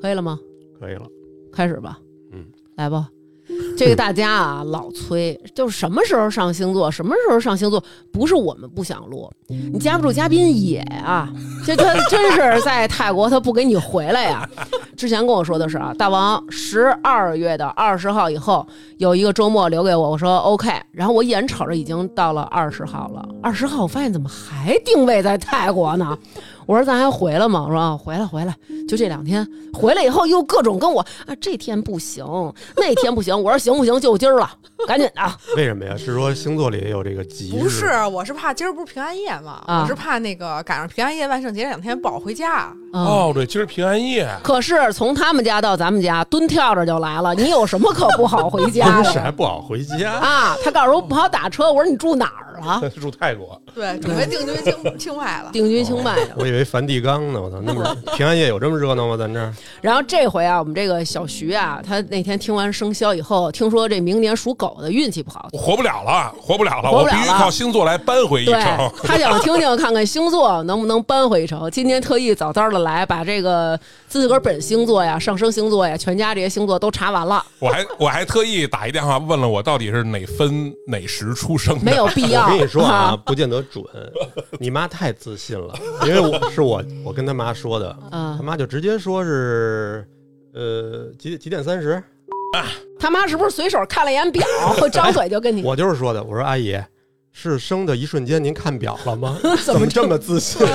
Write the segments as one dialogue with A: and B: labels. A: 可以了吗？
B: 可以了。
A: 开始吧。
B: 嗯，
A: 来吧。这个大家啊，老催，就是什么时候上星座，什么时候上星座，不是我们不想录，你夹不住嘉宾也啊，这他真是在泰国他不给你回来呀、之前跟我说的是啊，大王十二月的二十号以后有一个周末留给我，我说 OK，然后我眼瞅着已经到了二十号了，二十号我发现怎么还定位在泰国呢？我说咱还回了吗？我说啊，回来回来，就这两天回来以后又各种跟我啊，这天不行，那天不行。我说行不行？就今儿了，赶紧的。
B: 为什么呀？是说星座里也有这个吉日？
C: 不是，我是怕今儿不是平安夜嘛，
A: 啊
C: 我是怕那个赶上平安夜、万圣节这两天不好回家。
A: 嗯、
D: 哦，对，今儿平安夜，
A: 可是从他们家到咱们家，蹲跳着就来了。你有什么可不好回家
B: 当时
A: 的
B: 还不好回家，
A: 啊？他告诉我不好打车，我说你住哪儿了？
B: 住泰国。
C: 对，准备定居清清迈了。
A: 定居清迈的。
B: 我以为梵蒂冈呢，我操！那么平安夜有这么热闹吗？咱这儿
A: 然后这回啊，我们这个小徐啊，他那天听完生肖以后，听说这明年属狗的运气不好，
D: 我活不了了，活不了了，
A: 活不
D: 我
A: 了
D: 必
A: 了
D: 须靠星座来扳回一
A: 对
D: 城。
A: 他想听听看看星座能不能扳回一城。今天特意早早的来，把这个自个儿本星座呀、上升星座呀、全家这些星座都查完了，
D: 我还我还特意打一电话问了我到底是哪分哪时出生的，
A: 没有必要。
B: 嗯我跟你说啊，
A: 啊，
B: 不见得准。你妈太自信了，因为我是我我跟他妈说的，
A: 嗯
B: 他妈就直接说是呃几几点三十，
A: 他妈是不是随手看了一眼 表，会张嘴就跟你？
B: 我就是说的，我说阿姨是生的一瞬间，您看表了吗？
A: 怎
B: 怎
A: 么
B: 么这么自信？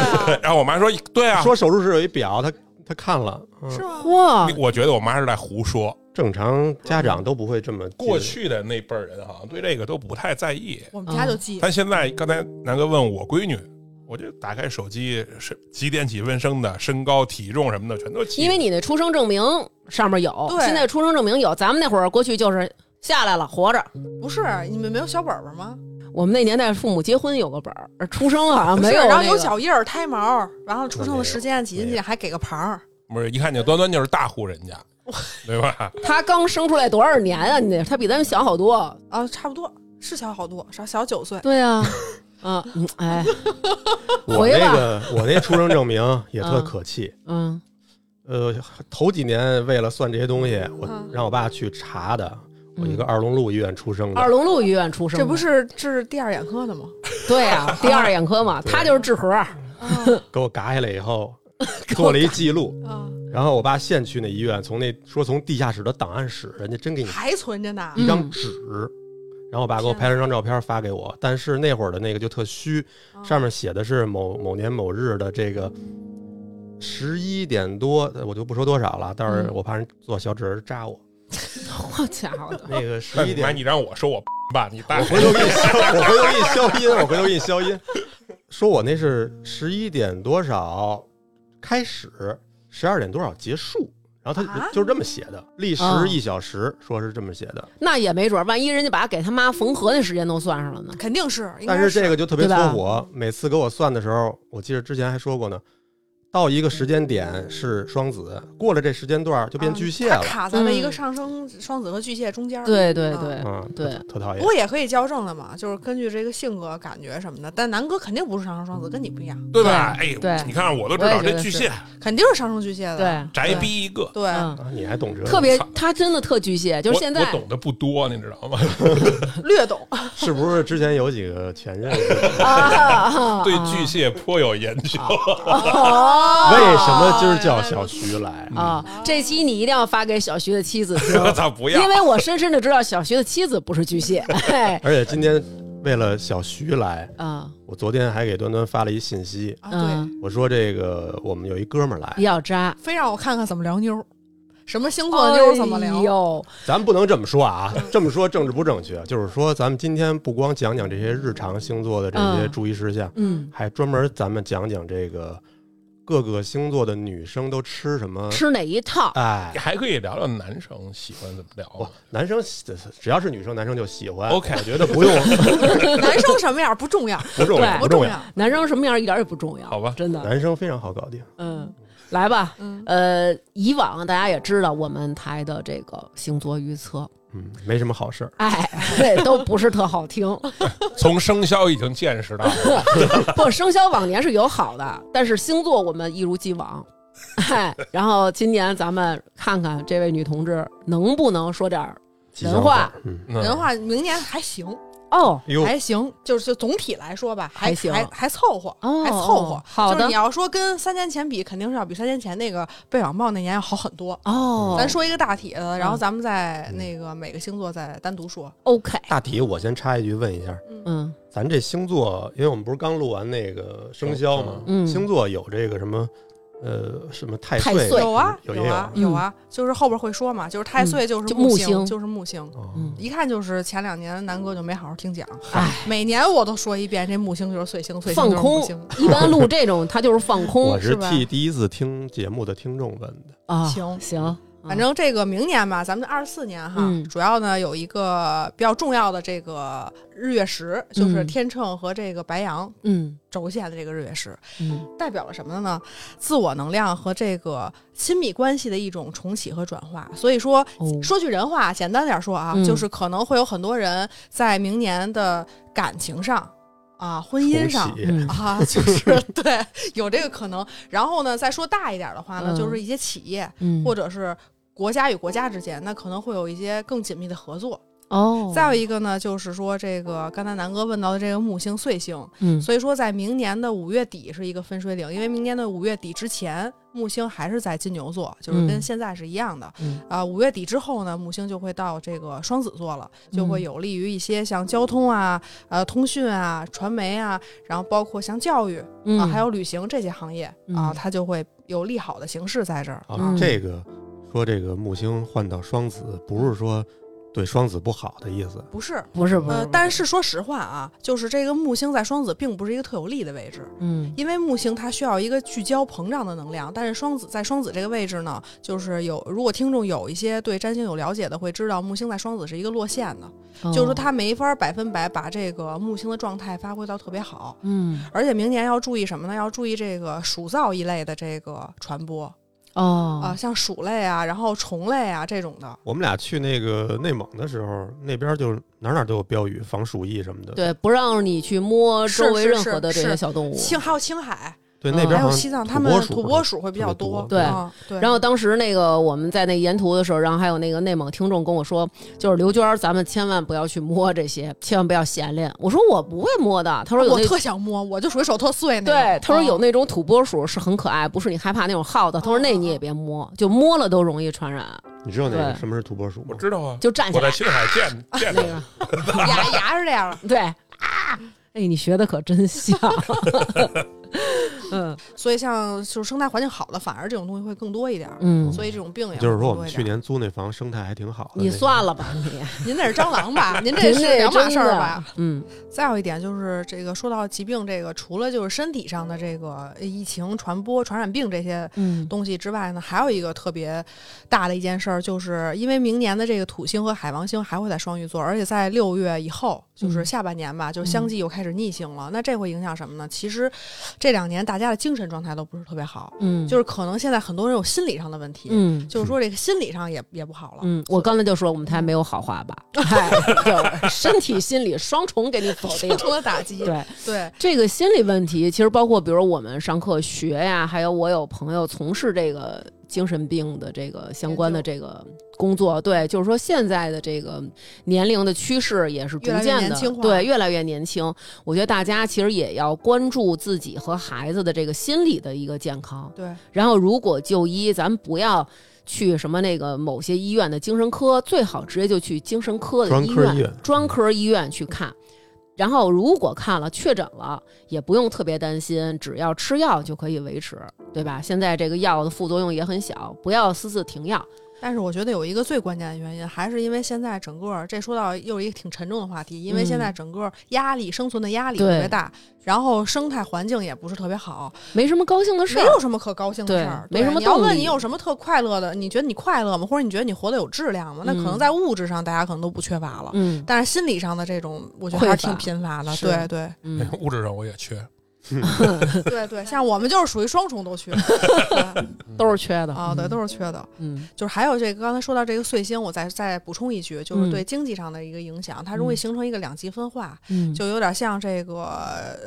D: 然后我妈说对啊，
B: 说手术室有一表，她她看了，嗯
C: 是吗？
A: 哇
D: 你，我觉得我妈是在胡说。
B: 正常家长都不会这么记得
D: 过去的那辈儿人好像对这个都不太在意，
C: 我们
A: 嗯
C: 家
A: 啊
C: 就记，
D: 但现在刚才南哥问我闺女，我就打开手机是几点几分生的，身高体重什么的全都记。
A: 因为你那出生证明上面有，
C: 对
A: 现在出生证明有，咱们那会儿过去就是下来了活着。
C: 不是你们没有小本本吗？
A: 我们那年代父母结婚有个本儿，出生好啊像没
C: 是
A: 有、那个。
C: 然后有脚印儿、胎毛，然后出生的时间几
B: 没
C: 斤
B: 有
C: 几两，还给个牌儿。
D: 不是一看就端端就是大户人家，对吧？
A: 他刚生出来多少年啊？你得他比咱们小好多。
C: 啊，差不多是小好多，少小九岁。
A: 对 啊，啊，嗯哎，
B: 我
A: 回
B: 那
A: 吧
B: 个我那出生证明也特
A: 嗯
B: 可气。
A: 嗯，
B: 呃，头几年为了算这些东西，我
C: 嗯
B: 让我爸去查的。我一个
A: 嗯
B: 二龙路医院出生的，
A: 二龙路医院出生的，
C: 这不是治第二眼科的吗？
A: 对 啊，第二眼科嘛，他就是智核。
C: 啊
A: 嗯
B: 给我嘎下来以 后，做了一记录。
C: 啊，
B: 然后我爸现去那医院，从那说从地下室的档案室，人家真给你
C: 还存着呢。
B: 一张
A: 嗯
B: 纸。然后我爸给我
C: 天哪
A: 啊
B: 拍了张照片发给我，但是那会儿的那个就特虚，
A: 嗯
C: 啊
B: 上面写的是某某年某日的这个十一点多，呃我就不说多少了，但是
A: 嗯
B: 我怕人做小纸人扎我。
A: 好家伙的，
B: 那个十
D: 那
B: 一
D: 你妈
B: 点，
D: 你让我说我 爸，你大
B: 我回头给你消，我回头给你消音，我回头给你消音。说我那是十一点多少开始，十二点多少结束，然后
C: 啊
B: 他就这么写的，历时
A: 哦
B: 一小时，说是这么写的。
A: 那也没准儿，万一人家把给他妈缝合那时间都算上了呢。
C: 肯定是，应该
B: 但是这个就特别
A: 对吧
B: 搓火，每次给我算的时候，我记得之前还说过呢，到一个时间点是双子，过了这时间段儿就变巨蟹
C: 啊
B: 了
C: 它，卡在了一个上升双子和巨蟹中间。
A: 嗯对对
C: 啊
A: 对
B: 嗯，
A: 对，嗯
B: 特讨
C: 不
B: 厌。
C: 过也可以校正的嘛，就是根据这个性格、感觉什么的。但南哥肯定不是上升双子，跟你不一样，
D: 对吧？
A: 对
D: 哎，
A: 对
D: 你看我都知道
A: 我也觉
D: 这
A: 得
D: 巨
A: 是
D: 蟹
C: 肯定是上升巨蟹的。
A: 嗯对，
D: 宅逼一个，
C: 嗯对，
A: 嗯，
B: 啊，你还懂这个？
A: 特别他真的特巨蟹，就是
D: 我
A: 现
D: 我
A: 在
D: 懂得不多，你知道吗？
C: 略懂。啊
B: 是不是之前有几个前 任？
A: 啊，
D: 对巨蟹颇有研究。
A: 哦
B: 为什么今儿叫小徐来？
A: 啊？这期你一定要发给小徐的妻子听，
D: 我操， 不要
A: 因！为我深深的知道小徐的妻子不是巨 蟹。哎嘿，
B: 而且今天为了小徐来，
A: 啊，
B: 我昨天还给端端发了一信息，
C: 啊，对，
A: 嗯，
B: 我说这个我们有一哥们儿来，
A: 要渣。
C: 非让我看看怎么聊妞儿，什么星座的妞儿怎么聊
A: 哎。呦，
B: 咱不能这么说啊，这么说政治不正确，就是说咱们今天不光讲讲这些日常星座的这些
A: 嗯
B: 注意事项。
A: 嗯，
B: 还专门咱们讲讲这个各个星座的女生都吃什么。
A: 吃哪一套？
B: 哎，
D: 还可以聊聊男生喜欢怎么聊
B: 我
D: 啊。
B: 男生喜只要是女生，男生就喜欢。
D: OK
B: 我 觉得不用
C: 男生什么样不重要，
B: 不重要，
A: 对
C: 不
B: 重
C: 重
B: 要。。
A: 男生什么样一点也不重要，
D: 好吧
A: 真的，
B: 男生非常好搞定，
A: 嗯，来吧，
C: 嗯，
A: 呃，以往大家也知道我们台的这个星座预测，
B: 嗯，没什么好事儿。
A: 哎， 对都不是特好听。
D: 从生肖已经见识到了，
A: 不，生肖往年是有好的，但是星座我们一如既往。 哎，然后今年咱们看看这位女同志能不能说点儿
B: 吉祥
A: 文化，
B: 嗯，
D: 嗯
C: 人话明年还行，
A: 哦
B: 哟，
C: 还行，就是就总体来说吧，还
A: 还行
C: 还还凑合，
A: 哦
C: 还凑合
A: 哦。好
C: 就是
A: 的
C: 你要说跟三年前比，肯定是要比三年前那个被网暴那年要好很多。
A: 哦，
C: 咱说一个大体的，然后咱们再
B: 嗯
C: 那个每个星座再单独说。
A: OK，
B: 大体我先插一句问一下，
A: 嗯
B: 咱这星座，因为我们不是刚录完那个生肖嘛，
A: 嗯
B: 星座有这个什么，呃，什么太
A: 太
B: 岁
A: 岁对
C: 有啊，
B: 有
C: 有
B: 也
C: 啊，
A: 有
C: 有啊，就是后边会说嘛，就是太岁就是
A: 就
C: 木
A: 木
C: 星，
A: 星
C: 就是木星。
B: 哦
A: 嗯，
C: 一看就是前两年南哥就没好好听讲，啊
A: 哎，
C: 每年我都说一遍，这木星就是岁星，岁星
A: 放
C: 就是木
A: 空
C: 星。，
A: 一般录这种他就是放空
B: 我，是
A: 吧？
B: 替第一次听节目的听众问的。
A: 啊，
C: 行
A: 行，
C: 反正这个明年吧，咱们二十四年哈，
A: 嗯
C: 主要呢有一个比较重要的这个日月食，就是
A: 嗯
C: 天秤和这个白羊
A: 嗯
C: 轴线的这个日月食，
A: 嗯
C: 代表了什么的呢？自我能量和这个亲密关系的一种重启和转化。所以说，
A: 哦
C: 说句人话，简单点说啊，
A: 嗯
C: 就是可能会有很多人在明年的感情上啊、婚姻上
B: 重启
A: 嗯
C: 啊，就是对有这个可能。然后呢，再说大一点的话呢，
A: 嗯
C: 就是一些企业
A: 嗯，
C: 或者是。国家与国家之间，那可能会有一些更紧密的合作。
A: 哦，
C: 再有一个呢，就是说这个刚才南哥问到的这个木星岁星，
A: 嗯
C: 所以说，在明年的五月底是一个分水岭，因为明年的五月底之前，木星还是在金牛座，就是跟
A: 嗯
C: 现在是一样的。
A: 嗯
C: 啊、五月底之后呢，木星就会到这个双子座了，就会
A: 嗯
C: 有利于一些像交通啊、呃通讯啊、传媒啊，然后包括像教育啊、
A: 嗯
C: 还有旅行这些行业啊、
A: 嗯
C: 它就会有利好的形势在这儿
B: 啊，
A: 嗯
B: 这个说这个木星换到双子，不是说对双子不好的意思。
C: 不是。
A: 不是不
C: 呃
A: 是，，
C: 但是说实话啊，就是这个木星在双子并不是一个特有利的位置，
A: 嗯
C: 因为木星它需要一个聚焦膨胀的能量，但是双子在双子这个位置呢，就是有如果听众有一些对占星有了解的，会知道木星在双子是一个落线的，就是说
A: 哦
C: 它没法百分百把这个木星的状态发挥到特别好。
A: 嗯
C: 而且明年要注意什么呢？要注意这个鼠灶一类的这个传播啊、
A: 哦
C: 像鼠类啊，然后虫类啊这种的。
B: 我们俩去那个内蒙的时候，那边就哪哪都有标语，防鼠疫什么的。
A: 对，不让你去摸
C: 是
A: 周围
C: 是
A: 任
C: 是
A: 何的这
C: 是
A: 些小动物。
C: 青还有青海，
B: 对
A: 嗯
B: 那边
C: 还
B: 好
C: 有
B: 像
C: 西藏，
B: 土
C: 他们
B: 拨鼠
C: 土拨鼠会比较多。
B: 特
A: 别多
C: 嗯对，
A: 然后当时那个我们在那个沿途的时候，然后还有那个内蒙听众跟我说，就是刘娟儿，咱们千万不要去摸这些，千万不要闲练。我说我不会摸的，他说有
C: 啊我
A: 那
C: 特想摸，我就属于手特碎那种。
A: 对，他说有
C: 嗯
A: 那种土拨鼠是很可爱，不是你害怕那种耗子，他说那
C: 啊
A: 你也别摸，就摸了都容易传染，
B: 你知道那个
A: 对
B: 什么是土拨鼠
D: 我
B: 吗？
D: 知道啊，
A: 就站起
D: 我在
A: 来
D: 青海见 见
A: 那
D: 到
A: 个，
C: 牙牙是这样。
A: 对啊，哎，你学的可真像， 嗯
C: 所以像就是生态环境好的，反而这种东西会更多一点儿。
A: 嗯，
C: 所以这种病也
B: 就是说，我
C: 会
B: 们
C: 更
B: 去
C: 多一点儿，
B: 年租那房生态还挺好的。
A: 你算
B: 了，
A: 了吧你，
C: 您那是蟑 螂吧？您这
A: 您
C: 是
A: 这
C: 两码
A: 真
C: 事儿
A: 的
C: 吧？？
A: 嗯
C: 再有一点就是，这个说到疾病，这个除了就是身体上的这个呃疫情传播、传染病这些
A: 嗯，
C: 东西之外呢，还有一个特别大的一件事儿，就是因为明年的这个土星和海王星还会在双鱼座，而且在六月以后，就是
A: 嗯
C: 下半年吧，就相继又开始逆行了。那这会影响什么呢？其实这两年大家的精神状态都不是特别好，
A: 嗯，
C: 就是可能现在很多人有心理上的问题，
A: 嗯。
C: 就是说这个心理上也也不好了。
A: 嗯，我刚才就说我们台没有好话 吧，嗨，就是身体心理双重给你否定
C: 双。重的打击，
A: 对
C: 对，
A: 这个心理问题，其实包括比如我们上课学呀，还有我有朋友从事这个精神病的这个相关的
C: 研
A: 这个工作，对，就是说现在的这个年龄的趋势也是逐
C: 越来越
A: 渐的
C: 年轻化
A: 对越来越年轻。我觉得大家其实也要关注自己和孩子的这个心理的一个健康。
C: 对，
A: 然后如果就医，咱们不要去什么那个某些医院的精神科，最好直接就去精神科的
B: 专
A: 医
B: 科医院
A: 院、专科医院去看。然后如果看了确诊了，也不用特别担心，只要吃药就可以维持，对吧？现在这个药的副作用也很小，不要私自停药。
C: 但是我觉得有一个最关键的原因，还是因为现在整个这说到又是一个挺沉重的话题，因为现在整个压力、生存的压力特
A: 嗯对
C: 别大，然后生态环境也不是特别好，
A: 没什么高兴的事
C: 没
A: 儿。
C: 有什么可高兴的事儿，
A: 对
C: 对
A: 没什么
C: 你要
A: 动
C: 问
A: 力
C: 你有什么特快乐的？你觉得你快乐吗？或者你觉得你活得有质量吗？那可能
A: 嗯
C: 在物质上大家可能都不缺乏了，
A: 嗯
C: 但是心理上的这种，我觉得还
A: 匮
C: 是挺
A: 乏
C: 贫乏的。
A: 是
C: 对对，
A: 嗯
D: 哎物质上我也缺，
C: 对对，像我们就是属于双重都缺对
A: 都是缺的
C: 啊，对，都是缺的。
A: 嗯
C: 就是还有这个，刚才说到这个岁星，我再再补充一句，就是
A: 嗯
C: 对经济上的一个影响，它容易
A: 嗯
C: 形成一个两极分化，
A: 嗯，
C: 就有点像这个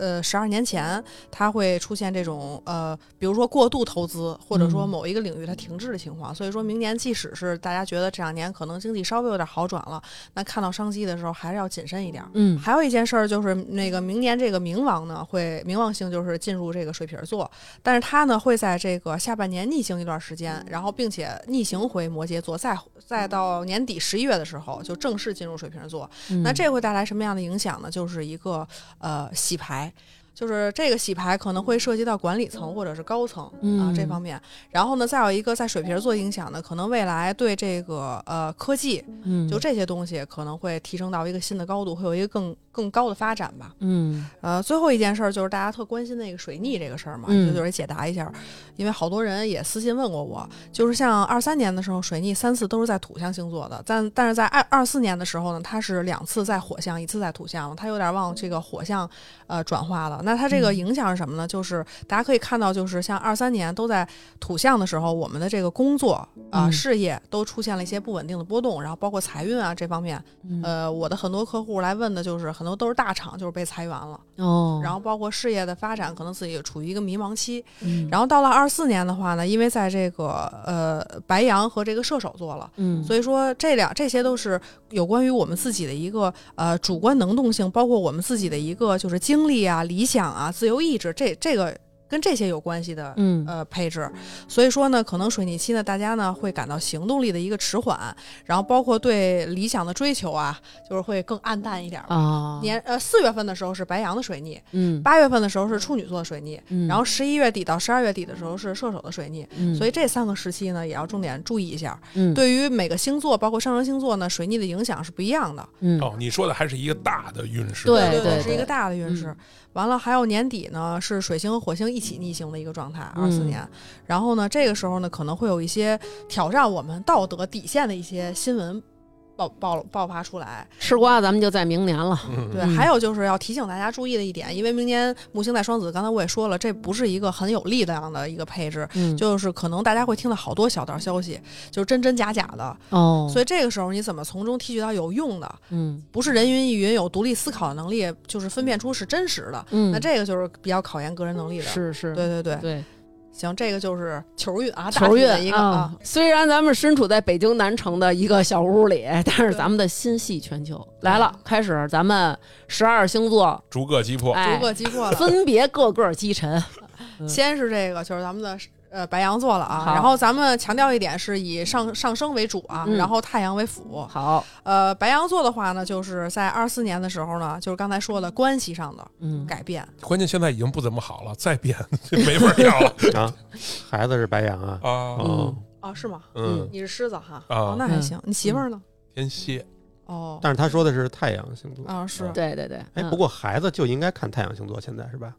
C: 呃十二年前，它会出现这种呃，比如说过度投资，或者说
A: 嗯
C: 某一个领域它停滞的情况。所以说明年即使是大家觉得这两年可能经济稍微有点好转了，那看到商机的时候还是要谨慎一点。
A: 嗯
C: 还有一件事儿就是，那个明年这个冥王呢，会冥王星就是进入这个水瓶座，但是它呢会在这个下半年逆行一段时间，然后并且逆行回摩羯座，再再到年底十一月的时候就正式进入水瓶座。
A: 嗯
C: 那这会带来什么样的影响呢？就是一个呃洗牌。就是这个洗牌可能会涉及到管理层或者是高层、啊
A: 嗯
C: 这方面，然后呢，再有一个在水瓶座影响呢，可能未来对这个呃科技，
A: 嗯
C: 就这些东西可能会提升到一个新的高度，会有一个更更高的发展吧。
A: 嗯
C: 呃，最后一件事儿就是大家特关心那个水逆这个事儿嘛，
A: 嗯
C: 就就是解答一下，因为好多人也私信问过我，就是像二三年的时候，水逆三次都是在土象星座的，但但是在二二四年的时候呢，它是两次在火象，一次在土象了，它有点往这个火象呃转化了。那它这个
A: 嗯
C: 影响是什么呢？就是大家可以看到，就是像二三年都在土象的时候，我们的这个工作啊、
A: 嗯
C: 事业都出现了一些不稳定的波动，然后包括财运啊这方面，
A: 嗯
C: 呃，我的很多客户来问的就是很多都是大厂，就是被裁员了，
A: 哦，
C: 然
A: 后
C: 后包括事业的发展，可能自己也处于一个迷茫期。
A: 后
C: 然后到了二四年的话呢，因为在这个呃白羊和这个射手座了。
A: 嗯，
C: 所以说，这两这些都是有关于我们自己的一个呃主观能动性，包括我们自己的一个就是经历啊、理想啊、自由意志，这这个跟这些有关系的
A: 嗯
C: 呃配置。所以说呢，可能水逆期呢，大家呢会感到行动力的一个迟缓，然后包括对理想的追求啊，就是会更暗淡一点儿。
A: 啊
C: 年呃四月份的时候是白羊的水逆，
A: 嗯
C: 八月份的时候是处女座的水逆，
A: 嗯，
C: 然后十一月底到十二月底的时候是射手的水逆。
A: 嗯
C: 所以这三个时期呢，也要重点注意一下。
A: 嗯
C: 对于每个星座，包括上升星座呢，水逆的影响是不一样的。
A: 嗯
D: 哦，你说的还是一个大的运势，
A: 对
C: 对
A: 对
C: 是一个大的运势
A: 嗯。
C: 完了，还有年底呢，是水星和火星一起逆行的一个状态，
A: 嗯
C: 二四年。然后呢，这个时候呢，可能会有一些挑战我们道德底线的一些新闻爆爆爆发出来。
A: 吃瓜咱们就在明年了，
D: 嗯
C: 对，
A: 嗯
C: 还有就是要提醒大家注意的一点，因为明年木星在双子，刚才我也说了，这不是一个很有力量的一个配置，
A: 嗯
C: 就是可能大家会听到好多小道消息，就是真真假假的，
A: 哦，
C: 所
A: 以
C: 以这个时候你怎么从中提取到有用的，
A: 嗯
C: 不是人云亦云，有独立思考的能力，就是分辨出是真实的，
A: 嗯，
C: 那这个就是比较考验个人能力的。
A: 是是，
C: 对对对，
A: 对
C: 行，这个就是球运啊，大
A: 球运
C: 体的一个啊，
A: 虽然咱们身处在北京南城的一个小屋 里，但是
C: 对
A: 咱们的心系全球来了，开始咱们十二星座，
D: 逐个击破。
A: 哎
C: 逐，个击破 了。
A: 分别个个击沉。
C: 先是这个，就是咱们的呃白羊座了啊，
A: 好
C: 然后咱们强调一点是以上上升为主啊，
A: 嗯
C: 然后太阳为辅。
A: 好，
C: 呃，白羊座的话呢，就是在二四年的时候呢，就是刚才说的关系上的
A: 嗯，
C: 改变，
D: 关键现在已经不怎么好了，再变 就没法 要了
B: 啊，孩子是白羊啊，
D: 啊！
B: 哦，
C: 哦，是吗？
B: 嗯，
C: 你是狮子哈，
D: 啊
C: 哦，那还
A: 嗯
C: 行。你媳妇儿呢？
D: 天蝎，
C: 哦，
B: 但是他说的是太阳星座。
C: 啊，是
A: 对对对，
B: 哎，
A: 嗯
B: 不过孩子就应该看太阳星座，现在是吧？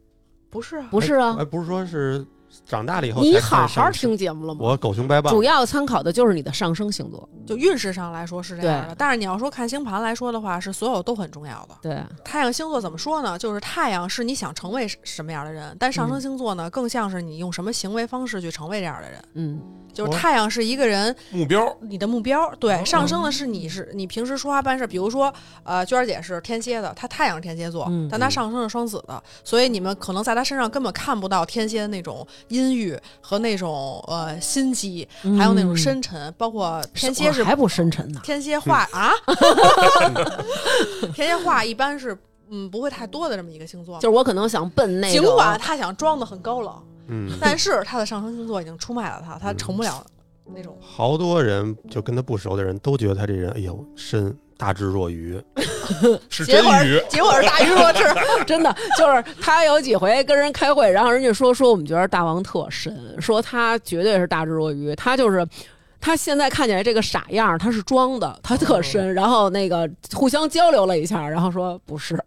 C: 不是啊？
A: 不是啊，
B: 哎，不哎是说是长大了以后
A: 你
B: 才看
A: 好好
B: 上升
A: 听节目了吗？
B: 我狗熊掰棒
A: 主，要参考的就是你的上升星座，
C: 就运势上来说是这样的，
A: 对
C: 但是你要说看星盘来说的话，是所有都很重要的。
A: 对，
C: 太阳星座怎么说呢？就是太阳是你想成为什么样的人，但上升
A: 嗯
C: 星座呢，更像是你用什么行为方式去成为这样的人。
A: 嗯
C: 就是
D: 哦
C: 太阳是一个人
D: 目标
C: 你的目标
A: 哦
C: 对上升的是你是你平时说话办事，比如说呃，娟儿姐是天蝎的，她太阳是天蝎座，
A: 嗯
C: 但她上升是双子的，所以你们可能在她身上根本看不到天蝎的那种阴郁和那种呃心机，还有那种深沉，包括天蝎是
A: 嗯还嗯不深沉呢，
C: 天蝎话啊，天蝎话一般是嗯不会太多的这么一个星座
A: 就。是我可能想奔那
C: 尽
A: 种
C: 管他想装的很高冷，
B: 嗯，
C: 但是他的上升星座已经出卖了他，他成不了那种。
B: 好多人就跟他不熟的人都觉得他这人，哎呦，深大智若愚，
D: 是
C: 结
D: 真
C: 果
D: 鱼，
C: 结果是大鱼弱智，
A: 真的就是他有几回跟人开会，然后人家说说我们觉得大王特神，说他绝对是大智若愚，他就是。他现在看起来这个傻样儿，他是装的，他特深。然后那个互相交流了一下，然后说不是，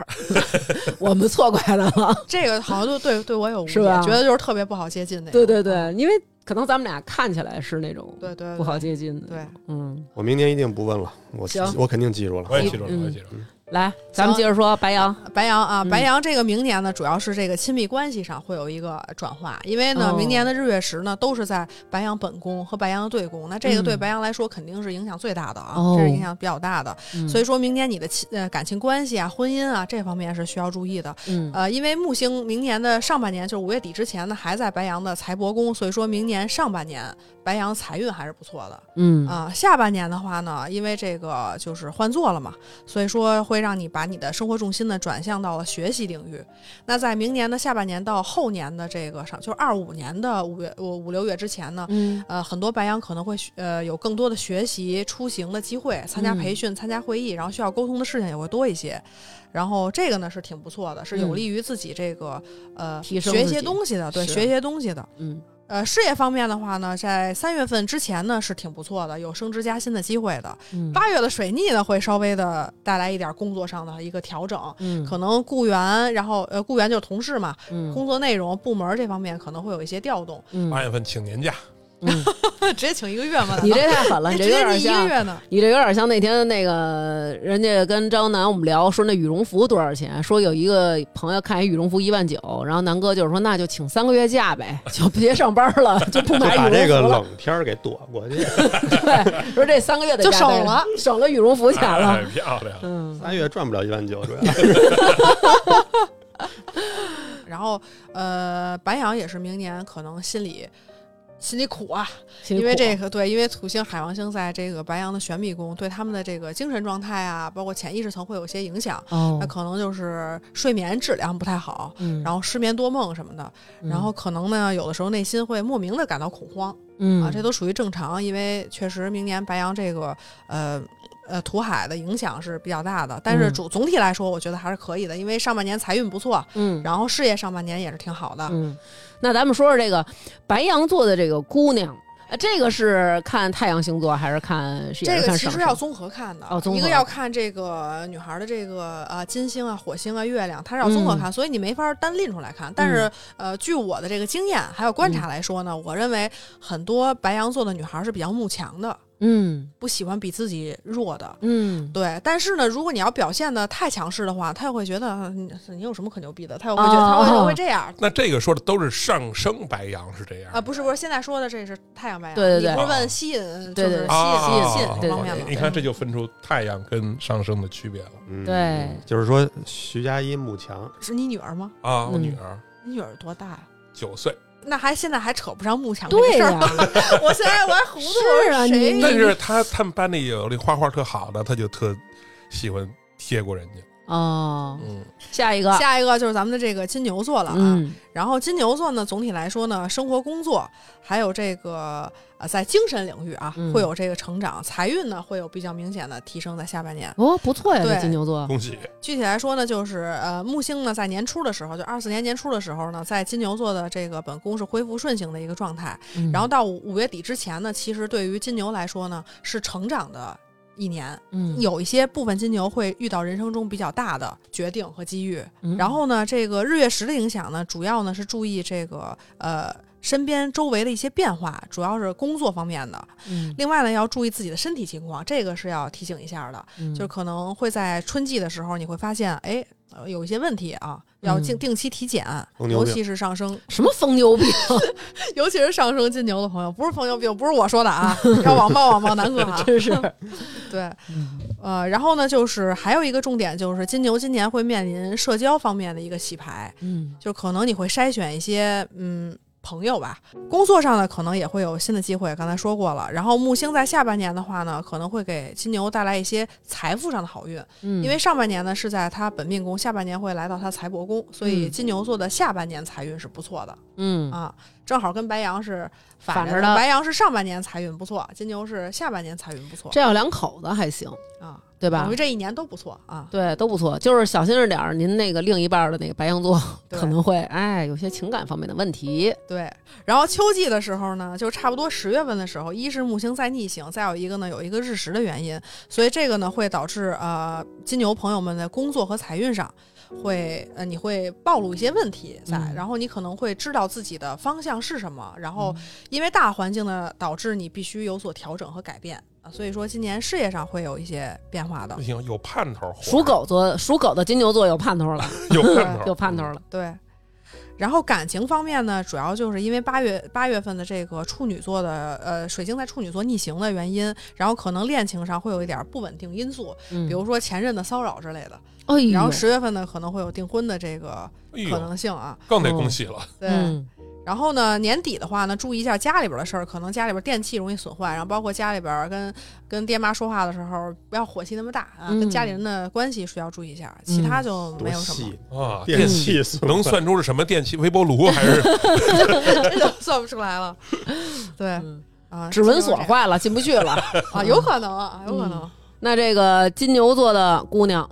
A: 我们错怪他了。
C: 这个好像就对对我有误解，
A: 是吧
C: 觉得就是特别不好接近那
A: 对
C: 种。
A: 对对，因为可能咱们俩看起来是那种
C: 对对对，
A: 不好接近的。
C: 对，
A: 嗯，
B: 我明年一定不问了，我
A: 行
B: 我肯定记住了。
D: 我也记住了，
A: 嗯
D: 我也记住了。
A: 来，咱们接着说白羊。
C: 白羊啊，
A: 嗯
C: 白羊这个明年呢，主要是这个亲密关系上会有一个转化，因为呢，
A: 哦
C: 明年的日月食呢都是在白羊本宫和白羊的对宫，那这
A: 嗯
C: 个对白羊来说肯定是影响最大的啊，
A: 哦嗯
C: 这是影响比较大的。所
A: 以，
C: 以说明年你的亲呃感情关系啊、婚姻啊这方面是需要注意的。
A: 嗯，
C: 呃，因为木星明年的上半年，就是五月底之前呢，还在白羊的财帛宫，所以说明年上半年白羊财运还是不错的。
A: 嗯
C: 啊、下半年的话呢，因为这个就是换座了嘛，所以说会让你把你的生活重心呢转向到了学习领域。那在明年的下半年到后年的这个上，就是二五年的五月呃五五六月之前呢。
A: 嗯
C: 呃，很多白羊可能会学呃有更多的学习、出行的机会，参加
A: 嗯
C: 培训、参加会议，然后需要沟通的事情也会多一些。然后这个呢是挺不错的，是有
A: 嗯
C: 利于自己这个、呃
A: 提升
C: 学一
A: 自
C: 些
A: 己
C: 东西的，对，
A: 是
C: 学一些东西的。
A: 嗯
C: 呃，事业方面的话呢，在三月份之前呢是挺不错的，有升职加薪的机会的。
A: 嗯，
C: 八月的水逆呢，会稍微的带来一点工作上的一个调整，
A: 嗯
C: 可能雇员，然后呃，雇员就是同事嘛，
A: 嗯
C: 工作内容、部门这方面可能会有一些 调动。
A: 嗯
B: 哎
D: 八月份请年假，
A: 嗯，
C: 直接请一个月嘛，
A: 你这太狠了，
C: 哎
A: 你
C: 直
A: 这有点
C: 接你一个
A: 像，
C: 月呢？
A: 你这有点像那天那个人家跟张楠我们聊说那羽绒服多少钱，说有一个朋友看一羽绒服一万九，然后南哥就是说那就请三个月假呗， 就别上班 了，就不买
B: 就把这
A: 羽
B: 个
A: 绒服了，
B: 冷天儿给躲过去。
A: 对，说这三个月的假
C: 就省了，
A: 省了羽绒服钱
D: 太
B: 哎
A: 了，
D: 哎漂亮了，
A: 嗯
B: 仨月赚不了一万九，主要
C: 然后呃，白羊也是明年可能心里心里苦啊，因为这个对，因为土星、海王星在这个白羊的玄秘宫，对他们的这个精神状态啊，包括潜意识层会有一些影响。
A: 哦
C: 那，可能就是睡眠质量不太好，
A: 嗯
C: 然后失眠多梦什么的，然后可能呢，有的时候内心会莫名的感到恐慌
A: 嗯
C: 啊，这都属于正常，因为确实明年白羊这个呃呃土海的影响是比较大的，但是
A: 嗯
C: 主总体来说，我觉得还是可以的，因为上半年财运不错，
A: 嗯
C: 然啊后事业上半年也是挺好的，
A: 嗯，那咱们说说这个白羊座的这个姑娘，呃，这个是看太阳星座还是看？是也
C: 这
A: 是
C: 个
A: 看
C: 其
A: 上
C: 实
A: 升
C: 要综合看的，
A: 哦综合
C: 一个要看这个女孩的这个呃金星啊、火星啊、月亮，它是要综
A: 嗯
C: 合看，所以你没法单拎出来看。但是、呃，据我的这个经验还有观
A: 嗯
C: 察来说呢，我认为很多白羊座的女孩是比较慕强的，
A: 嗯
C: 不喜欢比自己弱的。
A: 嗯
C: 对，但是呢，如果你要表现的太强势的话，她又会觉得呃你你有什么可牛逼的，她又会觉得她会、
A: 哦
C: 她会这样。
D: 那这个说的都是上升白羊是这样
C: 啊，不是不是，现在说的这是太阳白羊，
A: 对对对
C: 你不是问吸引，
A: 对对
C: 就是
A: 对
C: 吸
D: 啊
C: 引吸
A: 啊
C: 引这
A: 对
C: 方面
A: 对
C: 的。
D: 你看这就分出太阳跟上升的区别了
B: 嗯
A: 对
B: 就是说徐佳一慕强，
C: 是你女儿吗？
D: 啊！我
A: 嗯
D: 女儿
C: 你女儿多大呀？
D: 九岁，
C: 那还现在还扯不上慕强这个
A: 对
C: 事
A: 呀、
C: 儿， 我现在我还糊涂我
A: 是啊
C: 谁
A: 你
D: 但是她他们班里有那画画特好的，她就特喜欢贴过人家。
A: 哦，
D: 嗯，
A: 下一个，
C: 下一个就是咱们的这个金牛座了啊，
A: 嗯
C: 然后金牛座呢，总体来说呢，生活、工作还有这个呃，在精神领域啊，
A: 嗯
C: 会有这个成长，财运呢会有比较明显的提升，在下半年。
A: 哦，不错呀，
C: 对嗯
A: 这金牛座，
D: 嗯恭喜
C: 具体来说呢，就是呃，木星呢在年初的时候，就二四年年初的时候呢，在金牛座的这个本宫是恢复顺行的一个状态，
A: 嗯
C: 然后到五五月底之前呢，其实对于金牛来说呢，是成长的一年。
A: 嗯
C: 有一些部分金牛会遇到人生中比较大的决定和机遇。
A: 嗯
C: 然后呢，这个日月食的影响呢，主要呢是注意这个呃身边周围的一些变化，主要是工作方面的。
A: 嗯
C: 另外呢，要注意自己的身体情况，这个是要提醒一下的。
A: 嗯
C: 就是可能会在春季的时候，你会发现，哎。呃有一些问题啊，要定
A: 嗯
C: 定期体检，
B: 疯牛
C: 尤
B: 病
C: 其是上升，
A: 什么疯牛病？
C: 尤其是上升金牛的朋友，不是朋友病，不是我说 的啊，要网暴网暴南哥 啊，
A: 真是，嗯
C: 对，呃，然后呢，就是还有一个重点就是金牛今年会面临社交方面的一个洗牌，
A: 嗯
C: 就可能你会筛选一些嗯朋友吧，工作上呢可能也会有新的机会，刚才说过了。然后木星在下半年的话呢，可能会给金牛带来一些财富上的好运，
A: 嗯，
C: 因为上半年呢是在他本命宫，下半年会来到他财帛宫，所以
A: 嗯
C: 金牛座的下半年财运是不错的
A: 嗯
C: 啊，正好跟白羊是
A: 反
C: 反
A: 着
C: 着
A: 的
C: 白羊是上半年财运不错，金牛是下半年财运不错
A: 这要两口子还行，
C: 啊。
A: 对吧
C: 等于？这一年都不错啊。
A: 对，都不错，就是小心着点儿。您那个另一半儿的那个白羊座
C: 对
A: 可能会哎有些情感方面的问题。
C: 对，然后秋季的时候呢，就差不多十月份的时候，一是木星在逆行，再有一个呢有一个日食的原因，所以这个呢会导致呃金牛朋友们的工作和财运上会呃你会暴露一些问题在，
A: 嗯
C: 然后你可能会知道自己的方向是什么，然后因为大环境呢导致你必须有所调整和改变啊，所以说今年事业上会有一些变化的
D: 不，行，有盼头，
A: 属狗座，属狗的金牛座有盼头了，
D: 有盼 头，嗯
A: 有盼头了。
C: 对。然后感情方面呢，主要就是因为八月八月份的这个处女座的呃水星在处女座逆行的原因，然后可能恋情上会有一点不稳定因素，
A: 嗯
C: 比如说前任的骚扰之类的。
A: 哎呦，
C: 然后十月份呢，可能会有订婚的这个
D: 哎
C: 可
D: 呦，
C: 能性啊。
D: 更得恭喜了。
C: 对，
A: 嗯，
C: 然后呢，年底的话呢，注意一下家里边的事儿，可能家里边电器容易损坏，然后包括家里边跟跟爹妈说话的时候，不要火气那么大啊，
A: 嗯
C: 跟家里人的关系需要注意一下，其他就
B: 多
C: 没有什么，
B: 细，
D: 啊，
B: 嗯电
D: 电
B: 器
D: 能算出是什么电器？微波炉还是
C: 这就算不出来了。 对
A: 嗯
C: 啊，
A: 指纹锁嗯
C: 就是这
A: 坏了，进不去了。
C: 样 啊，有可能啊，有可能。
A: 那这个金牛座的姑娘，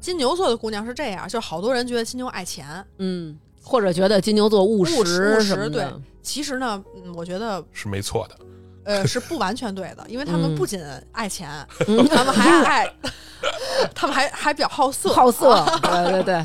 C: 金牛座的姑娘是这样，就是好多人觉得金牛爱钱，
A: 嗯，或者觉得金牛座务
C: 务实务
A: 实
C: 实
A: 什么的，
C: 其实呢，嗯，我觉得
D: 是没错的。
C: 呃是不完全对的，因为他们
A: 嗯
C: 不仅爱钱，
A: 嗯
C: 他们还 爱，他们还还比较好色，
A: 好色，对对 对，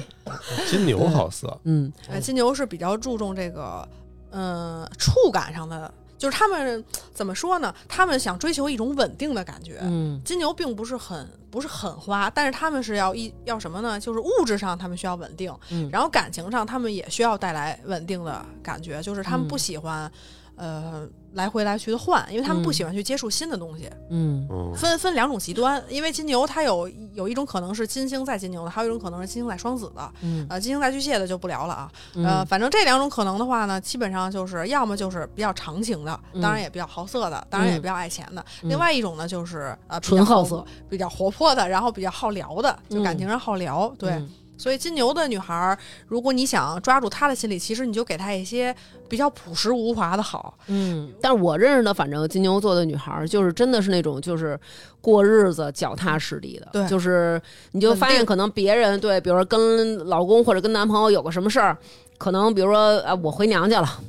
B: 金牛好色，
A: 嗯
C: 呃，金牛是比较注重这个，嗯，触感上的，就是他们怎么说呢？他们想追求一种稳定的感觉。
A: 嗯
C: 金牛并不是很不是很花，但是他们是要一要什么呢？就是物质上他们需要稳定，
A: 嗯，
C: 然后感情上他们也需要带来稳定的感觉，就是他们不
A: 嗯
C: 喜欢，呃，来回来去的换，因为他们不
A: 嗯
C: 喜欢去接触新的东西。
A: 嗯
B: 嗯，
C: 分分两种极端，因为金牛它有有一种可能是金星在金牛的，还有一种可能是金星在双子的，
A: 嗯
C: 呃，金星在巨蟹的就不聊了啊。
A: 嗯
C: 呃，反正这两种可能的话呢，基本上就是要么就是比较长情的，当然也比较好色的，当然也比较爱钱的；
A: 嗯
C: 另外一种呢，就是呃比较
A: 纯好色，
C: 比较活泼的，然后比较好聊的，就感
A: 嗯
C: 情上好聊。对，
A: 嗯
C: 所以金牛的女孩儿，如果你想抓住她的心理，其实你就给她一些比较朴实无华的好。
A: 嗯，但是我认识的，反正金牛座的女孩儿，就是真的是那种就是过日子脚踏实地的，
C: 对
A: 就是你就发现
C: 稳定
A: 可能别人对，比如说跟老公或者跟男朋友有个什么事儿，可能比如说啊我回娘家了，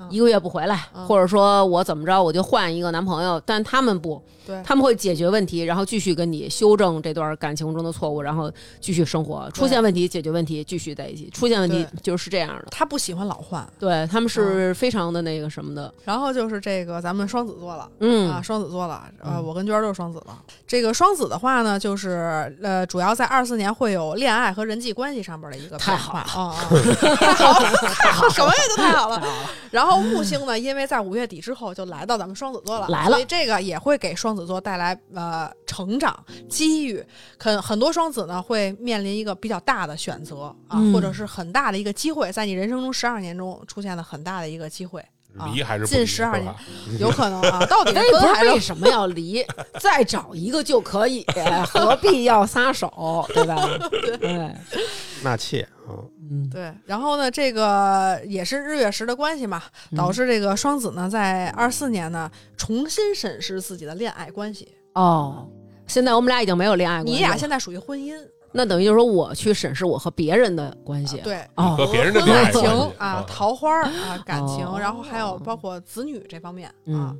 C: 嗯
A: 一个月不回来，
C: 嗯
A: 或者说我怎么着我就换一个男朋友，但他们不，
C: 对
A: 他们会解决问题，然后继续跟你修正这段感情中的错误，然后继续生活，出现问题解决问题，继续在一起，出现问题就是这样的。
C: 她不喜欢老换，
A: 对他们
C: 嗯
A: 是非常的那个什么的，
C: 然后就是这个咱们双子座了。
A: 嗯
C: 啊，双子座了，呃，
A: 嗯
C: 我跟娟儿都是双子了。这个双子的话呢，就是呃，主要在二四年会有恋爱和人际关系上边的一个
A: 太
C: 变
A: 好
C: 化 啊，啊太好了，太好了，什么也都太好了。然后木星呢，因为在五月底之后就来到咱们双子座了，
A: 来了
C: 所以这个也会给双子座带来呃成长机遇。很很多双子呢会面临一个比较大的选择啊，
A: 嗯
C: 或者是很大的一个机会，在你人生中十二年中出现了很大的一个机会，
A: 嗯
C: 啊
D: 离还是不
C: 近
D: 离
C: 12
D: 是吧
C: 有可能啊，到底
A: 但是
C: 跟
A: 不
C: 还
A: 是
C: 是
A: 为什么要 离？再找一个就可以，何必要撒 手，对吧？对，
C: 嗯
B: 纳妾啊，
A: 嗯，
C: 对，然后呢，这个也是日月食的关系嘛，
A: 嗯
C: 导致这个双子呢，在二四年呢，重新审视自己的恋爱关系。
A: 哦。现在我们俩已经没有恋爱关
C: 你
A: 系了，
C: 俩现在属于婚姻，
A: 那等于就是说我去审视我和别人的关系，
C: 啊对，
A: 哦
D: 和别人的
C: 婚
D: 恋爱
C: 外情
D: 关系
C: 啊
D: 啊，
C: 桃花儿啊，感情，
A: 哦
C: 然后还有包括子女这方面啊
A: 嗯。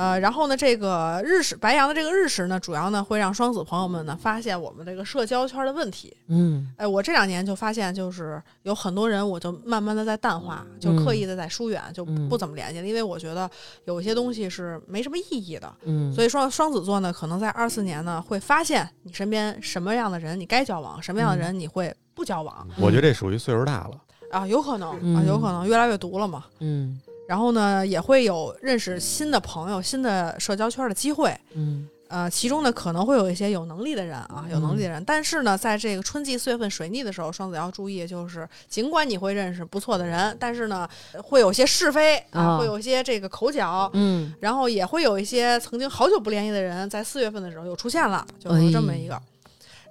C: 呃，然后呢，这个日食白羊的这个日食呢，主要呢会让双子朋友们呢发现我们这个社交圈的问题。
A: 嗯
C: 哎，我这两年就发现，就是有很多人，我就慢慢的在淡化，就刻意的在疏远，就
A: 嗯
C: 不怎么联系了，因为我觉得有一些东西是没什么意义的。
A: 嗯，
C: 所以双双子座呢，可能在二四年呢，会发现你身边什么样的人你该交往，什么
A: 嗯
C: 样的人你会不交往、
B: 我觉得这属于岁数大了，
C: 啊，有可能啊，有可能越来越毒了嘛。
A: 嗯
C: 然后呢，也会有认识新的朋友、新的社交圈的机会。
A: 嗯
C: 呃，其中呢可能会有一些有能力的人啊，有能力的人，但是呢，在这个春季四月份水逆的时候，双子要注意，就是尽管你会认识不错的人，但是呢，会有些是非啊，
A: 啊
C: 会有一些这个口角，
A: 嗯，
C: 然后也会有一些曾经好久不联系的人，在四月份的时候又出现了，就是有这么一个。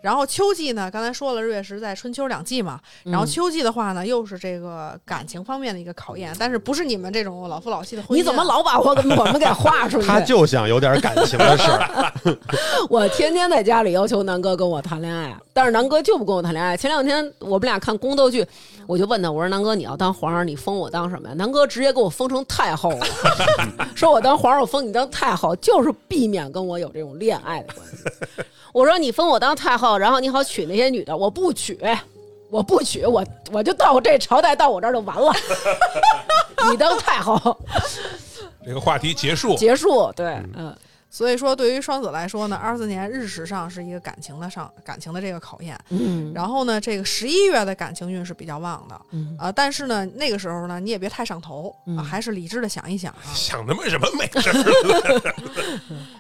C: 然后秋季呢，刚才说了，日月食在春秋两季嘛。
A: 嗯
C: 然后秋季的话呢，又是这个感情方面的一个考验，但是不是你们这种老夫老妻的婚姻啊？
A: 你怎么老把我给我们给画 出去？
B: 他就想有点感情的事儿，
A: 我天天在家里要求南哥跟我谈恋爱，但是南哥就不跟我谈恋爱。前两天我们俩看宫斗剧，我就问他，我说南哥你要当皇上，你封我当什么呀？南哥直接给我封成太后 了， 说我当皇上，我封你当太后，就是避免跟我有这种恋爱的关系。我说你封我当太后，然后你好娶那些女的，我不娶。我不娶，我我就到这朝代到我这儿就完了。 你当太后
D: 这个话题结束，
A: 结束，对，嗯，
C: 所以说，对于双子来说呢，二四年日时上是一个感情的上感情的这个考验。
A: 嗯，
C: 然后呢，这个十一月的感情运是比较旺的啊、
A: 嗯
C: 但是呢，那个时候呢，你也别太上头
A: 嗯
C: 啊，还是理智的想一想啊。
D: 想他妈什么美事儿？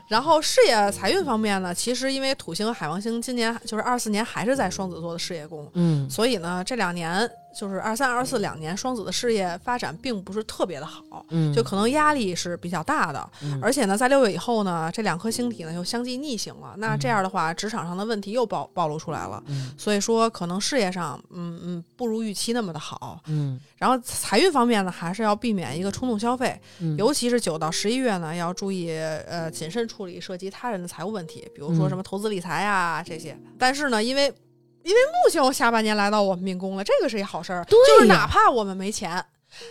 C: 然后事业财运方面呢，其实因为土星、海王星今年就是二四年还是在双子座的事业宫，
A: 嗯
C: 所以呢，这两年就是二三、二四两年，双子的事业发展并不是特别的好，
A: 嗯
C: 就可能压力是比较大的。
A: 嗯
C: 而且呢，在六月以后呢，这两颗星体呢又相继逆行了，那这样的话，职场上的问题又暴暴露出来了。
A: 嗯
C: 所以说，可能事业上，嗯嗯，不如预期那么的好。
A: 嗯
C: 然后财运方面呢，还是要避免一个冲动消费，
A: 嗯
C: 尤其是九到十一月呢，要注意呃谨慎处理涉及他人的财务问题，比如说
A: 嗯
C: 什么投资理财啊这些。但是呢，因为因为木星下半年来到我们命宫了，这个是一好事儿，
A: 对呀
C: 就是哪怕我们没钱，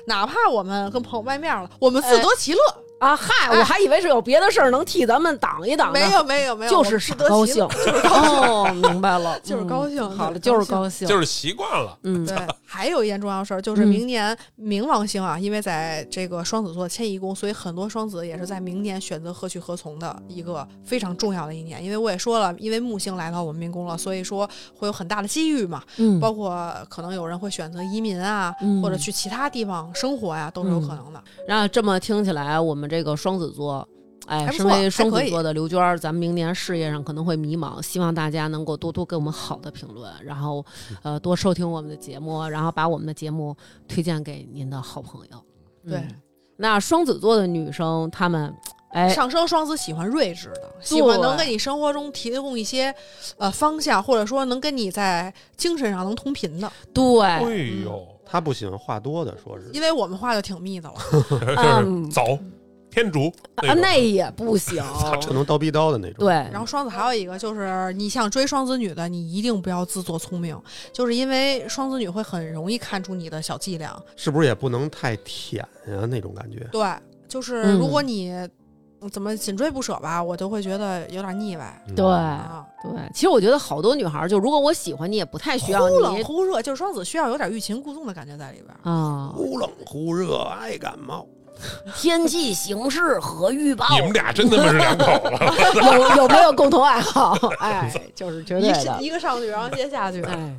C: 哪怕我们跟朋友掰面了，我们自得其乐。
A: 啊，嗨，我还以为是有别的事儿能替咱们挡一挡呢，
C: 没有没有没
A: 呃
C: 有，
A: 就
C: 我
A: 是
C: 自
A: 傻
C: 得
A: 高
C: 其
A: 兴，
C: 乐
A: 就是高兴，哦，明白了，
C: 就是高兴
A: 嗯好了，
C: 就是
A: 就
C: 高兴
A: 是高兴，
D: 就是习惯了，
A: 嗯
C: 对，还有一件重要事儿就是
A: 嗯
C: 明年冥王星啊，因为在这个双子座迁移宫，所以很多双子也是在明年选择何去何从的一个非常重要的一年。因为我也说了，因为木星来到我们命宫了，所以说会有很大的机遇嘛，
A: 嗯
C: 包括可能有人会选择移民啊，
A: 嗯
C: 或者去其他地方生活呀、都是有可能的。
A: 然后这么听起来，我们这个双子座，哎，
C: 还
A: 身
C: 不错
A: 为双
C: 还可
A: 子
C: 以
A: 座的刘娟儿，咱们明年事业上可能会迷茫，希望大家能够多多给我们好的评论，然后呃多收听我们的节目，然后把我们的节目推荐给您的好朋友。嗯
C: 对，
A: 那双子座的女生，她们哎，
C: 上升双子喜欢睿智的，喜欢能给你生活中提供一些呃方向，或者说能跟你在精神上能同频的。
D: 哎
A: 对，
D: 呦，
B: 他不喜欢话多的，说是
C: 因为我们画的挺密的了， 嗯
D: 就是走天竺
A: 啊，
D: 种
A: 那也不 行。
B: 这能叨逼叨的那种。
A: 对，，
C: 然后双子还有一个就是，你想追双子女的，你一定不要自作聪明，就是因为双子女会很容易看出你的小伎俩。
B: 是不是也不能太舔呀、那种感觉？
C: 对，就是
A: 嗯
C: 如果你嗯怎么紧追不舍吧，我就会觉得有点腻歪
B: 嗯
A: 对
C: 啊，
A: 对，其实我觉得好多女孩儿，就如果我喜欢你，也不太需要
C: 忽冷
A: 你
C: 忽热，就是双子需要有点欲擒故纵的感觉在里边儿。
A: 啊。
B: 忽冷忽热，爱感冒。
A: 天气形势和预
C: 哦
A: 报
D: 你们俩真他妈是两口 子，
A: 有 有没有共同爱好？哎，就是绝对
C: 一
A: 的。
C: 一个上去，然后接下去。
A: 哎，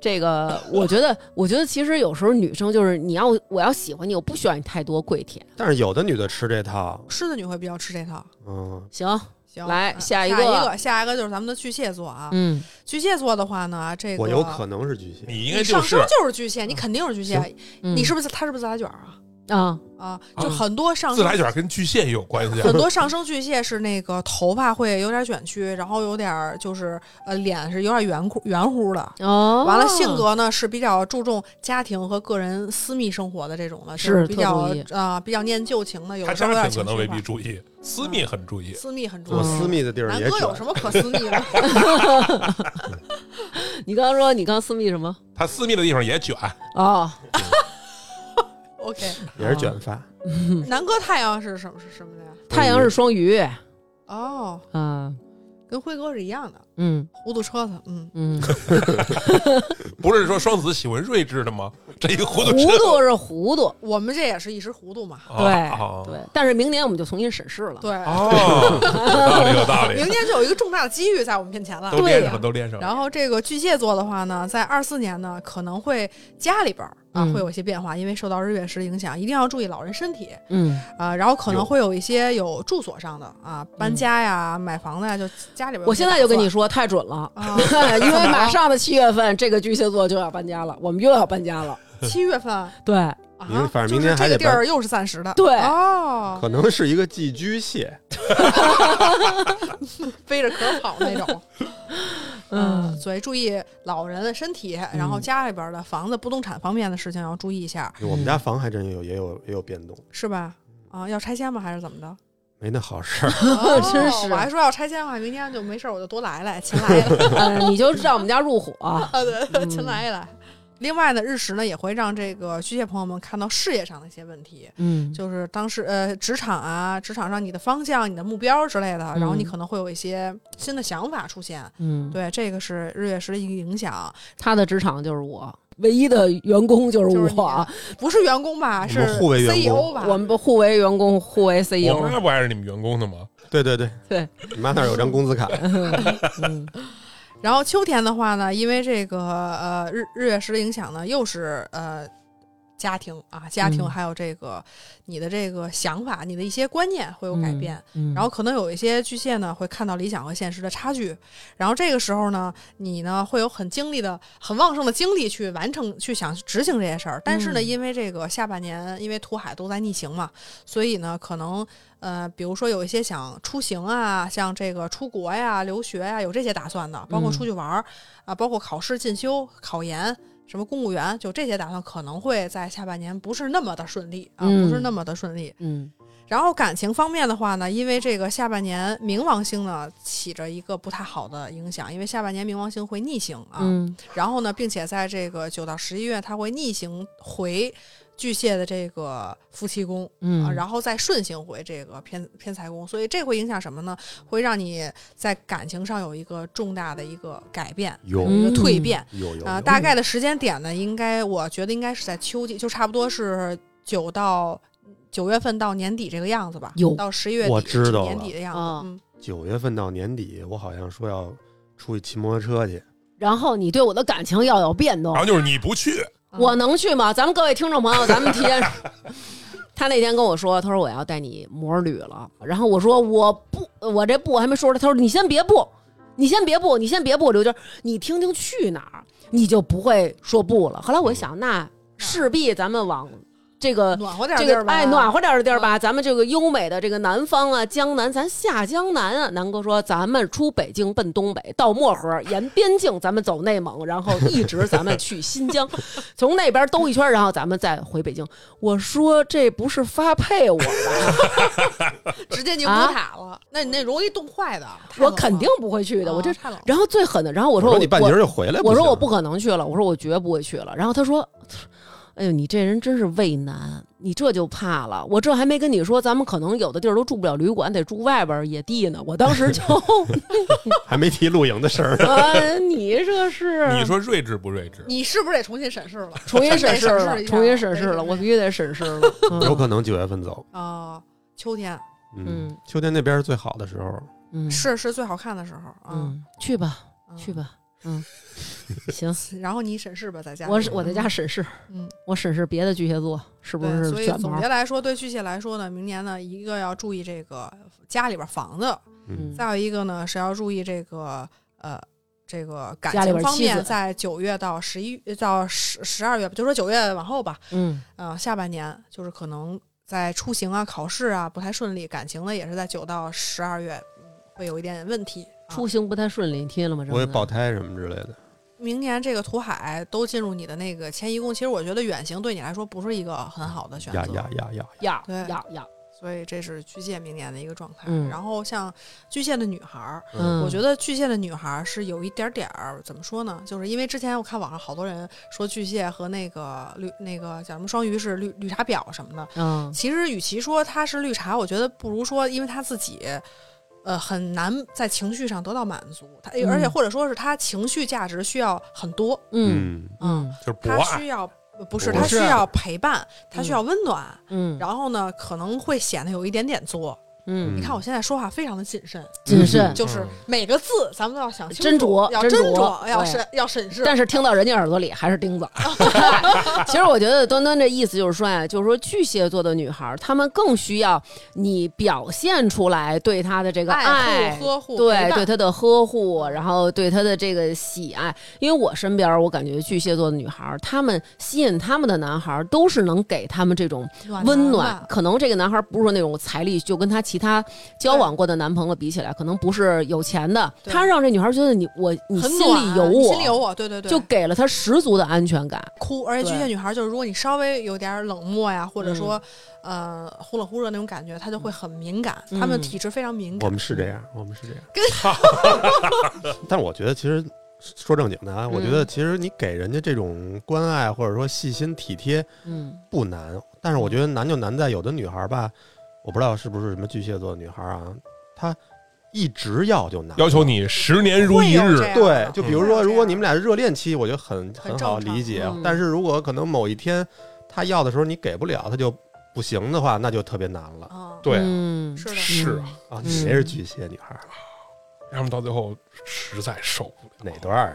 A: 这个我觉得，我觉得其实有时候女生就是你要我要喜欢你，我不需要你太多跪舔。
B: 但是有的女的吃这套，
C: 狮子女会比较吃这套。
B: 嗯，
A: 行，
C: 行，
A: 来
C: 嗯
A: 下
C: 下
A: 一
C: 一
A: 个
C: 个，下一个就是咱们的巨蟹座啊。
A: 嗯
C: 巨蟹座的话呢，这个
B: 我有可能是巨蟹，
D: 你应该
C: 你
D: 就
C: 上
D: 是
C: 升就是巨蟹，你肯定是巨蟹。
A: 嗯
C: 你是不是他是不是自来卷儿啊？
A: 啊？
C: 啊，就
D: 啊
C: 很多上
D: 自
C: 升、
D: 来卷跟巨蟹也有关系啊。
C: 很多上升巨蟹是那个头发会有点卷曲，然后有点儿就是呃脸是有点圆乎圆乎的。
A: 哦，
C: 完了，性格呢是比较注重家庭和个人私密生活的这种的，就是比
A: 特
C: 较
A: 注意
C: 啊、比较念旧情的，有
D: 他
C: 的时候
D: 真
C: 有点
D: 挺
C: 情
D: 可能
C: 绪
D: 未
C: 化
D: 必。注意，私密很注意。
C: 私密很重
B: 我
C: 要，
B: 私密的地儿
C: 南
B: 也
C: 哥
B: 卷
C: 有。什么可私密的？
A: 你刚刚说你刚私密什么？
D: 他私密的地方也卷，
A: 哦，
C: OK，
B: 也是卷发，
C: 哦南哥太阳是什么是什么的呀？
A: 太阳是双鱼
C: 哦，
A: 嗯啊，
C: 跟辉哥是一样的，
A: 嗯
C: 糊涂车子。嗯，
A: 嗯，
D: 不是说双子喜欢睿智 的吗？这一个糊涂
A: 嗯糊
D: 车，
A: 涂是糊涂，
C: 我们这也是一时糊涂嘛。
A: 对
D: 啊
A: 对。但是明年我们就重新审视了。
C: 对，
D: 哦， 有道理有道
C: 明
D: 理，
C: 年就有一个重大的机遇在我们面前了。
D: 都练上了，都练上了。
C: 然后这个巨蟹座的话呢，在二四年呢，可能会家里边儿啊
A: 嗯
C: 会有一些变化，因为受到日月食的影响，一定要注意老人身体
A: 嗯，
C: 啊。然后可能
D: 有
C: 会有一些有住所上的啊，搬家呀、买房子呀，就家里边儿有
A: 我
C: 一些
A: 现在就跟你
C: 打
A: 说，太准 了。，
C: 算啊
A: 因为马上的七月份，这个巨蟹座就要搬家了，我们又要搬家了。
C: 七 月份啊，
A: 对，
B: 明反正
C: 就
B: 明
C: 是
B: 天还
C: 这
B: 得
C: 个地儿又是暂时 的，
A: 对
C: 哦，
B: 可能是一个寄居蟹。
C: 背着壳跑那 种。嗯，所以注意老人的身体，然后
A: 嗯
C: 家里边儿的房子、不动产方面的事情要注意一下，
B: 我们家房还真有也有也有变动，
C: 是吧？啊，要拆迁吗？还是怎么的？
B: 没那好事儿。
C: 哦
A: 真是啊
C: 我还说要拆迁的话，明天就没事儿，我就多来来，勤 来一来，
A: 嗯，你就让我们家入伙，
C: 啊 对对，勤
A: 嗯
C: 来一来。另外呢，日食呢也会让这个巨蟹朋友们看到事业上的一些问题，
A: 嗯，
C: 就是当时呃职场啊，职场上你的方向、你的目标之类的，然后
A: 嗯
C: 你可能会有一些新的想法出现。
A: 嗯，
C: 对，这个是日月食的一个影响，
A: 他的职场就是我唯一的员工就是
C: 就是你啊
A: 我，
C: 不是员工吧？
B: 你
C: 是
B: 们互为员
C: CEO
B: 工
C: 吧？
A: 我们互为员工，互为 E CEO
D: 我。妈不还是你们员工呢吗？
B: 对对对
A: 对，
B: 你妈那儿有张工资卡，
A: 嗯
C: 然后秋天的话呢，因为这个呃日日月食的影响呢，又是呃家庭啊，家庭
A: 嗯
C: 还有这个、你的这个想法，你的一些观念会有改变。
A: 嗯
C: 然后可能有一些巨蟹呢，会看到理想和现实的差距，然后这个时候呢，你呢会有很精力的、很旺盛的精力去完成、去想执行这些事儿。但是呢，
A: 嗯
C: 因为这个下半年，因为土海都在逆行嘛，所以呢，可能呃，比如说有一些想出行啊，像这个出国呀、留学呀，有这些打算的，包括
A: 嗯
C: 出去玩儿、啊，包括考试进修、考研。什么公务员，就这些打算可能会在下半年不是那么的顺利啊，不是
A: 嗯
C: 那么的顺利。
A: 嗯
C: 然后感情方面的话呢，因为这个下半年冥王星呢起着一个不太好的影响，因为下半年冥王星会逆行啊，
A: 嗯
C: 然后呢，并且在这个九到十一月它会逆行回巨蟹的这个夫妻宫，
A: 嗯
C: 啊，然后再顺行回这个偏偏财宫，所以这会影响什么呢？会让你在感情上有一个重大的一个改变，
B: 有
C: 一个
A: 嗯
C: 蜕变。
B: 有有
C: 啊、
B: 有嗯
C: 大概的时间点呢，应该我觉得应该是在秋季，就差不多是九到九月份到年底这个样子吧，
A: 有
C: 到十一月底
B: 我知道
C: 年
B: 了
C: 底的样子。
A: 啊
C: 嗯，
B: 九月份到年底，我好像说要出去骑摩托车去，
A: 然后你对我的感情要有变动
C: 哦
D: 然，后就是你不去，
C: 嗯
A: 我能去吗？咱们各位听众朋友，咱们提前。他那天跟我说，他说我要带你摩尔旅了，然后我说我不，我这不我还没说呢。他说你先别不，你先别不，你先别不，刘娟，你听听去哪儿，你就不会说不了。后来我一想，那势必咱们往这个
C: 嗯暖和点儿
A: 这
C: 地
A: 个
C: 儿吧，嗯
A: 哎暖和点儿的地儿吧，咱们这个优美的这个南方啊，江南，咱下江南啊。南哥说，咱们出北京奔东北，到漠河，沿边境咱们走内蒙，然后一直咱们去新疆，从那边兜一圈，然后咱们再回北京。我说这不是发配我吧？
C: 直接宁古
A: 啊
C: 塔了，那你那容易冻坏的。太
A: 我
C: 冷
A: 肯
C: 了
A: 定不会去的，我这
C: 啊。太冷了。
A: 然后最狠的，然后我说
B: 说
A: 我
B: 你半截儿就回来，
A: 我说我不
B: 不行
A: 可能去了，我说我绝不会去了。然后他说：“哎呦，你这人真是畏难，你这就怕了。我这还没跟你说，咱们可能有的地儿都住不了旅馆，得住外边儿野地呢。我当时就，
B: 还没提露营的事儿呢。
A: 呃，你这是
D: 你说睿智不睿智？
C: 你是不是得重新审视了？
A: 重新
C: 真
A: 审
C: 得
A: 视
C: 审视
A: 了，
C: 一
A: 重
C: 下
A: 新
C: 了
A: 审
C: 得
A: 视了，
C: 审
A: 我
C: 视
A: 必须得审视了。
B: 有
A: 嗯
B: 可能九月份走，
C: 啊、秋天
B: 嗯
A: 嗯，
B: 秋天那边是最好的时候，
A: 嗯
C: 是是最好看的时候啊。
A: 嗯，去吧，
C: 嗯
A: 去。吧，嗯，行，
C: 然后你审视吧，在家里。
A: 我是我在家审视，
C: 嗯，
A: 我审视别的巨蟹座是不
C: 对，
A: 是
C: 所以
A: 卷毛
C: 总结
A: 儿。
C: 来说，对巨蟹来说呢，明年呢，一个要注意这个家里边房子，
A: 嗯
C: 再有一个呢是要注意这个呃这个感
A: 家里
C: 情
A: 边
C: 方
A: 妻
C: 面，
A: 子
C: 在九月到十一到十十二月，就说九月往后吧，
A: 嗯
C: 呃，下半年就是可能在出行啊、考试啊不太顺利，感情呢也是在九到十二月、嗯会有一点问题。啊
A: 出行不太顺利，你听见了吗？
B: 不会
A: 张子
B: 爆胎什么之类的。
C: 明年这个土海都进入你的那个迁移宫，其实我觉得远行对你来说不是一个很好的选择。
B: 呀呀呀呀！
A: 呀
C: 对
A: 呀呀，
C: 所以这是巨蟹明年的一个状态。
A: 嗯
C: 然后像巨蟹的女孩儿，
A: 嗯，
C: 我觉得巨蟹的女孩儿是有一点点儿怎么说呢？就是因为之前我看网上好多人说巨蟹和那个绿那个叫什么双鱼是绿绿茶婊什么的。
A: 嗯
C: 其实与其说她是绿茶，我觉得不如说因为她自己。呃，很难在情绪上得到满足，她而且
A: 嗯
C: 或者说是她情绪价值需要很多，
A: 嗯
B: 嗯，
A: 嗯
D: 就是不
C: 她
D: 爱
C: 需要呃不是
B: 不
C: 她需
B: 是
C: 要陪伴，她需要温暖，
A: 嗯，
C: 然后呢可能会显得有一点点作，
A: 嗯
C: 你看我现在说话非常的谨慎，
A: 谨慎，
C: 就是
D: 嗯
C: 每个字咱们都要想清楚，
A: 斟酌
C: 要
A: 斟
C: 斟
A: 酌
C: 要
A: 对
C: 审要审视。
A: 但是听到人家耳朵里还是钉 子。其实我觉得端端这意思就是说呀，就是说巨蟹座的女孩儿，她们更需要你表现出来对她的这个
C: 爱
A: 爱
C: 护、。呵护、
A: 对
C: 陪
A: 对
C: 伴，
A: 她的呵护，然后对她的这个喜爱，因为我身边儿我感觉巨蟹座的女孩儿，她们吸引她们的男孩儿都是能给她们这种
C: 暖
A: 温
C: 男
A: 暖
C: 吧。
A: 可能这个男孩不是说那种财力，就跟他其他交往过的男朋友比起来，可能不是有钱的，
C: 对
A: 他让这女孩觉得你我你
C: 很
A: 心
C: 暖
A: 里有
C: 你
A: 我，
C: 心里有我，对对对，
A: 就给了她十足的安全感。
C: 哭，而且巨蟹女孩就是，如果你稍微有点冷漠呀，或者说、呃忽冷忽热那种感觉，她就会很敏感，
A: 嗯嗯
C: 她们体质非常敏
B: 我
C: 感。
B: 们是这样，我们是这样。 但我觉得其实说正经的啊，我觉
A: 嗯
B: 得其实你给人家这种关爱或者说细心体贴
A: 嗯，
B: 不难，但是我觉
C: 嗯
B: 得难就难在有的女孩吧，我不知道是不是什么巨蟹座的女孩啊，她一直要就难。
D: 要求你十年如
C: 会
D: 一
C: 有
D: 日
C: 这，样
B: 对
C: 的，
B: 就比如说，
C: 嗯
B: 如果你们俩是热恋期，我觉得很很
C: 很
B: 好
C: 正常
B: 理解
A: 嗯。
B: 但是如果可能某一天她要的时候你给不了，她就不行的话，那就特别难了
C: 啊，
D: 对啊，
A: 嗯，
C: 是的，
D: 是啊，
C: 哦
B: 啊！
A: 嗯
B: 你谁是巨蟹女孩？啊
D: 他们到最后实在受不了
B: 哪段啊？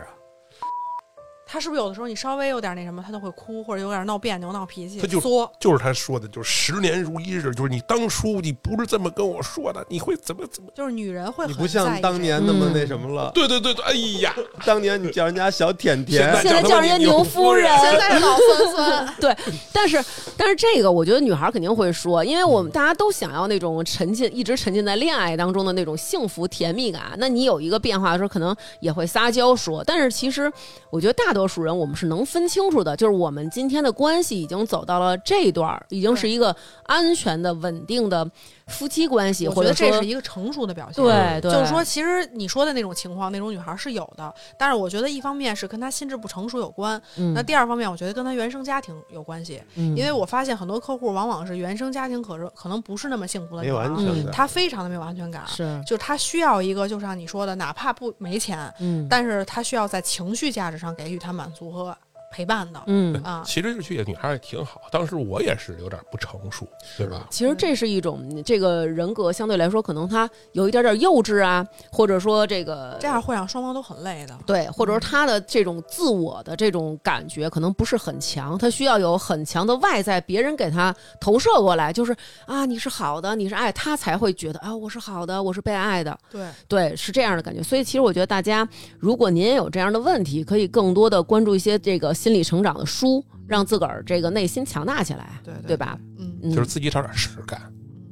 C: 她是不是有的时候你稍微有点那什么，她就会哭，或者有点闹别扭、闹脾气，
D: 她就
C: 作。
D: 就是他说的，就是十年如一日，就是你当初你不是这么跟我说的，你会怎么怎么？
C: 就是女人会
B: 你
C: 很
B: 不
C: 在
B: 像
C: 意
B: 当
C: 这嗯
B: 年那么那什么了，
D: 对对对对，哎呀，
B: 当年你叫人家小甜甜，
A: 现在叫人家牛夫人，
C: 个，现在老 酸酸，
A: 但是，但是这个我觉得女孩肯定会说，因为我
C: 嗯
A: 们大家都想要那种沉浸，一直沉浸在恋爱当中的那种幸福甜蜜感。那你有一个变化的时候，可能也会撒娇说。但是其实，我觉得大多数人我们是能分清楚的，就是我们今天的关系已经走到了这一段儿，已经是一个安全的、稳定的夫妻关系，
C: 我
A: 或
C: 觉
A: 者
C: 得这
A: 说
C: 是一个成熟的表现。
A: 对对，
C: 就是说，其实你说的那种情况，那种女孩是有的，但是我觉得一方面是跟她心智不成熟有关，
A: 嗯，
C: 那第二方面我觉得跟她原生家庭有关系，
A: 因
C: 因为我发现很多客户往往是原生家庭可是可能不是那么幸福的
B: 没
C: 女
B: 有
C: 孩儿，
B: 安全感。
C: 嗯她非常的没有安全感，
A: 嗯是
C: 就是她需要一个，就像你说的，哪怕不没钱，
A: 嗯，
C: 但是她需要在情绪价值上给予她满足和陪伴的。
A: 嗯。
C: 啊
D: 其实这去女孩也挺好，当时我也是有点不成熟，对吧？
A: 其实这是一种这个人格相对来说，可能他有一点点幼稚啊，或者说这个
C: 这样会让双方都很累的。
A: 对，或者说他的这种自我的这种感觉可能不是很强，他需要有很强的外在别人给他投射过来，就是啊你是好的，你是爱他才会觉得啊我是好的，我是被爱的，
C: 对，
A: 对，是这样的感觉。所以其实我觉得大家，如果您也有这样的问题，可以更多的关注一些这个心理成长的书，让自个儿这个内心强大起来，
C: 对对
A: 对吧？
C: 嗯，
A: 嗯，
D: 就是自己找点实干，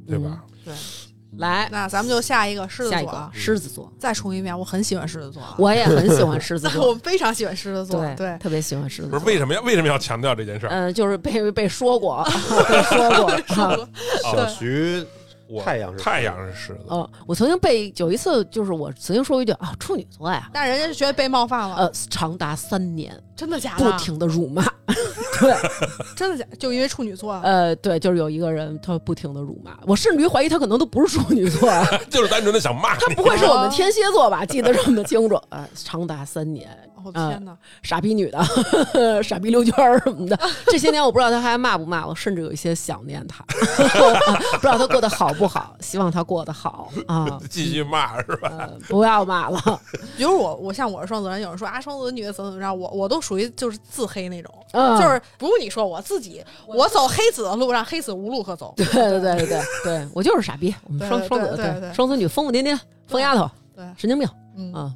D: 对吧？
C: 对。
A: 来
C: 那咱们就下一个狮子
A: 下一
C: 座
A: 个
C: 啊，
A: 狮子
D: 嗯
A: 座，
C: 再重一遍，我很喜欢狮子座啊，
A: 我也很喜欢狮子
C: 我
A: 座，
C: 非常喜欢狮子座。
A: 对
C: 对，
A: 特别喜欢狮子
D: 不
A: 座
D: 是。为什么要为什么要强调这件事儿？
A: 嗯，就是被被说过，啊 被说过。 啊
B: 小徐
D: 我
B: 太阳是
D: 太阳是狮子，
A: 呃，我曾经被有一次，就是我曾经说一句啊，处女座呀，
C: 但人家就觉得被冒犯了，
A: 呃，长达三年
C: 真的假
A: 不
C: 的？
A: 停的辱骂，对，
C: 真的假就因为处女座，啊
A: 呃，对，就是有一个人他不停的辱骂，我甚至于怀疑他可能都不是处女座， 啊
D: 就是单纯的想骂
A: 他
D: 你。
A: 不会是我们天蝎座吧？记得这么清楚，呃，长达三年，
C: 我、的
A: 嗯
C: 天哪！
A: 傻逼女的，傻逼溜圈儿什 么的。这些年我不知道她还骂不骂我，甚至有一些想念她， 不知道她过得好不好，希望她过得好啊、
D: 继续骂是吧？
A: 呃不要骂了，
C: 比如我，我像我是双子人，有人说啊，双子女的怎么怎么着，我我都属于就是自黑那种，
A: 嗯
C: 就是不用你说，我自己我走黑子的路，让黑子无路可走。
A: 对对对对对对，我就是傻逼，我们
C: 对
A: 双
C: 对
A: 双子
C: 对对对
A: 双子女疯疯癫癫，疯丫头，
C: 对，
A: 神经病
C: 嗯，
A: 啊！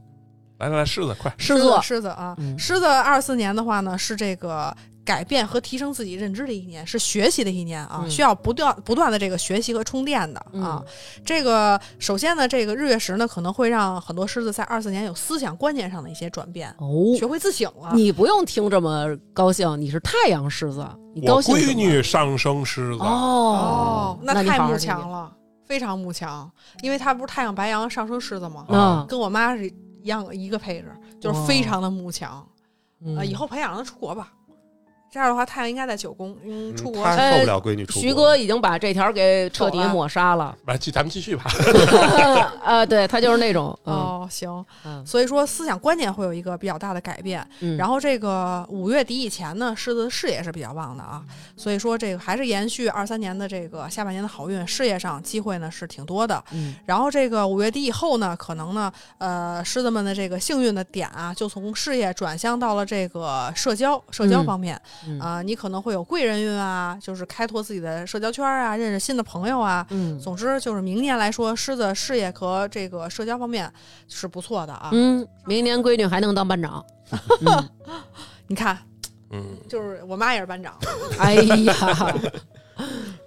D: 来来来，狮子快！
A: 狮子座，
C: 狮子啊，
A: 嗯
C: 狮子二四年的话呢，是这个改变和提升自己认知的一年，是学习的一年啊，
A: 嗯
C: 需要不断不断的这个学习和充电的啊。这个首先呢，这个日月食呢，可能会让很多狮子在二四年有思想观念上的一些转变，
A: 哦，
C: 学会自省了。
A: 你不用听这么高兴，你是太阳狮子，你
D: 我
A: 高兴什
D: 闺
A: 么
D: 女上升狮子，
A: 哦
C: 哦，，那
A: 你
C: 太
A: 好好
C: 慕
A: 听
C: 强
A: 听。
C: 了，非常慕强，因为他不是太阳白羊上升狮子吗？
A: 那
D: 啊
C: 嗯跟我妈是一样一个配置，就是非常的慕强啊、
A: 嗯
C: 以后培养让他出国吧，这样的话太阳应该在九宫，嗯，出国
B: 他
A: 哎
B: 受不了闺女出国。
A: 徐哥已经把这条给彻
C: 啊
A: 底抹杀了。
D: 来继咱们继续吧。
A: 啊，对他就是那种，嗯
C: 哦，行，
A: 嗯
C: 所以说思想观念会有一个比较大的改变。
A: 嗯，
C: 然
A: 后
C: 后这个五月底以前呢，狮子的事业是比较旺的啊，
A: 嗯
C: 所以说这个还是延续二三年的这个下半年的好运，事业上机会呢是挺多的。
A: 嗯
C: 然后这个五月底以后呢，可能呢，呃，狮子们的这个幸运的点啊，就从事业转向到了这个社交社交
A: 嗯
C: 方面啊、你可能会有贵人运啊，就是开拓自己的社交圈啊，认识新的朋友啊。
A: 嗯
C: 总之就是明年来说，狮子事业和这个社交方面是不错的啊。
A: 嗯，明年闺女还能当班 长。嗯
C: 你看，
D: 嗯，
A: 嗯
C: 就是我妈也是班长，
A: 哎呀，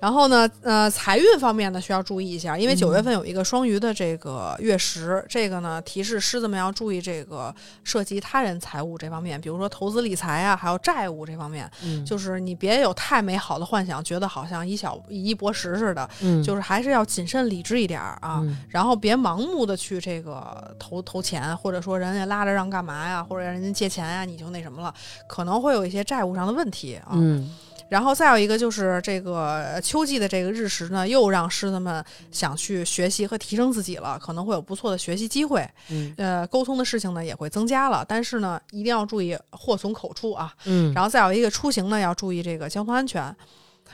C: 然后呢，呃，财运方面呢需要注意一下，因为
A: 嗯
C: 九月份有一个双鱼的这个月食，这个呢提示狮子们要注意这个涉及他人财务这方面，比如说投资理财啊，还有债务这方面，
A: 嗯
C: 就是你别有太美好的幻想，觉得好像以小以一博十似的，
A: 嗯
C: 就是还是要谨慎理智一点儿啊。
A: 嗯
C: 然后别盲目的去这个投投钱，或者说人家拉着让干嘛呀，或者让人家借钱呀，你就那什么了，可能会有一些债务上的问题啊。
A: 嗯
C: 然后再有一个就是这个呃秋季的这个日食呢，又让狮子们想去学习和提升自己了，可能会有不错的学习机会，
A: 嗯
C: 呃，沟通的事情呢也会增加了，但是呢，一定要注意祸从口出啊。
A: 嗯，
C: 然后再有一个出行呢，要注意这个交通安全。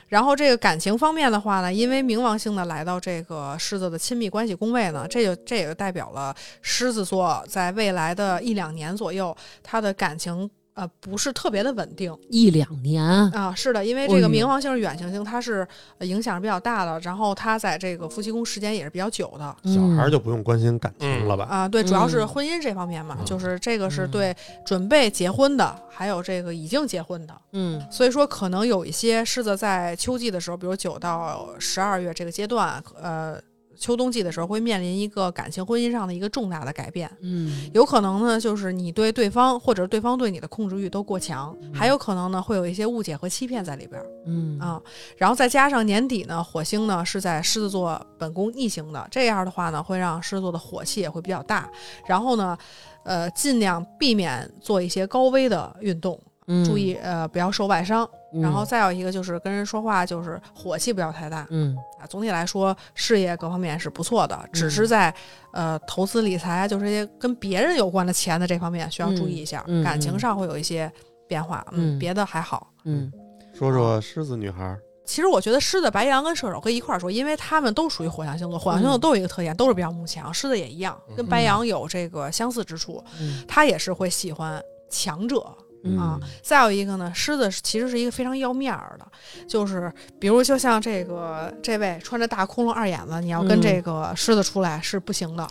C: 然后这个感情方面的话呢，因为冥王星呢来到这个狮子的亲密关系宫位呢，这就这也就代表了狮子座在未来的一两年左右，他的感情呃不是特别的稳定。
A: 一两年，
C: 啊，是的，因为
A: 哎
C: 这
A: 呦
C: 个冥王星是远行星，它是呃影响是比较大的，然后它在这个夫妻宫时间也是比较久
A: 嗯
C: 的。
B: 小孩儿
A: 就
B: 就不用关心感情了吧？
C: 啊，对，主要是
A: 嗯
C: 婚姻这方面嘛，
B: 嗯
C: 就是这个是
A: 嗯
C: 对准备结婚的，还有这个已经结婚的，
A: 嗯
C: 所以说可能有一些狮子在秋季的时候，比如九到十二月这个阶段，呃，秋冬季的时候会面临一个感情婚姻上的一个重大的改变。
A: 嗯
C: 有可能呢，就是你对对方或者对方对你的控制欲都过强，还有可能呢会有一些误解和欺骗在里边。
A: 嗯
C: 啊，然后再加上年底呢，火星呢是在狮子座本宫逆行的，这样的话呢，会让狮子座的火气也会比较大。然后呢，呃，尽量避免做一些高危的运动，
A: 嗯
C: 注意呃不要受外伤。
A: 嗯
C: 然后再有一个就是跟人说话，就是火气不要太大
A: 嗯
C: 啊。总体来说，事业各方面是不错的，只是
A: 嗯
C: 在呃投资理财，就是一些跟别人有关的钱的这方面需要注意
A: 嗯
C: 一下，
A: 嗯
C: 感情
A: 嗯
C: 上会有一些变化。
A: 嗯
C: 别的还好。
A: 嗯
B: 说说狮子女孩儿，
C: 其实我觉得狮子、白羊跟射手可以一块儿说，因为他们都属于火象星座，火象星座
A: 嗯
C: 都有一个特点，都是比较慕强，狮子也一样，跟白羊有这个相似之处，
A: 嗯
C: 他也是会喜欢强者。
A: 嗯
C: 啊，再有一个呢，狮子是其实是一个非常要面儿的，就是比如就像这个这位穿着大窟窿二眼子，你要跟
A: 嗯
C: 这个狮子出来是不行的，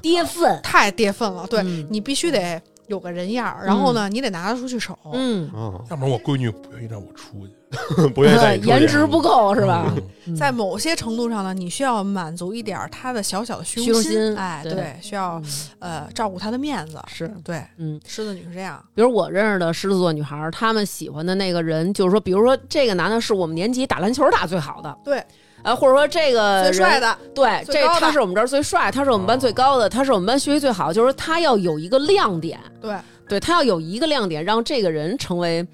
A: 跌份，
C: 太跌份了。对、
A: 嗯
C: 你必须得有个人样儿，然后呢，你得拿得出去手。
A: 嗯，
B: 嗯，
D: 要不然我闺女不愿意让我出去，
B: 不愿意带你出去
A: 呃颜值不够是吧？
D: 嗯
C: 在某些程度上呢，你需要满足一点儿他的小小的虚
A: 虚荣
C: 荣
A: 心
C: 哎，
A: 对嗯
C: 对，需要呃照顾他的面子，
A: 是，
C: 对，
A: 嗯，
C: 狮子女是这样，
A: 比如我认识的狮子座女孩儿，她们喜欢的那个人，就是说，比如说这个男的是我们年级打篮球打最好的，
C: 对，
A: 呃，或者说这个
C: 最帅
A: 人，
C: 的，
A: 对，
C: 最
A: 这
C: 高的
A: 他是我们这儿最帅，他是我们班最高的，他是我们班学习最好，就是他要有一个亮点，
C: 对，
A: 对他要有一个亮点，让这个人成为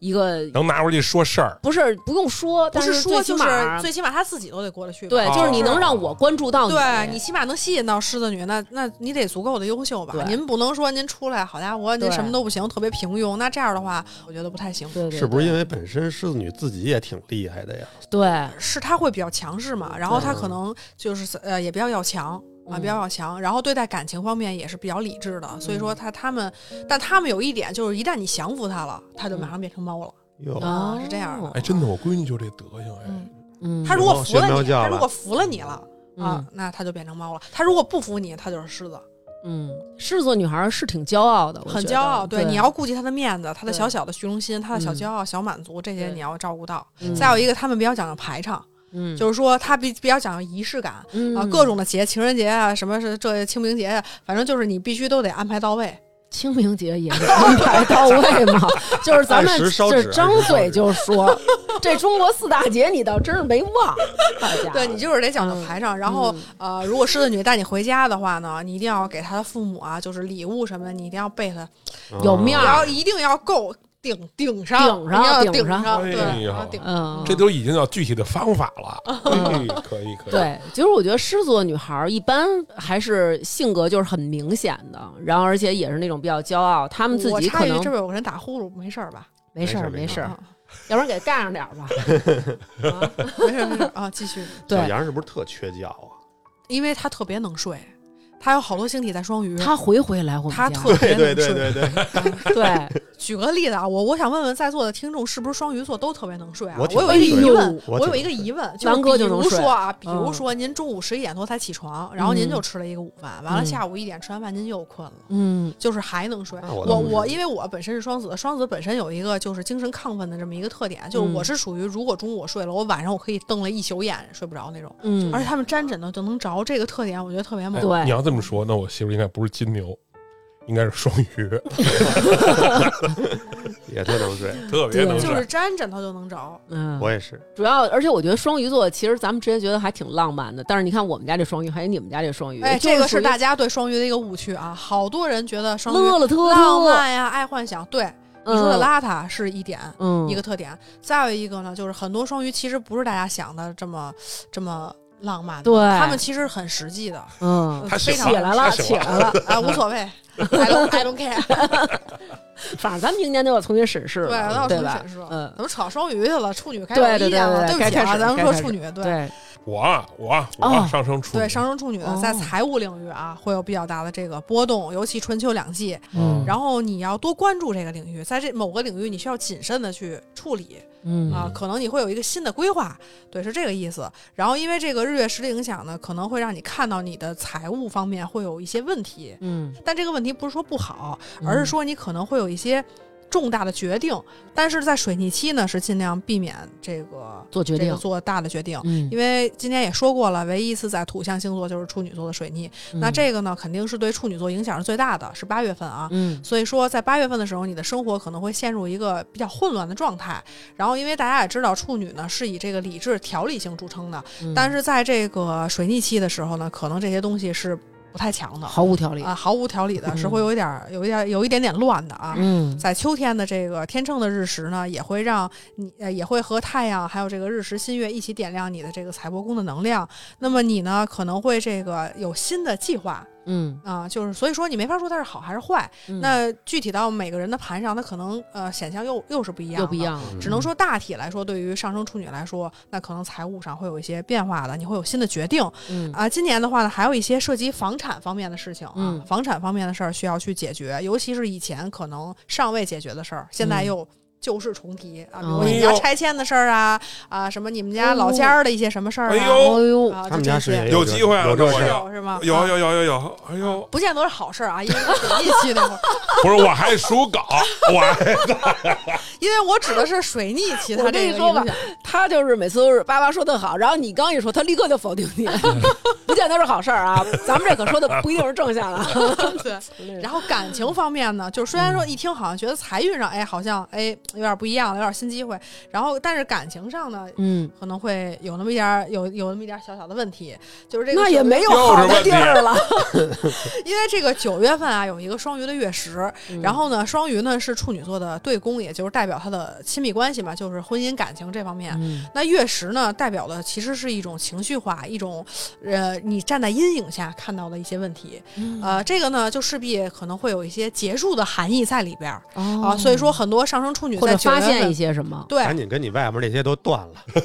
A: 一个
D: 能拿出去说事儿，
A: 不是不用说，
C: 不
A: 但
C: 是说
A: 最起
C: 就是
A: 码
C: 最起码他自己都得过得去吧，
A: 对，
D: 哦
A: 就是你能让我关注到你，
C: 对你起码能吸引到狮子女，那那你得足够的优秀吧
A: 对？
C: 您不能说您出来，好家伙，您
A: 对
C: 什么都不行，特别平庸。那这样的话，我觉得不太行。
A: 对对对
B: 是不是因为本身狮子女自己也挺厉害的呀？
A: 对，
C: 是他会比较强势嘛，然后他可能就是呃也比较要强。啊，
A: 嗯
C: 比较要强，然后对待感情方面也是比较理智的，所以说他他们，但他们有一点就是，一旦你降服他了，他就马上变成猫了。
B: 哟，
A: 哦
C: 啊是这样的
D: 哎，真的，我闺女就这德行，哎，
C: 嗯，
A: 嗯，
C: 他如果服了
B: 学猫
C: 你，
B: 叫了
C: 他如果服了你了啊
A: 嗯，
C: 那他就变成猫了；他如果不服你，他就是狮子，
A: 嗯，狮子座女孩儿是挺骄傲的，我
C: 很
A: 觉
C: 骄傲。
A: 得
C: 对，
A: 对，
C: 你要顾及他的面子，他的
A: 对
C: 小小的虚荣心，他的小
A: 嗯
C: 骄傲、小满足，这些
A: 对
C: 你要照顾到。
A: 嗯
C: 再有一个，他们比较讲究排场，
A: 嗯
C: 就是说他比比较讲究仪式感。
A: 嗯
C: 啊，各种的节，情人节啊，什么是这清明节啊，反正就是你必须都得安排到位。
A: 清明节也是安排到位嘛，就是咱们
B: 按时烧
A: 就是
B: 纸
A: 张
B: 按时烧
A: 嘴
B: 纸
A: 就说，这中国四大节你倒真是没忘，好家伙
C: 对你就是得讲
A: 嗯
C: 究排场。然后、呃，如果狮子女带你回家的话呢，你一定要给她的父母啊，就是礼物什么的，你一定要备她，
A: 嗯有面
C: 你
B: 哦
A: 儿
C: 要一定要够顶顶上，
A: 顶上
C: 一定要
A: 顶
C: 顶
A: 上
D: 哎
C: 对，
D: 呀
C: 然后顶
A: 嗯，
D: 这都已经有具体的方法了，嗯可以可以，，
A: 对，其实我觉得狮子座女孩儿一般还是性格就是很明显的，然后而且也是那种比较骄傲，她们自
C: 我
A: 己
C: 插
A: 可
C: 一句，
A: 能
C: 这边有个人打呼噜，没事儿吧？
A: 没事儿
B: 没事
A: 事儿
B: 儿
C: 啊，
A: 要不然给盖上点儿吧。啊
C: 没事儿没事儿啊，继续。
B: 小
A: 对，
B: 杨是不是特缺觉啊？
C: 因为他特别能睡，它有好多星体在双鱼，
A: 他回回来我们家，
C: 它嗯特别
B: 对对
C: 能
B: 对对
C: 睡。
B: 对，
A: 对，
C: 举个例子啊，我我想问问在座的听众，是不是双鱼座都特别能睡啊？
B: 我
C: 我
B: 挺
C: 有一个
A: 能
C: 疑
A: 睡
C: 问，
B: 我
C: 我
B: 挺
C: 有一个
B: 能睡
C: 疑问，就
A: 南
C: 是
A: 哥
C: 比
A: 就能
C: 如
A: 睡
C: 说啊，比如
A: 嗯
C: 说您中午十一点多才起床，然后您就吃了一个午饭，完了
A: 嗯
C: 下午一点吃完饭您又困了。
A: 嗯
C: 就是还能睡。
B: 那
C: 我
B: 我
C: 我
B: 能睡
C: 因为我本身是双子，双子本身有一个就是精神亢奋的这么一个特点，就是
A: 嗯
C: 我是属于如果中午我睡了，我晚上我可以瞪了一宿眼睡不着那种。
A: 嗯，
C: 而且他们沾枕头就能着，这个特点我觉得特别猛。
A: 对
D: 哎你要这么说，那我媳妇应该不是金牛，应该是双鱼，
C: 嗯
B: 也特能睡，
D: 特别能
C: 就是
D: 睡。
C: 沾枕头就能着，
A: 嗯，
B: 我也是。
A: 主要，而且我觉得双鱼座其实咱们之前觉得还挺浪漫的，但是你看我们家这双鱼，还有你们家这双鱼，
C: 哎，
A: 就是
C: 这个
A: 属
C: 是
A: 于
C: 大家对双鱼的一个误区啊！好多人觉得双鱼
A: 乐乐特
C: 浪
A: 特，
C: 漫呀、爱幻想，对你
A: 嗯
C: 说的邋遢是一点，
A: 嗯
C: 一个特点。再有一个呢，就是很多双鱼其实不是大家想的这么这么浪漫的，
A: 对
C: 他们呃其实很实际的，
A: 嗯
D: 他
C: 非
D: 醒
C: 常
A: 起来了
D: 他
A: 起
D: 醒
A: 来了，
C: 啊，无所 谓，I don't I don't care。
A: 反正咱们明年都要重新审视
C: 对，
A: 了，
C: 那要
A: 对
C: 重新
A: 吧
C: 审视了。
A: 嗯
C: 怎么扯到双鱼去了？处女开
A: 对
C: 始有
A: 对
C: 意见了，
A: 对对
C: 不起
A: 该开
C: 啊，
A: 始
C: 咱们
A: 该
C: 说
A: 开始
C: 处女，对
A: 对，
D: 我啊我啊我
A: 哦
D: 啊上升处女
C: 对，上升处女
A: 哦
C: 在财务领域啊会有比较大的这个波动，尤其春秋两季。
A: 嗯，
C: 然后你要多关注这个领域，在这某个领域你需要谨慎的去处理。
A: 嗯
C: 啊，可能你会有一个新的规划，对，是这个意思。然后因为这个日月食的影响呢，可能会让你看到你的财务方面会有一些问题，
A: 嗯，
C: 但这个问题不是说不好，而是
A: 嗯
C: 说你可能会有一些重大的决定，但是在水逆期呢，是尽量避免这个
A: 做决
C: 这个
A: 定，
C: 做大的决定。
A: 嗯
C: 因，为今天也说过了，唯一一次在土象星座就是处女座的水逆，那
A: 嗯，
C: 这个呢肯定是对处女座影响是最大的，是八月份啊。
A: 嗯
C: 所以说，在八月份的时候，你的生活可能会陷入一个比较混乱的状态。然后，因为大家也知道，处女呢是以这个理智、条理性著称的，
A: 嗯，
C: 但是在这个水逆期的时候呢，可能这些东西是不太强的
A: 毫无条理，
C: 啊，毫无条理的，
A: 嗯
C: 是会有一点儿、有一点儿、有一点点乱的啊。
A: 嗯，
C: 在秋天的这个天秤的日食呢，也会让你呃也会和太阳还有这个日食、新月一起点亮你的这个财帛宫的能量。那么你呢，可能会这个有新的计划
A: 嗯，
C: 啊、就是所以说你没法说它是好还是坏。
A: 嗯
C: 那具体到每个人的盘上，它可能呃显象又又是不一样，
A: 又不一。样嗯了，
C: 只能说大体来说，对于上升处女来说，那可能财务上会有一些变化的，你会有新的决定
A: 嗯，
C: 啊。今年的话呢，还有一些涉及房产方面的事情啊，
A: 嗯
C: 房产方面的事儿需要去解决，尤其是以前可能尚未解决的事儿，现在
A: 嗯
C: 又旧事重提啊，比如
A: 哦
C: 你们家拆迁的事儿啊，啊什么你们家老家儿的一些什么事儿
D: 哎
C: 啊，
D: 呦，
A: 呦，
C: 啊，
B: 他
C: 就
B: 们
C: 这
B: 家
C: 些
B: 是也
D: 有
B: 这
D: 机会啊
B: 有
D: 那
B: 这
D: 我
B: 事
D: 也
B: 儿，
C: 有是吗？
D: 有
C: 啊
D: 有有有有，哎呦，
C: 不见得是好事儿啊，因为水逆期那会儿。
D: 不是我还属狗，我还
C: 因为我指的是水逆期，它
A: 我跟
C: 这
A: 你
C: 个
A: 说吧
C: 影响
A: 他就是每次都是爸爸说的好，然后你刚一说，他立刻就否定你， 不见得是好事儿啊。咱们这可说的不一定是正向的。
C: 对。 然后感情方面呢，就是虽然说一听好像觉得财运上，哎，好像哎有点不一样了，有点新机会。然后但是感情上呢，
A: 嗯，
C: 可能会有那么一点儿有有那么一点儿小小的问题，就是这个
A: 那
C: 九
A: 也
C: 月
A: 没有
D: 又
A: 好
D: 是
A: 的
D: 问
A: 地
D: 题
A: 儿了。
C: 因为这个九月份啊有一个双鱼的月食，
A: 嗯
C: 然后呢双鱼呢是处女座的对宫，也就是代表他的亲密关系嘛，就是婚姻感情这方面。
A: 嗯
C: 那月食呢，代表的其实是一种情绪化，一种，呃，你站在阴影下看到的一些问题，
A: 嗯
C: 呃，这个呢就势必可能会有一些结束的含义在里边儿、啊，所以说很多上升处女
A: 哦或
C: 在
A: 者
C: 九月
A: 发
C: 份
A: 现一些什么，
C: 对
B: 赶紧跟你外面那些都断了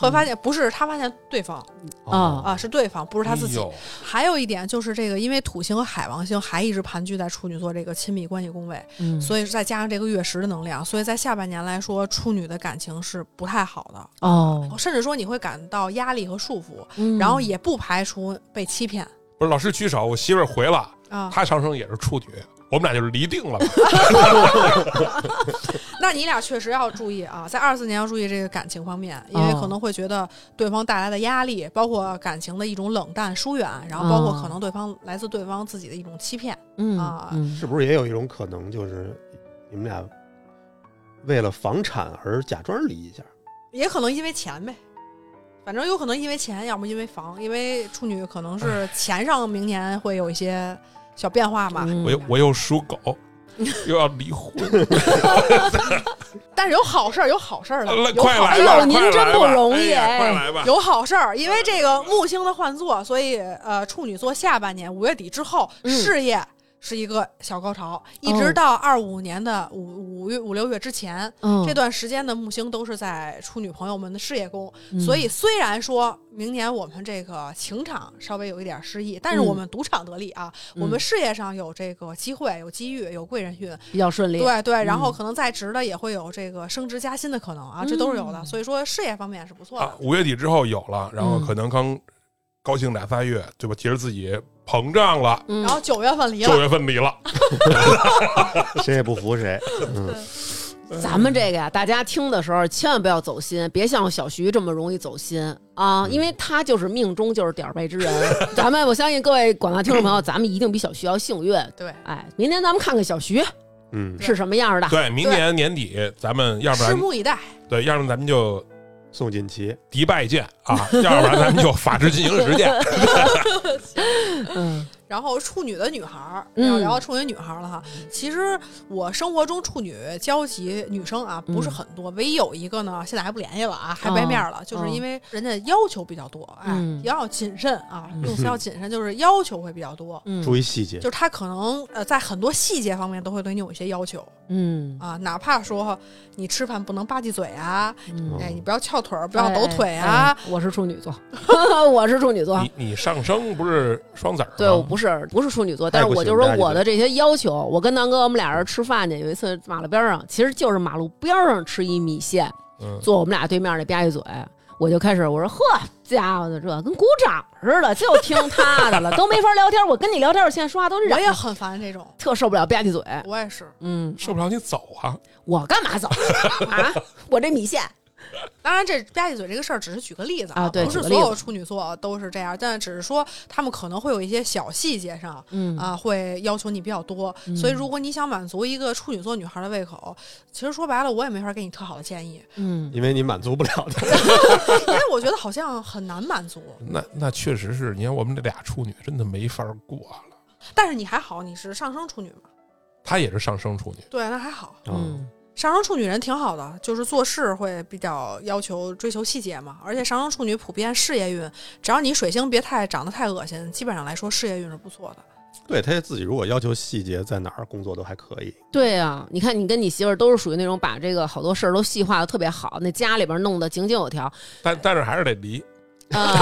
C: 会
A: 嗯
C: 发现不是他发现对方
B: 哦
A: 啊
C: 啊，是对方，不是他自己。
D: 哎呦
C: 还有一点就是这个，因为土星和海王星还一直盘踞在处女座这个亲密关系宫位，
A: 嗯
C: 所以再加上这个月食的能量，所以在下半年来说，处女的感情是不太好的，
A: 哦，
C: 甚至说你会感到压力和束缚。
A: 嗯
C: 然后也不排除被欺骗
D: 不是老师举手，我媳妇儿回了，
C: 啊。
D: 她上升也是处女，我们俩就是离定 了。
C: 那你俩确实要注意啊，在二四年要注意这个感情方面，因为
A: 哦
C: 可能会觉得对方带来的压力，包括感情的一种冷淡、疏远，然后包括
A: 哦
C: 可能对方来自对方自己的一种欺骗。
A: 嗯
C: 啊
A: 嗯
B: 是不是也有一种可能，就是你们俩为了房产而假装离一下？
C: 也可能因为钱呗，反正有可能因为钱，要么因为房，因为处女可能是钱上明年会有一些小变化嘛。
A: 嗯
D: 我又我又属狗，又要离婚，
C: 但是有好事儿，有好事儿的，
D: 来
C: 有
D: 呃快
C: 好
D: 来
C: 事儿
D: 吧！
A: 哎呦您
D: 快来
A: 真不
D: 吧
A: 容易
D: 哎呀快
A: 哎
D: 来吧！
C: 有好事儿，因为这个木星的换座，所以呃，处女座下半年五月底之后，
A: 嗯哦
C: 事业、是一个小高潮，一直到二五年的五五月五六月之前，
A: 嗯
C: 这段时间的木星都是在处女朋友们的事业宫，
A: 嗯
C: 所以虽然说明年我们这个情场稍微有一点失意，但是我们赌场得利啊，
A: 嗯
C: 我们事业上有这个机会、有机遇、有贵人运，
A: 嗯比较顺利。
C: 对对，然
A: 嗯
C: 后可能在职的也会有这个升职加薪的可能啊，这都是有的，
A: 嗯
C: 所以说事业方面是不错的。
D: 啊，五月底之后有了，然后
A: 嗯
D: 可能刚高兴两三月，对吧？觉得自己膨胀了，
A: 嗯，
C: 然后九月份离
D: 九
C: 了，
D: 月份离了，
B: 谁也不服谁。嗯，
A: 咱们这个呀，大家听的时候千万不要走心，别像小徐这么容易走心啊，因为
C: 嗯
A: 他就是命中就是点儿背之人。 咱们我相信各位广大听众朋友，咱们一定比小徐要幸运。
C: 对，
A: 哎，明天咱们看看小徐
B: 嗯，
A: 是什么样的。
D: 对，明年年底咱们要不
C: 拭
D: 然
C: 目以待。
D: 对，要不然咱们就
B: 嗯宋锦旗，
D: 迪拜见啊，要不然咱们就法制进行时见。
A: 嗯
C: 然后处女的女孩儿，
A: 嗯
C: 要聊到处女女孩儿了哈。其实我生活中处女交集女生啊
A: 嗯
C: 不是很多，唯一有一个呢，现在还不联系了
A: 哦
C: 啊，还掰面儿了，就是因为人家要求比较多，哎，
A: 嗯
C: 也要谨慎啊，
A: 嗯
C: 用词要谨慎，就是要求会比较多。
A: 嗯
B: 注意细节
C: 就。是他可能呃，在很多细节方面都会对你有一些要求
A: 嗯，
C: 啊，哪怕说你吃饭不能吧唧嘴啊，
A: 嗯
C: 哎，你不要翘腿儿，不要抖腿
A: 哎
C: 啊，
A: 哎我是处 女座，我是处女座。
D: 你你上升不是双子儿吗？
A: 对，我不是啊不是处女座，但是我就是说我的这些要求，我跟南哥我们俩人吃饭去，有一次马路边上，其实就是马路边上吃一米线，
D: 嗯，
A: 坐我们俩对面那吧唧嘴，我就开始我说呵家伙的这跟鼓掌似的，就听他的了，都没法聊天。我跟你聊天，我现在说话都是
C: 我
A: 嚷
C: 也很烦这种，
A: 特受不了吧唧嘴。
C: 我也是。
A: 嗯，
D: 受不了你走啊！
A: 我干嘛走 啊？我这米线，
C: 当然，这吧唧嘴这个事儿只是举个例子
A: 啊对
C: 不
A: 举
C: 是
A: 个
C: 所
A: 例子
C: 有处女座都是这样，但只是说他们可能会有一些小细节上
A: 嗯
C: 啊，会要求你比较多。所以，如果你想满足一个处女座女孩的胃口，其实说白了，我也没法给你特好的 建议，
A: 嗯，
B: 因为你满足不了他，
C: 因为我觉得好像很难满足。
D: 那那确实是，你看我们这俩处女真的没法过了。
C: 但是你还好，你是上升处女嘛？
D: 她也是上升处女，
C: 对，那还好。
B: 嗯，
A: 嗯
C: 上升处女人挺好的，就是做事会比较要求追求细节嘛，而且上升处女普遍事业运，只要你水星别太长得太恶心，基本上来说事业运是不错的。
B: 对他自己如果要求细节，在哪儿工作都还可以。
A: 对啊，你看你跟你媳妇儿都是属于那种把这个好多事儿都细化的特别好，那家里边弄得井井有条，
D: 但但是还是得离，
A: 啊，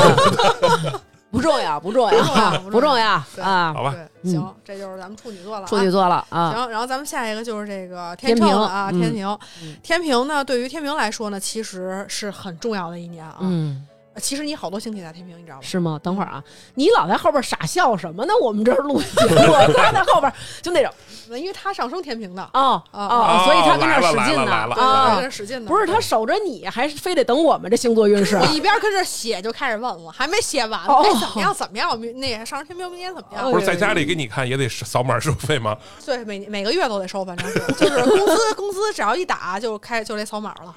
A: 不重要，不重要，
C: 不重要不重
A: 要
C: 对
A: 啊
D: 好！吧？嗯
C: 对，行，这就是咱们处女座了、啊。
A: 处女座了啊，
C: 行，然后咱们下一个就是这个
A: 天
C: 秤
A: 平
C: 了啊，
A: 嗯
C: 天平
A: 嗯。
C: 天平呢，对于天平来说呢，其实是很重要的一年啊。
A: 嗯，
C: 其实你好多星体在天平，你知道吗？
A: 是吗？等会儿啊，你老在后边傻笑什么呢？我们这儿录节目，他在后边就那种
C: 因为他上升天平的，
A: 哦哦哦，
C: 啊
A: 所以他跟那儿使劲呢
D: 来了来了来了
C: 对，在
A: 啊
C: 这，使劲呢。
A: 不是他守着你，还是非得等我们这星座运势啊
C: 我。一边跟这写就开始问了，还没写完呢，
A: 哦
C: 哎，怎么样？怎么样？明那上升天平明年怎么样？
D: 不是在家里给你看也得扫码收费吗？
C: 对，每每个月都得收，反正是就是工资工资只要一打就开就得扫码了。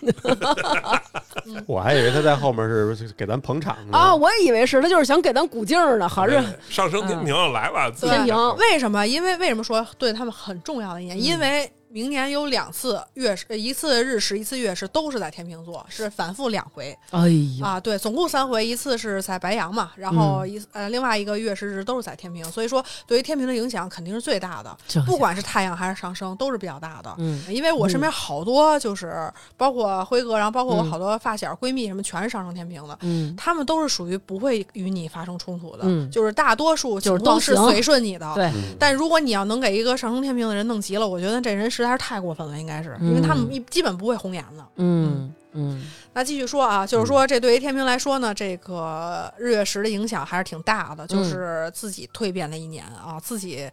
B: 我还以为他在后面是给咱捧场呢。
A: 啊，我以为是他就是想给咱鼓劲儿呢，合着
D: 对上升天平来了，自己
A: 天平
C: 为什么？因为为什么说对他们很重要的一
A: 嗯
C: 年？因为明年有两次月食，呃一次日食，一次月食，都是在天秤座，是反复两回
A: 哎嗯呀，
C: 啊。对，总共三回，一次是在白羊嘛，然后一、呃另外一个月食日都是在天平，所以说对于天平的影响肯定是最大的，
A: 这
C: 不管是太阳还是上升都是比较大的。
A: 嗯
C: 因为我身边好多就是包括辉哥，然后包括我
A: 嗯
C: 好多发小、闺蜜什么，全是上升天平的，
A: 嗯，
C: 他们都是属于不会与你发生冲突的，
A: 嗯
C: 就是大多数
A: 就是
C: 情况
A: 倒
C: 是
A: 行
C: 随顺你 的。
A: 对，
B: 嗯
C: 但如果你要能给一个上升天平的人弄急了，我觉得这人实在是太过分了，应该是，因为他们
A: 嗯
C: 一基本不会红眼的。
A: 嗯嗯
C: 那继续说啊，就是说这对于天平来说呢，这个日月食的影响还是挺大的，就是自己蜕变的一年啊，自己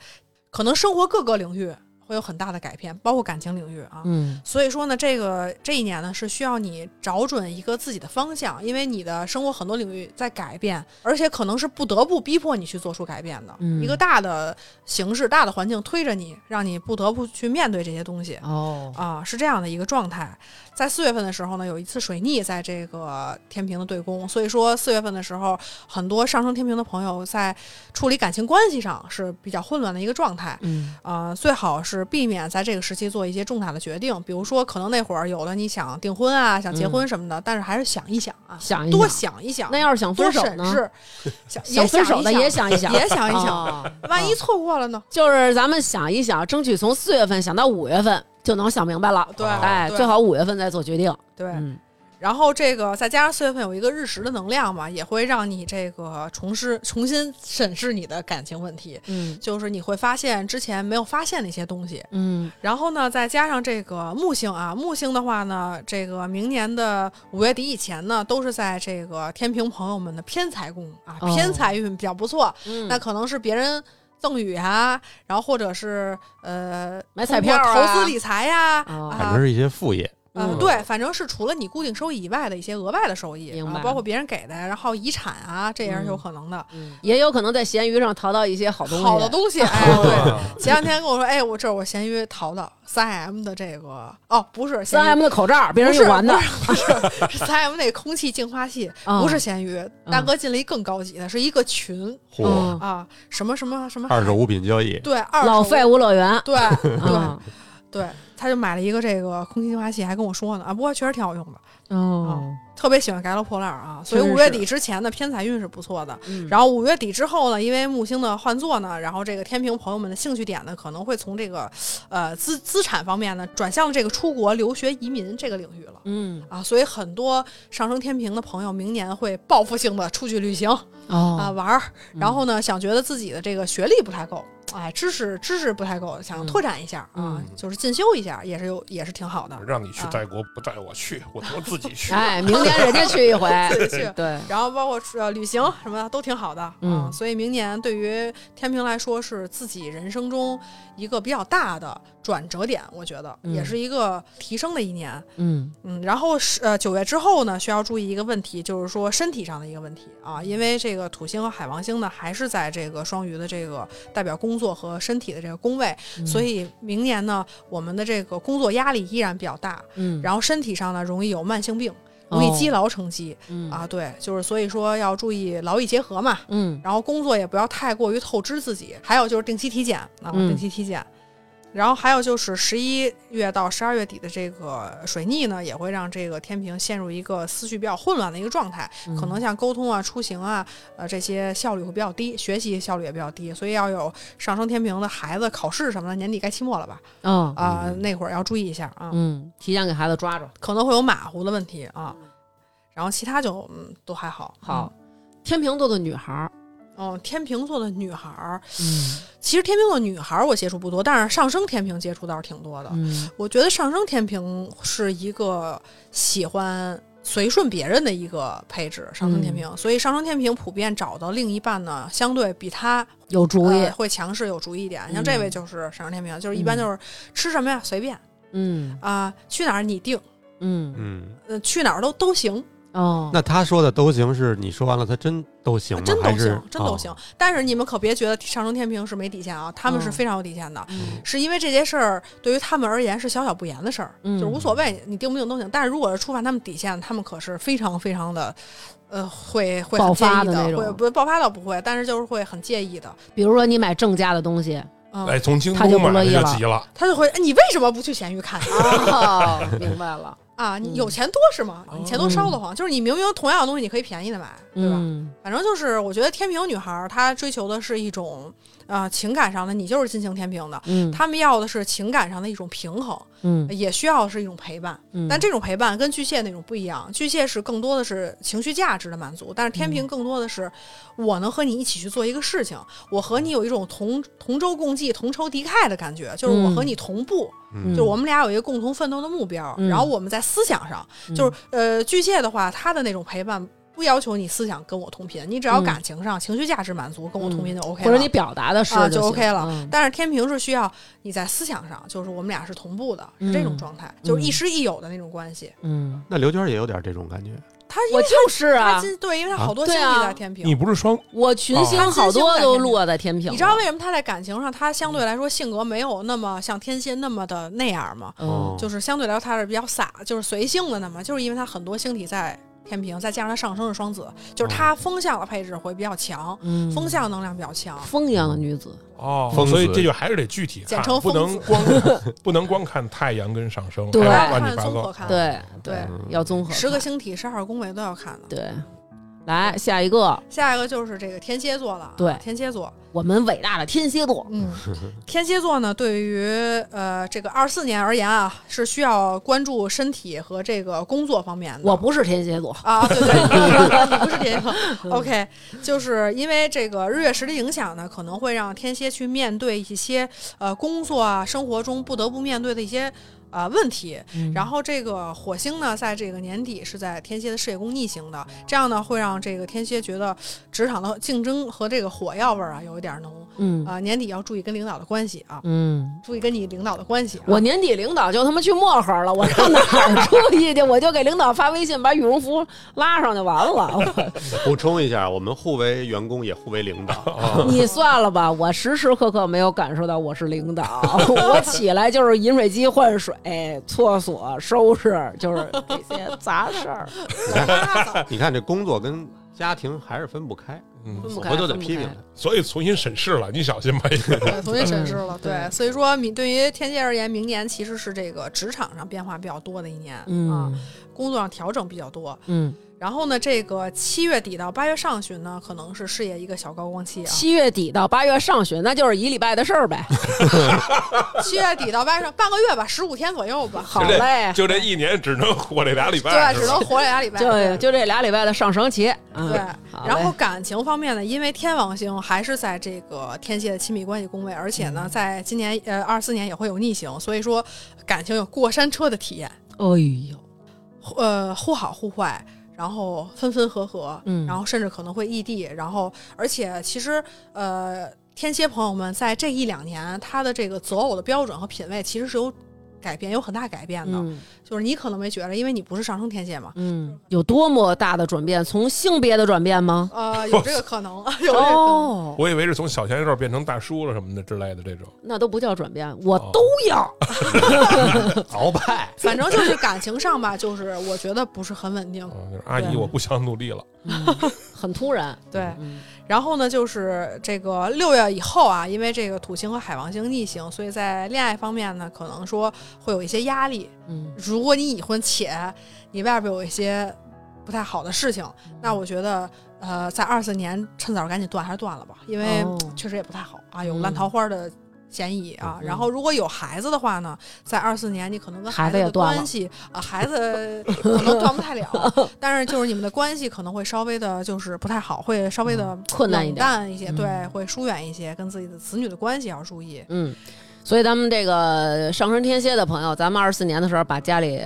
C: 可能生活各个领域会有很大的改变，包括感情领域啊。
A: 嗯
C: 所以说呢，这个这一年呢是需要你找准一个自己的方向，因为你的生活很多领域在改变，而且可能是不得不逼迫你去做出改变的。
A: 嗯
C: 一个大的形势、大的环境推着你，让你不得不去面对这些东西
A: 哦，
C: 啊，是这样的一个状态。在四月份的时候呢，有一次水逆在这个天平的对宫，所以说四月份的时候，很多上升天平的朋友在处理感情关系上是比较混乱的一个状态。
A: 嗯，
C: 呃，最好是避免在这个时期做一些重大的决定，比如说可能那会儿有的你想订婚啊、想结婚什么的，但是还是想一想啊，
A: 嗯想一
C: 多
A: 想
C: 想一想，
A: 那要是想
C: 多
A: 分手
C: 审
A: 呢？
C: 视，想
A: 想分手的也
C: 也
A: 想一想，
C: 也想嗯一想，
A: 啊
C: 万一错过了呢？
A: 就是咱们想一想，争取从四月份想到五月份就能想明白了。
C: 对
A: 哎，
C: 对
A: 最好五月份再做决定。
C: 对，
A: 嗯，
C: 然后这个再加上四月份有一个日食的能量嘛，也会让你这个重施重新审视你的感情问题，
A: 嗯
C: 就是你会发现之前没有发现的一些东西。
A: 嗯
C: 然后呢，再加上这个木星啊，木星的话呢，这个明年的五月底以前呢，都是在这个天平朋友们的偏财宫啊，
A: 哦
C: 偏财运比较不错，
A: 嗯
C: 那可能是别人。赠与啊，然后或者是呃
A: 买彩票啊
C: 通过投资理财呀、啊，
A: 哦
B: 反正是一些副业，
C: 嗯、
A: 嗯
C: 对，反正是除了你固定收益以外的一些额外的收益
A: 明
C: 啊
A: 白，
C: 包括别人给的，然后遗产啊，这也是有可能的。
A: 嗯，也有可能在闲鱼上淘到一些嗯好东西。
C: 好的东西，哎， 对。
B: 啊
C: 前两天跟我说，哎，我这是我闲鱼淘的三 M 的这个，哦，不是
A: 三 M 的口罩，别
C: 不
A: 人
C: 是
A: 用完的，
C: 不是三 M 那个空气净化器，
A: 啊
C: 不是闲鱼。大哥进了一更高级的，是一个群
B: 嚯，
C: 啊，什么什么什么
B: 二手物品交易，
C: 对二
A: 嗯
C: 手
A: 老废物乐园。
C: 对对
A: 啊
C: 对，他就买了一个这个空气净化器，还跟我说呢，啊，不过确实挺好用的。
A: 哦，
C: 特别喜欢盖罗破烂儿啊，所以
A: 确实
C: 五月
A: 是
C: 底之前的偏财运是不错的。
A: 嗯
C: 然后五月底之后呢，因为木星的换座呢，然后这个天平朋友们的兴趣点呢，可能会从这个呃资资产方面呢，转向这个出国留学移民这个领域了。
A: 嗯
C: 啊，所以很多上升天平的朋友明年会报复性的出去旅行啊、
A: 哦，
C: 玩儿，然后呢，想觉得自己的这个学历不太够，哎，知识知识不太够，想
A: 嗯
C: 拓展一下、啊
A: 嗯，
C: 就是进修一下，也是有也是挺好的。
D: 让你去
C: 啊
D: 带国，不带我去，我他妈自己去。
A: 哎，明年人家去一回，
C: 自己去
A: 对，
C: 然后包括呃旅行什么的都挺好的，
A: 嗯
C: 啊所以明年对于天平来说是自己人生中一个比较大的转折点，我觉得、
A: 嗯
C: 也是一个提升的一年，
A: 嗯
C: 嗯，然后是呃九月之后呢，需要注意一个问题，就是说身体上的一个问题啊，因为这个土星和海王星呢还是在这个双鱼的这个代表工作和身体的这个宫位，
A: 嗯
C: 所以明年呢我们的这个工作压力依然比较大，
A: 嗯，哦
C: 然后身体上呢容易有慢性病，容易积劳成疾。
A: 嗯
C: 啊，对，就是所以说要注意劳逸结合嘛，
A: 嗯
C: 然后工作也不要太过于透支自己，还有就是定期体检啊，
A: 嗯
C: 定期体检。然后还有就是十一月到十二月底的这个水逆呢，也会让这个天平陷入一个思绪比较混乱的一个状态，
A: 嗯
C: 可能像沟通啊、出行啊，呃这些效率会比较低，学习效率也比较低，所以要有上升天平的孩子考试什么的，年底该期末了吧？
A: 哦
C: 啊、
B: 嗯
C: 那会儿要注意一下啊。
A: 嗯，提前给孩子抓住。
C: 可能会有马虎的问题啊，然后其他就嗯都还好。
A: 好，天秤座的女孩儿，
C: 嗯，哦，天秤座的女孩儿，
A: 嗯
C: 其实天秤座女孩儿我接触不多，但是上升天平接触倒是挺多的。
A: 嗯
C: 我觉得上升天平是一个喜欢随顺别人的一个配置，上升
A: 嗯
C: 天平，所以上升天平普遍找到另一半呢，相对比他
A: 有主意
C: 呃，会强势有主意一点。像
A: 嗯
C: 这位就是上升天平，就是一般
A: 嗯
C: 就是吃什么呀随便
A: 嗯
C: 啊、去哪儿你定，
A: 嗯
B: 嗯，
C: 呃，去哪儿都都行。
A: 哦，
B: 那他说的都行是你说完了，他真都行
C: 啊
B: 吗？
C: 真
B: 还
C: 都
B: 是哦
C: 行，真
A: 哦
C: 都行。。但是你们可别觉得上升天平是没底线啊，他们是
A: 嗯
C: 非常有底线的，
A: 嗯
C: 是因为这些事儿对于他们而言是小小不言的事儿，
A: 嗯
C: 就是无所谓，你定不定都行。但是如果是触犯他们底线，他们可是非常非常的。呃，会会很
A: 爆发
C: 介
A: 的
C: 意
A: 那
C: 的，
A: 种
C: 会不爆发倒不会，但是就是会很介意的。
A: 比如说你买正价的东 西，
C: 嗯，
D: 哎，从京
A: 他就
D: 东
A: 不乐
D: 买的
A: 意
D: 就
A: 了
D: 急了，
C: 他就会，哎你为什么不去闲鱼看 啊？
A: 哦，明白了，
C: 啊，你
A: 嗯
C: 有钱多是吗？你钱多
A: 嗯
C: 烧得慌，就是你明明同样的东西，你可以便宜的买，对吧？
A: 嗯
C: 反正就是，我觉得天平女孩儿她追求的是一种，呃，情感上的，你就是金星天平的，
A: 嗯，
C: 她们要的是情感上的一种平衡，
A: 嗯
C: 也需要是一种陪伴。
A: 嗯，
C: 哎但这种陪伴跟巨蟹那种不一样，巨蟹是更多的是情绪价值的满足，但是天
A: 嗯
C: 平更多的是我能和你一起去做一个事情，我和
A: 嗯
C: 你有一种同同舟共济、同仇敌忾的感觉，就是我和你同步，
B: 嗯
C: 就是我们俩有一个共同奋斗的目标，
A: 嗯
C: 然后我们在思想上。就是呃，巨蟹的话，他的那种陪伴不要求你思想跟我同频，你只要
A: 嗯
C: 感情上、情绪价值满足，跟我同频就 OK
A: 或
C: 了。
A: 者你表达的是
C: 啊
A: 就
C: 就
A: 行
C: OK 了，
A: 嗯
C: 但是天平是需要你在思想上，就是我们俩是同步的，是这种
A: 嗯
C: 状态，就是一
A: 嗯
C: 师一友的那种关系。
A: 嗯，
B: 那刘娟也有点这种感觉，
C: 他因
A: 我
C: 为
A: 就是
C: 他
A: 啊，
C: 金对，因为他好多
A: 啊
C: 星
A: 对
C: 系
A: 啊
C: 在天平。
D: 你不是双
A: 我群星
D: 哦
A: 好多都落在天平了，
C: 你知道为什么他在感情上他相对来说性格没有那么像天蝎那么的那样吗？
B: 哦
A: 嗯，
C: 就是相对来说他是比较洒，就是随性的那么，就是因为他很多星体在天平，再加上他上升是双子，就是
D: 嗯
C: 他风向的配置会比较强，
A: 嗯
C: 风向啊能量比较强。
A: 风一样的女子，
D: 哦
B: 疯，子
D: 所以这就还是得具体看
C: 简称，
D: 不
C: 疯子
D: 能光不能光看太阳跟上升，
A: 对
D: 还得乱七八
C: 看综合
D: 糟。
C: 看
A: 对
C: 对，
B: 嗯
A: 要综合
C: 十个
A: 看
C: 星体十二宫位都要看的。
A: 对。来下一个，
C: 下一个就是这个天蝎座了啊，
A: 对
C: 天蝎座，
A: 我们伟大的天蝎座，
C: 嗯，天蝎座呢，对于呃这个二四年而言啊，是需要关注身体和这个工作方面的。
A: 我不是天蝎座，
C: 啊，对对，你不是天蝎 座，OK，就是因为这个日月食的影响呢，可能会让天蝎去面对一些呃工作啊、生活中不得不面对的一些呃问题。
A: 嗯
C: 然后这个火星呢，在这个年底是在天蝎的事业宫逆行的，这样呢会让这个天蝎觉得职场的竞争和这个火药味儿啊有一点浓
A: 嗯
C: 啊、年底要注意跟领导的关系啊，
A: 嗯，
C: 注意跟你领导的关系、啊。
A: 我年底领导就他妈去漠河了，我上哪 儿注意去？我就给领导发微信，把羽绒服拉上就完 了。
B: 补充一下，我们互为员工，也互为领导。
A: 我
B: 哦
A: 你算了吧，我时时刻刻没有感受到我是领 导，我起来就是饮水机换水、厕所收拾，就是这些杂事儿。
B: 你看这工作跟家庭还是分不开，
D: 嗯，
A: 分不开
B: 回头得批评
A: 分不
B: 他。
D: 所以重新审视了，你小心吧。
C: 对，重新审视了。
A: 嗯对
C: 对，所以说明对于天蝎而言，明年其实是这个职场上变化比较多的一年、啊，
A: 嗯
C: 工作上调整比较多。
A: 嗯，
C: 然后呢，这个七月底到八月上旬呢，可能是事业一个小高光期啊。
A: 七月底到八月上旬，那就是一礼拜的事儿呗。
C: 七月底到八月上半个月吧，十五天左右吧。
A: 好
D: 就这
A: 嘞，
D: 就这一年只能活这俩礼拜，
C: 对，
D: 是
C: 只
D: 吧
C: 能活俩礼拜。
A: 就
C: 对
A: 就这俩礼拜的上升期。嗯
C: 对，
A: 好嘞
C: 然后感情方面呢，因为天王星还是在这个天蝎的亲密关系宫位，而且
A: 嗯
C: 呢，在今年呃二四年也会有逆行，所以说感情有过山车的体验。
A: 哎呦，
C: 呃互好互坏，然后分分合合，
A: 嗯
C: 然后甚至可能会异地，然后而且其实呃天蝎朋友们在这一两年，他的这个择偶的标准和品味其实是有改变，有很大改变的，
A: 嗯
C: 就是你可能没觉得，因为你不是上升天蝎嘛。
A: 嗯，有多么大的转变？从性别的转变吗？
C: 呃，有这个可能， 有这个可能。
A: 哦，
D: 我以为是从小鲜肉变成大叔了什么的之类的这种。
A: 那都不叫转变，我
D: 哦
A: 都要。
B: 鳌拜，
C: 反正就是感情上吧，就是我觉得不是很稳定。
D: 嗯，就是阿姨，
A: 对
D: 我不想努力了。
A: 嗯很突然，
C: 对，
A: 嗯
C: 然后呢，就是这个六月以后啊，因为这个土星和海王星逆行，所以在恋爱方面呢，可能说会有一些压力。
A: 嗯，
C: 如果你已婚且你外边有一些不太好的事情，那我觉得，呃，在二四年趁早赶紧断，还是断了吧，因为
A: 哦
C: 确实也不太好啊，有
A: 嗯
C: 烂桃花的嫌疑啊。
A: 嗯
C: 然后如果有孩子的话呢，在二四年你可能跟
A: 孩子
C: 子
A: 也
C: 的
A: 断了
C: 关系啊，孩子可能断不 太了，但是就是你们的关系可能会稍微的，就是不太好，会稍微的
A: 嗯困难一
C: 冷
A: 点。
C: 淡一些，
A: 嗯
C: 对，会疏远一些，跟自己的子女的关系要注意。
A: 嗯，所以咱们这个上升天蝎的朋友，咱们二四年的时候把家里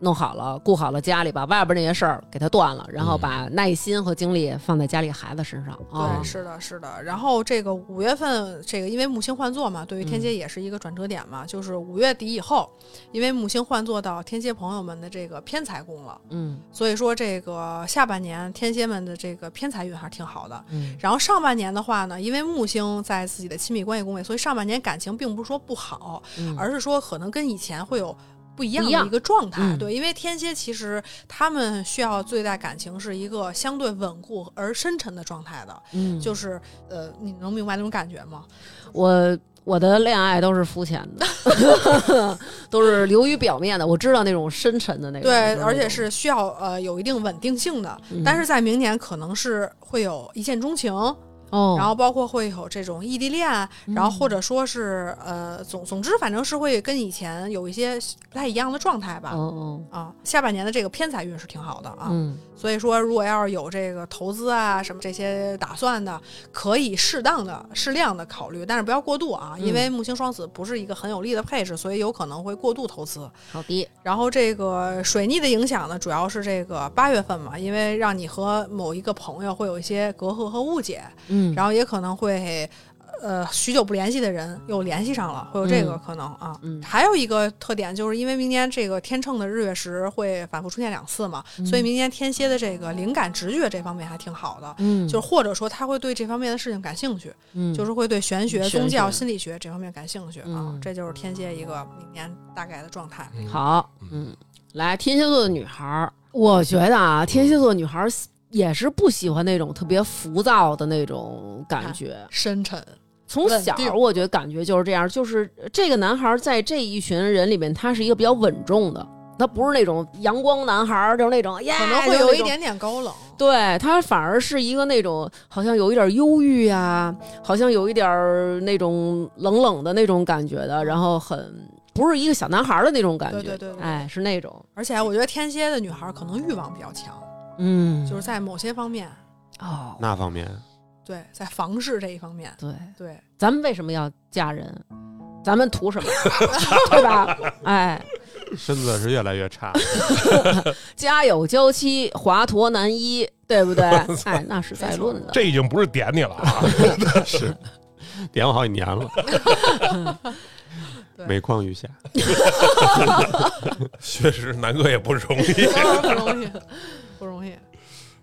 A: 弄好了，顾好了家里，把外边那些事儿给它断了，然后把耐心和精力放在家里孩子身上啊
C: 对，。是的，是的。然后这个五月份，这个因为木星换座嘛，对于
A: 嗯
C: 天蝎也是一个转折点嘛，就是五月底以后，因为木星换座到天蝎朋友们的这个偏财宫了，
A: 嗯
C: 所以说这个下半年天蝎们的这个偏财运还是挺好的。
A: 嗯
C: 然后上半年的话呢，因为木星在自己的亲密关系宫位，所以上半年感情并不是说不好，
A: 嗯，
C: 而是说可能跟以前会有不一样
A: 不一
C: 的
A: 样
C: 一个状态。
A: 嗯
C: 对，因为天蝎其实他们需要对待感情是一个相对稳固而深沉的状态的，
A: 嗯
C: 就是呃，你能明白那种感觉吗？
A: 我我的恋爱都是肤浅的， 都是流于表面的。我知道那种深沉的那种，
C: 对，
A: 就
C: 而且
A: 那种
C: 是需要呃有一定稳定性的，
A: 嗯
C: 但是在明年可能是会有一见钟情，
A: 哦，嗯
C: 然后包括会有这种异地恋，然后或者说是呃，总总之反正是会跟以前有一些不太一样的状态吧。
A: 哦
C: 啊，下半年的这个偏财运是挺好的
A: 哦
C: 啊，
A: 嗯
C: 所以说，如果要是有这个投资啊什么这些打算的，可以适当的、适量的考虑，但是不要过度啊，
A: 嗯
C: 因为木星双子不是一个很有利的配置，所以有可能会过度投资。
A: 好的
C: 然后这个水逆的影响呢，主要是这个八月份嘛，因为让你和某一个朋友会有一些隔阂和误解，
A: 嗯
C: 然后也可能会。呃呃许久不联系的人又联系上了，会有这个
A: 嗯
C: 可能啊。
A: 嗯
C: 还有一个特点就是因为明年这个天秤的日月食会反复出现两次嘛，
A: 嗯
C: 所以明年天蝎的这个灵感直觉这方面还挺好的。
A: 嗯，
C: 就是或者说他会对这方面的事情感兴趣，
A: 嗯
C: 就是会对玄学、
A: 玄学
C: 宗教、心理学这方面感兴趣啊
A: 嗯。
C: 这就是天蝎一个明年大概的状态。
D: 嗯，
A: 好，嗯，来天蝎座的女孩儿，我觉得啊，天蝎座女孩儿也是不喜欢那种特别浮躁的那种感觉。
C: 深沉，
A: 哎从小
C: 稳定
A: 我觉得感觉就是这样，就是这个男孩儿在这一群人里面，他是一个比较稳重的，他不是那种阳光男孩儿，就是那种耶，
C: 可能会
A: 就
C: 有
A: 那
C: 一
A: 种
C: 点点高冷。
A: 对他反而是一个那种好像有一点忧郁啊，好像有一点儿那种冷冷的那种感觉的，然后很不是一个小男孩儿的那种感觉，
C: 对对对对对
A: 哎，是那种，
C: 而且我觉得天蝎的女孩可能欲望比较强，
A: 嗯，
C: 就是在某些方面，
A: 哦，
B: 那方面
C: 对，在房事这一方面，
A: 对，
C: 对，
A: 咱们为什么要嫁人？咱们图什么？对吧？哎，
B: 身子是越来越差，
A: 家有娇妻，华佗难医，对不对？ 哎，那是在论的。
D: 这已经不是点你 了啊，
B: 是点我好几年了，
C: 对
B: 每况愈下。
D: 确实南哥也不容易。
C: 不容易，不容易。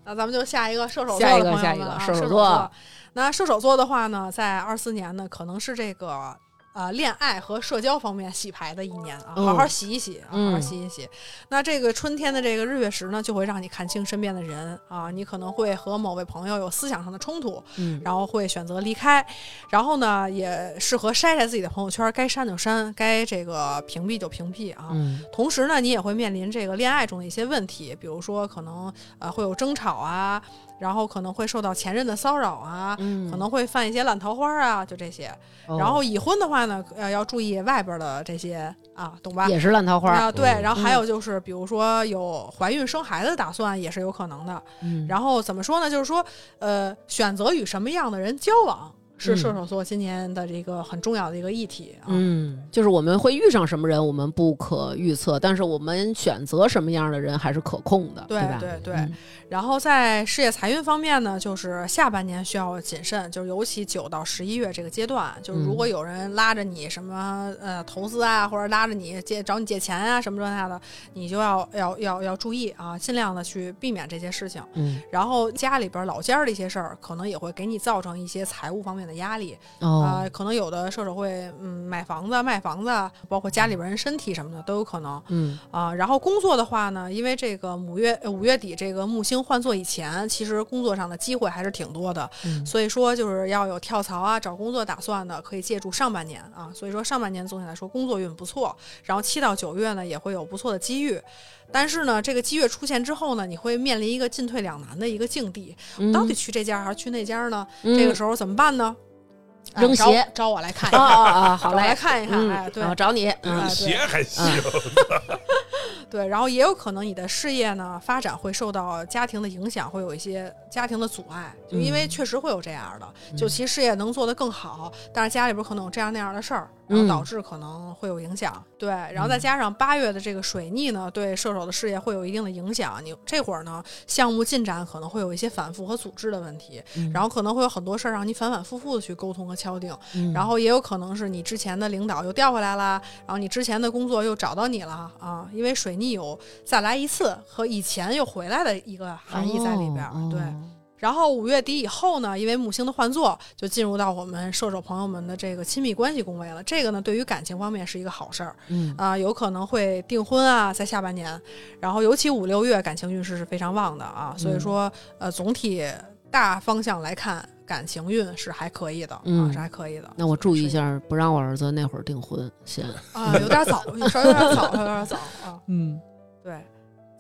C: 那咱们就下一个射手座的
A: 下一个
C: 朋友
A: 下一
C: 们
A: 个
C: 啊
A: 射
C: 射
A: 手
C: 手
A: 座。
C: 那射手座的话呢，在二四年呢，可能是这个呃恋爱和社交方面洗牌的一年啊，
A: 嗯
C: 好好洗一洗，啊，好好
A: 嗯
C: 洗一洗。那这个春天的这个日月食呢，就会让你看清身边的人啊，你可能会和某位朋友有思想上的冲突，
A: 嗯，
C: 然后会选择离开，然后呢，也适合筛筛自己的朋友圈，该删就删，该这个屏蔽就屏蔽啊。
A: 嗯
C: 同时呢，你也会面临这个恋爱中的一些问题，比如说可能呃会有争吵啊，然后可能会受到前任的骚扰啊，
A: 嗯哦
C: 可能会犯一些烂桃花啊，就这些。然后已婚的话呢，呃要注意外边的这些啊，懂吧？
A: 也是烂桃花儿，
C: 啊，对，然后还
A: 嗯
C: 有就是，比如说有怀孕生孩子的打算也是有可能的。
A: 嗯
C: 然后怎么说呢？就是说，呃，选择与什么样的人交往是射手座今年的这个很重要的一个议题啊。
A: 嗯，就是我们会遇上什么人，我们不可预测，但是我们选择什么样的人还是可控的，
C: 对
A: 吧？
C: 对对
A: 嗯
C: 然后在事业财运方面呢，就是下半年需要谨慎，就是尤其九到十一月这个阶段，就是
A: 嗯
C: 如果有人拉着你什么呃投资啊，或者拉着你借找你借钱啊什么这那的，你就要要要要注意啊，尽量的去避免这些事情。
A: 嗯
C: 然后家里边老家儿的一些事儿，可能也会给你造成一些财务方面的压力，啊、
A: 哦，
C: 可能有的射手会嗯买房子、卖房子，包括家里边人身体什么的都有可能
A: 嗯
C: 啊、然后工作的话呢，因为这个五月呃五月底这个木星换座以前，其实工作上的机会还是挺多的，
A: 嗯
C: 所以说就是要有跳槽啊、找工作打算的，可以借助上半年啊。所以说上半年总体来说工作运不错，然后七到九月呢也会有不错的机遇，但是呢这个机遇出现之后呢，你会面临一个进退两难的一个境地，
A: 嗯
C: 到底去这家还是去那家呢？这个时候怎么办呢？哎
A: 扔
C: 找
A: 鞋
C: 找我来看一
A: 候啊
C: 看，
A: 啊啊，好
C: 找我来
A: 嘞，
C: 看一看，
A: 嗯
C: 哎，对
A: 我找你，嗯
C: 啊对
D: 鞋还行，
C: 对，然后也有可能你的事业呢发展会受到家庭的影响，会有一些家庭的阻碍，就因为
A: 嗯
C: 确实会有这样的，
A: 嗯
C: 就其实事业能做得更好，但是家里边可能有这样那样的事儿，然后
A: 嗯
C: 导致可能会有影响。对，然后再加上八月的这个水逆呢，对射手的事业会有一定的影响。你这会儿呢，项目进展可能会有一些反复和组织的问题，
A: 嗯
C: 然后可能会有很多事儿让你反反复复的去沟通和敲定。
A: 嗯
C: 然后也有可能是你之前的领导又调回来啦，然后你之前的工作又找到你了啊，因为水逆有再来一次和以前又回来的一个含义在里边儿，
A: 哦
C: 对。
A: 哦
C: 然后五月底以后呢，因为木星的换座，就进入到我们射手朋友们的这个亲密关系宫位了。这个呢，对于感情方面是一个好事儿
A: 嗯
C: 啊、有可能会订婚啊，在下半年。然后尤其五六月感情运势是非常旺的啊，所以
A: 嗯
C: 说呃，总体大方向来看，感情运是还可以的、啊，
A: 嗯
C: 是还可以的。
A: 那我注意一
C: 是
A: 下，不让我儿子那会儿订婚先。
C: 啊，有点早，你说有点早，有点早啊。
A: 嗯
C: 对，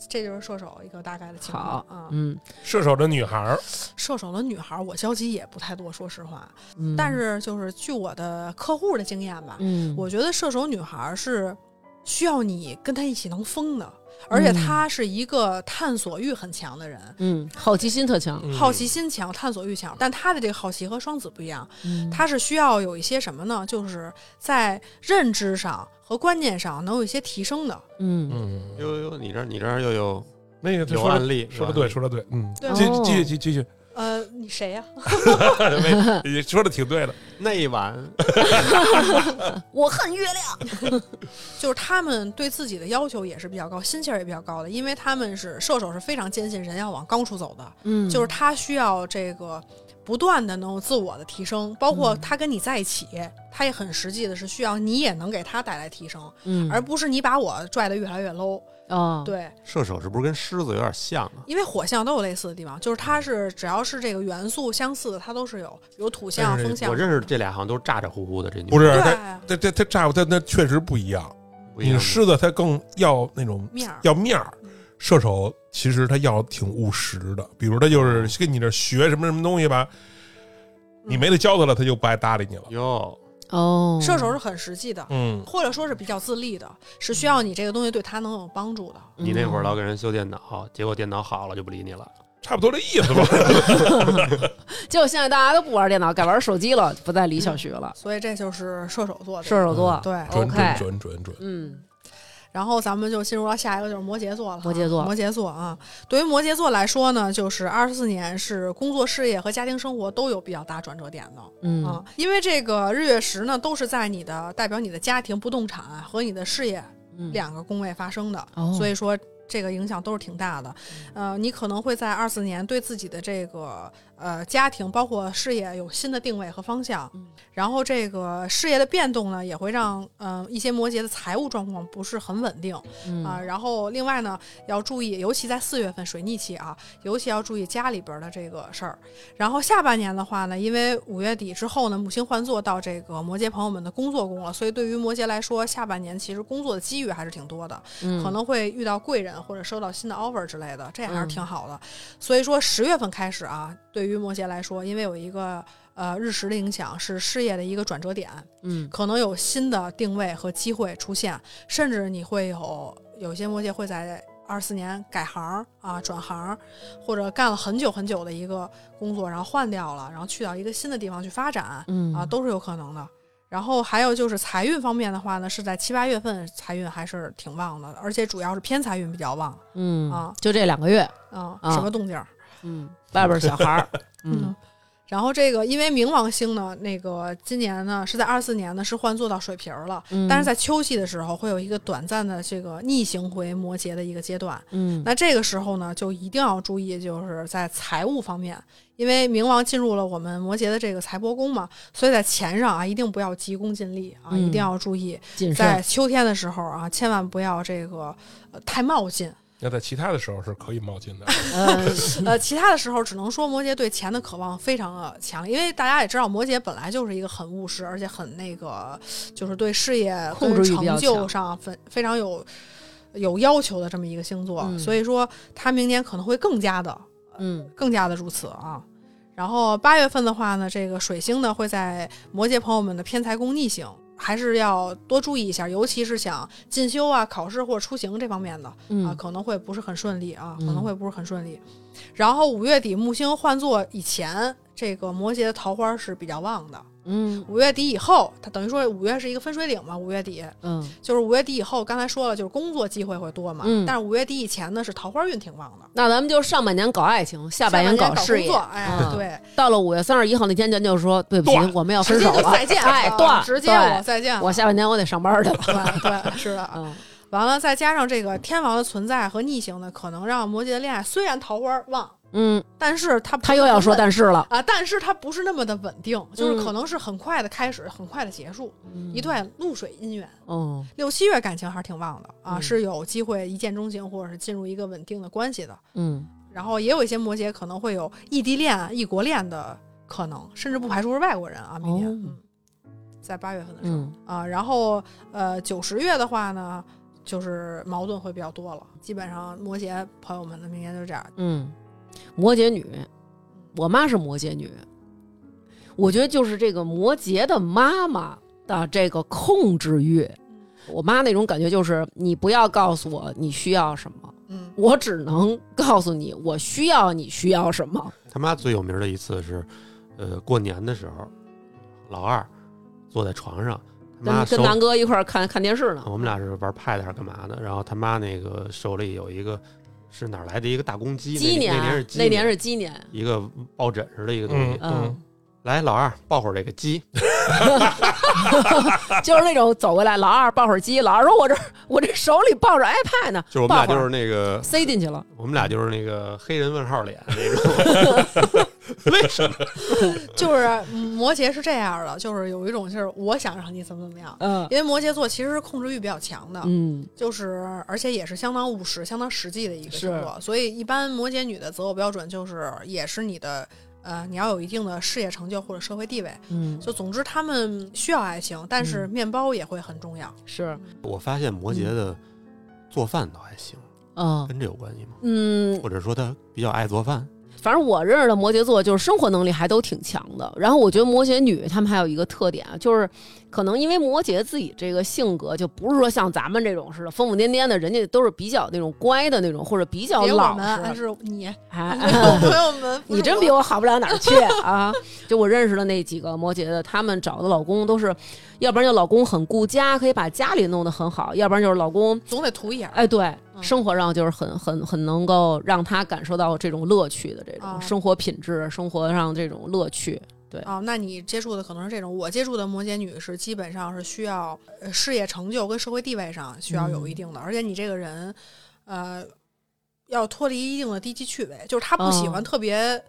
C: 这就是射手一个大概的情况
A: 好
C: 啊。
A: 嗯
D: 射手的女孩儿，
C: 射手的女孩，我交集也不太多，说实话。
A: 嗯，
C: 但是就是据我的客户的经验吧，
A: 嗯，
C: 我觉得射手女孩是需要你跟她一起能疯的，而且她是一个探索欲很强的人。
A: 嗯好奇心特强，
C: 好奇心强，探索欲强，但她的这个好奇和双子不一样，
A: 嗯
C: 她是需要有一些什么呢？就是在认知上和观念上能有一些提升的。
A: 嗯
D: 嗯，
B: 哟哟，你这你这又有
D: 那个他
B: 有
D: 说的
B: 案例，
D: 说的
B: 有
D: 对，
B: 案例
D: 说的对，嗯，
C: 对
D: 继
A: 哦
D: 继续继续继续，
C: 呃，你谁呀、
D: 你说的挺对的，
B: 那一晚
A: 我恨月亮。
C: 就是他们对自己的要求也是比较高，心气儿也比较高的，因为他们是射手是非常坚信人要往高处走的，
A: 嗯，
C: 就是他需要这个不断的能自我的提升，包
A: 嗯
C: 括他跟你在一起，他也很实际的是需要你也能给他带来提升，
A: 嗯，
C: 而不是你把我拽得越来越 low。
A: 哦，
C: 对，
B: 射手是不是跟狮子有点像啊？
C: 因为火象都有类似的地方，就是它是只要是这个元素相似的，它都是有，有土象、
D: 但是
C: 风象。
B: 我认识这俩好像都是咋咋呼呼的，这女
D: 不是
C: 对
D: 他，他他他炸他那确实不一样。
B: 不一
D: 你
B: 样
D: 狮子他更要那种
C: 面儿，
D: 要面儿，射手其实他要挺务实的，比如他就是跟你这学什么什么东西吧，你没得教他了，他就不爱搭理你了。
B: 哟，
A: 哦，
C: 射手是很实际的，
D: 嗯，
C: 或者说是比较自立的，是需要你这个东西对他能有帮助的。
A: 嗯
B: 你那会儿老给人修电脑，结果电脑好了就不理你了。
D: 差不多这意思吧。
A: 结果现在大家都不玩电脑，改玩手机了，不再理小学了。
C: 所以这就是嗯射手座的。
A: 射手座，
C: 对，
D: 准
A: OK
D: 准准准准，
A: 嗯，
C: 然后咱们就进入到下一个，就是摩羯座了哈。
A: 摩羯座
C: 摩羯座啊，对于摩羯座来说呢，就是二十四年是工作、事业和家庭生活都有比较大转折点的。
A: 嗯
C: 啊，因为这个日月食呢，都是在你的代表你的家庭、不动产和你的事业
A: 嗯
C: 两个宫位发生的，
A: 哦嗯
C: 所以说这个影响都是挺大的。呃，你可能会在二四年对自己的这个呃家庭，包括事业有新的定位和方向，
A: 嗯
C: 然后这个事业的变动呢，也会让嗯、呃一些摩羯的财务状况不是很稳定啊、
A: 嗯
C: 然后另外呢，要注意，尤其在四月份水逆期啊，尤其要注意家里边的这个事儿。然后下半年的话呢，因为五月底之后呢，木星换座到这个摩羯朋友们的工作宫了，所以对于摩羯来说，下半年其实工作的机遇还是挺多的，
A: 嗯
C: 可能会遇到贵人或者收到新的 offer 之类的，这还是
A: 嗯
C: 挺好的。所以说十月份开始啊，对于摩羯来说，因为有一个呃日食的影响，是事业的一个转折点，
A: 嗯
C: 可能有新的定位和机会出现，甚至你会有有些摩羯会在二四年改行啊，转行，或者干了很久很久的一个工作，然后换掉了，然后去到一个新的地方去发展
A: 嗯
C: 啊，都是有可能的。然后还有就是财运方面的话呢，是在七八月份财运还是挺旺的，而且主要是偏财运比较旺
A: 嗯
C: 啊
A: 就这两个月，
C: 啊，
A: 啊
C: 什么动静儿？
A: 嗯，外边小孩 儿，嗯，
C: 然后这个因为冥王星呢，那个今年呢是在二四年呢是换座到水瓶儿了，
A: 嗯
C: 但是在秋季的时候，会有一个短暂的这个逆行回摩羯的一个阶段。
A: 嗯
C: 那这个时候呢，就一定要注意，就是在财务方面，因为冥王进入了我们摩羯的这个财帛宫嘛，所以在钱上啊，一定不要急功近利啊，
A: 嗯
C: 一定要注意，
A: 谨
C: 在
A: 慎，
C: 秋天的时候啊，千万不要这个、呃太冒 进。
D: 那在其他的时候是可以冒进的。
A: 嗯
C: 呃，其他的时候只能说摩羯对钱的渴望非常的强烈，因为大家也知道摩羯本来就是一个很务实，而且很那个，就是对事业、
A: 控制
C: 对
A: 欲比较
C: 成就
A: 强
C: 上非非常有有要求的这么一个星座，
A: 嗯
C: 所以说他明年可能会更加的
A: 嗯
C: 更加的如此啊。然后八月份的话呢，这个水星呢会在摩羯朋友们的偏财宫逆行，还是要多注意一下，尤其是想进修啊、考试或者出行这方面的。啊，
A: 嗯
C: 可能会不是很顺利啊，
A: 嗯
C: 可能会不是很顺利。然后五月底木星换座以前，这个摩羯的桃花是比较旺的。
A: 嗯
C: 五月底以后，它等于说五月是一个分水岭嘛，五月底
A: 嗯
C: 就是五月底以后，刚才说了就是工作机会会多嘛，
A: 嗯
C: 但是五月底以前呢是桃花运挺旺的。
A: 那咱们就上半年搞爱情，下半
C: 年
A: 搞事
C: 工
A: 业
C: 作。哎，
A: 嗯
C: 对，
A: 到了五月三十一号那天，咱就说对不起
D: 断，
A: 我们要
C: 直
A: 分
C: 接
A: 手
C: 啊就
A: 了，
C: 再见 了，啊
A: 哎，断，
C: 直接
A: 对
C: 我再见了，
A: 我下半年我得上班去了。
C: 对对是的，啊
A: 嗯
C: 完了再加上这个天王的存在和逆行呢，可能让摩羯的恋爱虽然桃花旺，
A: 嗯，
C: 但是他
A: 他又要说
C: 但。
A: 但是了，
C: 啊，但是它不是那么的稳定，就
A: 嗯
C: 是可能是很快的开始，很快的结束，嗯一段露水姻缘。
A: 嗯
C: 六七月感情还是挺旺的啊，
A: 嗯
C: 是有机会一见钟情，或者是进入一个稳定的关系的。
A: 嗯
C: 然后也有一些摩羯可能会有异地恋、啊异国恋的可能，甚至不排除是外国人啊。明年、
A: 哦
C: 嗯、在八月份的时候、
A: 嗯
C: 啊，然后呃九十月的话呢，就是矛盾会比较多了。基本上摩羯朋友们的明年就是这样。
A: 嗯，摩羯女，我妈是摩羯女，我觉得就是这个摩羯的妈妈的这个控制欲，
C: 嗯
A: 我妈那种感觉就是你不要告诉我你需要什么，
C: 嗯，
A: 我只能告诉你我需要你需要什么。
B: 他妈最有名的一次是，呃，过年的时候，老二坐在床上，
A: 咱
B: 他妈哦
A: 们跟
B: 手，
A: 南
B: 啊
A: 哥一块儿看看电视呢，
B: 我们俩是玩 Pad 还是干嘛的，然后他妈那个手里有一个是哪儿来的一个大公鸡？
A: 鸡
B: 那
A: 年啊
B: 那年是鸡
A: 那年是鸡年，
B: 一个抱枕似的一个东西。
A: 嗯，
B: 来，老二抱会儿这个鸡，
A: 就是那种走过来，老二抱会儿鸡，老二说我这我这手里抱着 iPad 呢，
B: 就是我们俩
A: 抱会
B: 就
A: 儿
B: 是那个，
A: 塞进去了，
B: 我们俩就是那个黑人问号脸那种。为什么？
C: 就是嗯摩羯是这样的，就是有一种就是我想让你怎么怎么样，
A: 嗯
C: 因为摩羯座其实是控制欲比较强的，
A: 嗯，
C: 就是而且也是相当务实、相当实际的一个星座，所以一般摩羯女的择偶标准就是也是你的呃，你要有一定的事业成就或者社会地位。
A: 嗯，
C: 就总之，他们需要爱情，但是
A: 嗯
C: 面包也会很重要。
A: 是，
B: 我发现摩羯的做饭倒还行，
A: 嗯
B: 跟这有关系吗？
A: 嗯，
B: 或者说他比较爱做饭？
A: 反正我认识的摩羯座就是生活能力还都挺强的。然后我觉得摩羯女她们还有一个特点啊，就是可能因为摩羯自己这个性格，就不是说像咱们这种似的疯疯癫癫的，人家都是比较那种乖的那种，或者比较
C: 别我
A: 老
C: 们，还
A: 实。
C: 是你，
A: 哎，
C: 朋友们， 不
A: 你
C: 是
A: 真比我好不了哪儿去啊！ 就我认识的那几个摩羯的，他们找的老公都是，要不然就老公很顾家，可以把家里弄得很好；要不然就是老公
C: 总得图一眼儿。
A: 哎，对，
C: 嗯
A: 生活上就是很很很能够让他感受到这种乐趣的这种、
C: 哦
A: 生活品质，生活上这种乐趣。
C: 哦，那你接触的可能是这种，我接触的摩羯女是基本上是需要呃事业成就跟社会地位上需要有一定的，而且你这个人，呃，要脱离一定的低级趣味，就是她不喜
A: 哦
C: 欢特别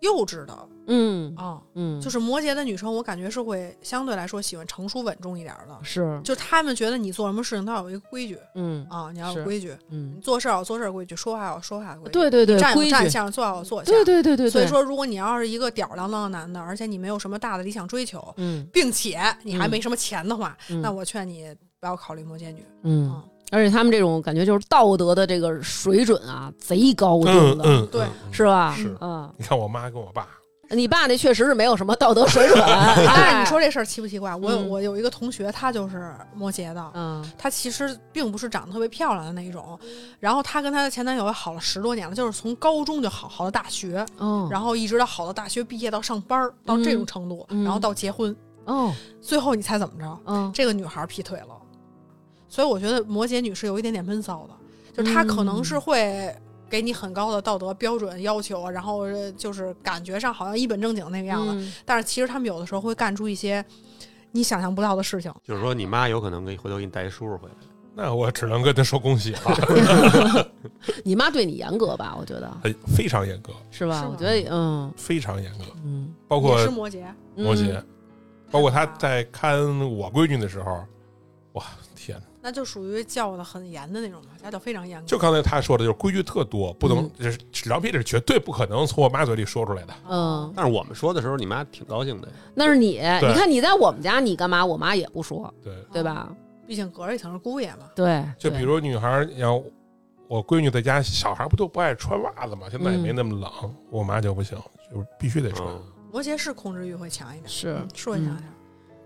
C: 幼稚的啊、
A: 嗯
C: 哦
A: 嗯，
C: 就是是摩羯的女生，我感觉是会相对来说喜欢成熟稳重一点儿的，
A: 是
C: 就她们觉得你做什么事情都要有一个规矩
A: 嗯
C: 啊、你要
A: 是
C: 有规矩，
A: 嗯
C: 你，做事儿要有做事儿规矩，说话要有说话规矩，
A: 对对对，
C: 站
A: 规
C: 有站
A: 矩，
C: 相，坐要有坐相。
A: 对对对对对，
C: 所以说，如果你要是一个吊儿郎当的男的，而且你没有什么大的理想追求，
A: 嗯
C: 并且你还
A: 嗯
C: 没什么钱的话，
A: 嗯
C: 那我哦劝你不要考虑摩羯女。啊
A: 嗯，而且他们这种感觉就是道德的这个水准啊，贼高
D: 嗯
A: 定的，
D: 嗯，
C: 对，
A: 是吧？
D: 是
A: 嗯，
D: 你看我妈跟我爸，
A: 你爸那确实是没有什么道德水 准。
C: 但是
A: 哎
C: 你说这事儿奇不奇怪？我有
A: 嗯
C: 我有一个同学，她就是摩羯的，
A: 嗯
C: 她其实并不是长得特别漂亮的那一种，然后她跟她的前男友也好了十多年了，就是从高中就好好到大学，
A: 哦
C: 然后一直到好到大学毕业到上班儿到这种程度，
A: 嗯
C: 然后到结婚，
A: 哦
C: 最后你猜怎么着？
A: 哦，
C: 这个女孩劈腿了。所以我觉得摩羯女是有一点点闷骚的，就是她可能
A: 嗯
C: 是会给你很高的道德标准要求，然后呃就是感觉上好像一本正经那个
A: 这
C: 样子，但是其实他们有的时候会干出一些你想象不到的事情。
B: 就是说，你妈有可能给你回头给你带一叔叔回来。
D: 那我只能跟她说恭喜了，
A: 你妈对你严格吧？我觉 得
D: 很非常严格，
A: 是吧？
C: 是吗
A: 我觉得嗯
D: 非常严格，
A: 嗯，
D: 包
C: 也
D: 括
C: 是摩羯，啊
D: 摩羯，
A: 嗯
D: 包括她在看我闺女的时候，哇天哪！
C: 那就属于教的很严的那种嘛，家教非常严格。
D: 就刚才她说的，就是规矩特多，不能
A: 嗯
D: 这是纸张屁，这是绝对不可能从我妈嘴里说出来的。
A: 嗯，
B: 但是我们说的时候，你妈挺高兴的呀。
A: 那是你，你看你在我们家，你干嘛？我妈也不
C: 哦
A: 说，
D: 对，
A: 对？吧？
C: 毕竟隔着一层是姑爷嘛。
A: 对，
D: 就比如女孩儿，你要我闺女在家，小孩儿不都不爱穿袜子嘛？现在也
A: 嗯
D: 没那么冷，我妈就不行，就是必须得穿。
B: 嗯
C: 摩羯是控制欲会强一点，
A: 是
C: 嗯是会强一点。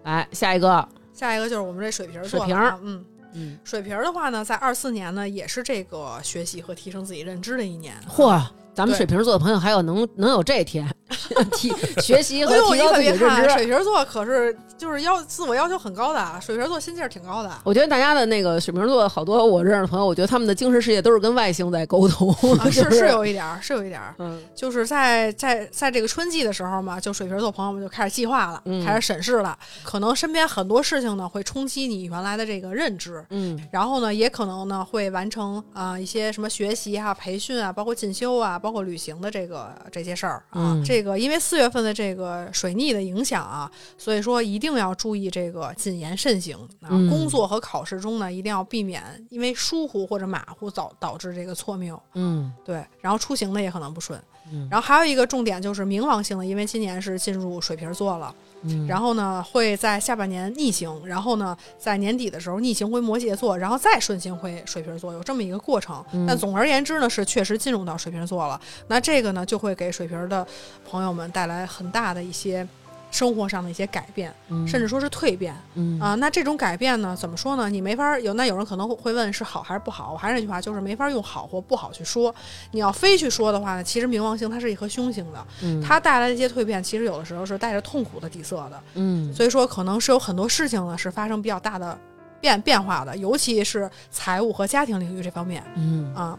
A: 来下一个，
C: 下一个就是我们这水瓶
A: 水
C: 座了
A: 瓶
C: 啊，嗯，
A: 嗯，
C: 水瓶儿的话呢，在二四年呢，也是这个学习和提升自己认知的一年。
A: 嚯，咱们
C: 对
A: 水瓶座的朋友还有能能有这天， 提学习和
C: 哎呦，
A: 提
C: 你
A: 高
C: 可
A: 自己
C: 别
A: 认
C: 看
A: 知。
C: 水瓶座，可是就是要自我要求很高的啊，水瓶座心劲儿挺高的。啊
A: 我觉得大家的那个水瓶座好多我认识的朋友，我觉得他们的精神世界都是跟外星在沟通，
C: 啊，
A: 就是
C: 是，有一点儿，是有一点儿，
A: 嗯
C: 就是在在在这个春季的时候嘛，就水瓶座朋友们就开始计划了，
A: 嗯
C: 开始审视了，可能身边很多事情呢会冲击你原来的这个认知，
A: 嗯
C: 然后呢也可能呢会完成啊、一些什么学习啊、培训啊，包括进修啊，包括旅行的这个这些事儿啊。
A: 嗯
C: 这个因为四月份的这个水逆的影响啊，所以说一定要注意这个谨言慎行啊。
A: 嗯
C: 工作和考试中呢，一定要避免因为疏忽或者马虎导导致这个错谬。
A: 嗯
C: 对，然后出行呢也很能不顺。
A: 嗯
C: 然后还有一个重点就是冥王星的，因为今年是进入水瓶座了，
A: 嗯，
C: 然后呢会在下半年逆行，然后呢在年底的时候逆行回摩羯座，然后再顺行回水瓶座，有这么一个过程。
A: 嗯
C: 但总而言之呢，是确实进入到水瓶座了。那这个呢就会给水瓶的朋友们带来很大的一些生活上的一些改变，
A: 嗯
C: 甚至说是蜕变。
A: 嗯
C: 啊，那这种改变呢，怎么说呢？你没法儿有，那有人可能会会问是好还是不好？我还是那句话，就是没法儿用好或不好去说。你要非去说的话呢，其实冥王星它是一颗凶星的，
A: 嗯
C: 它带来的一些蜕变，其实有的时候是带着痛苦的底色的。
A: 嗯
C: 所以说，可能是有很多事情呢是发生比较大的变变化的，尤其是财务和家庭领域这方面
A: 嗯
C: 啊。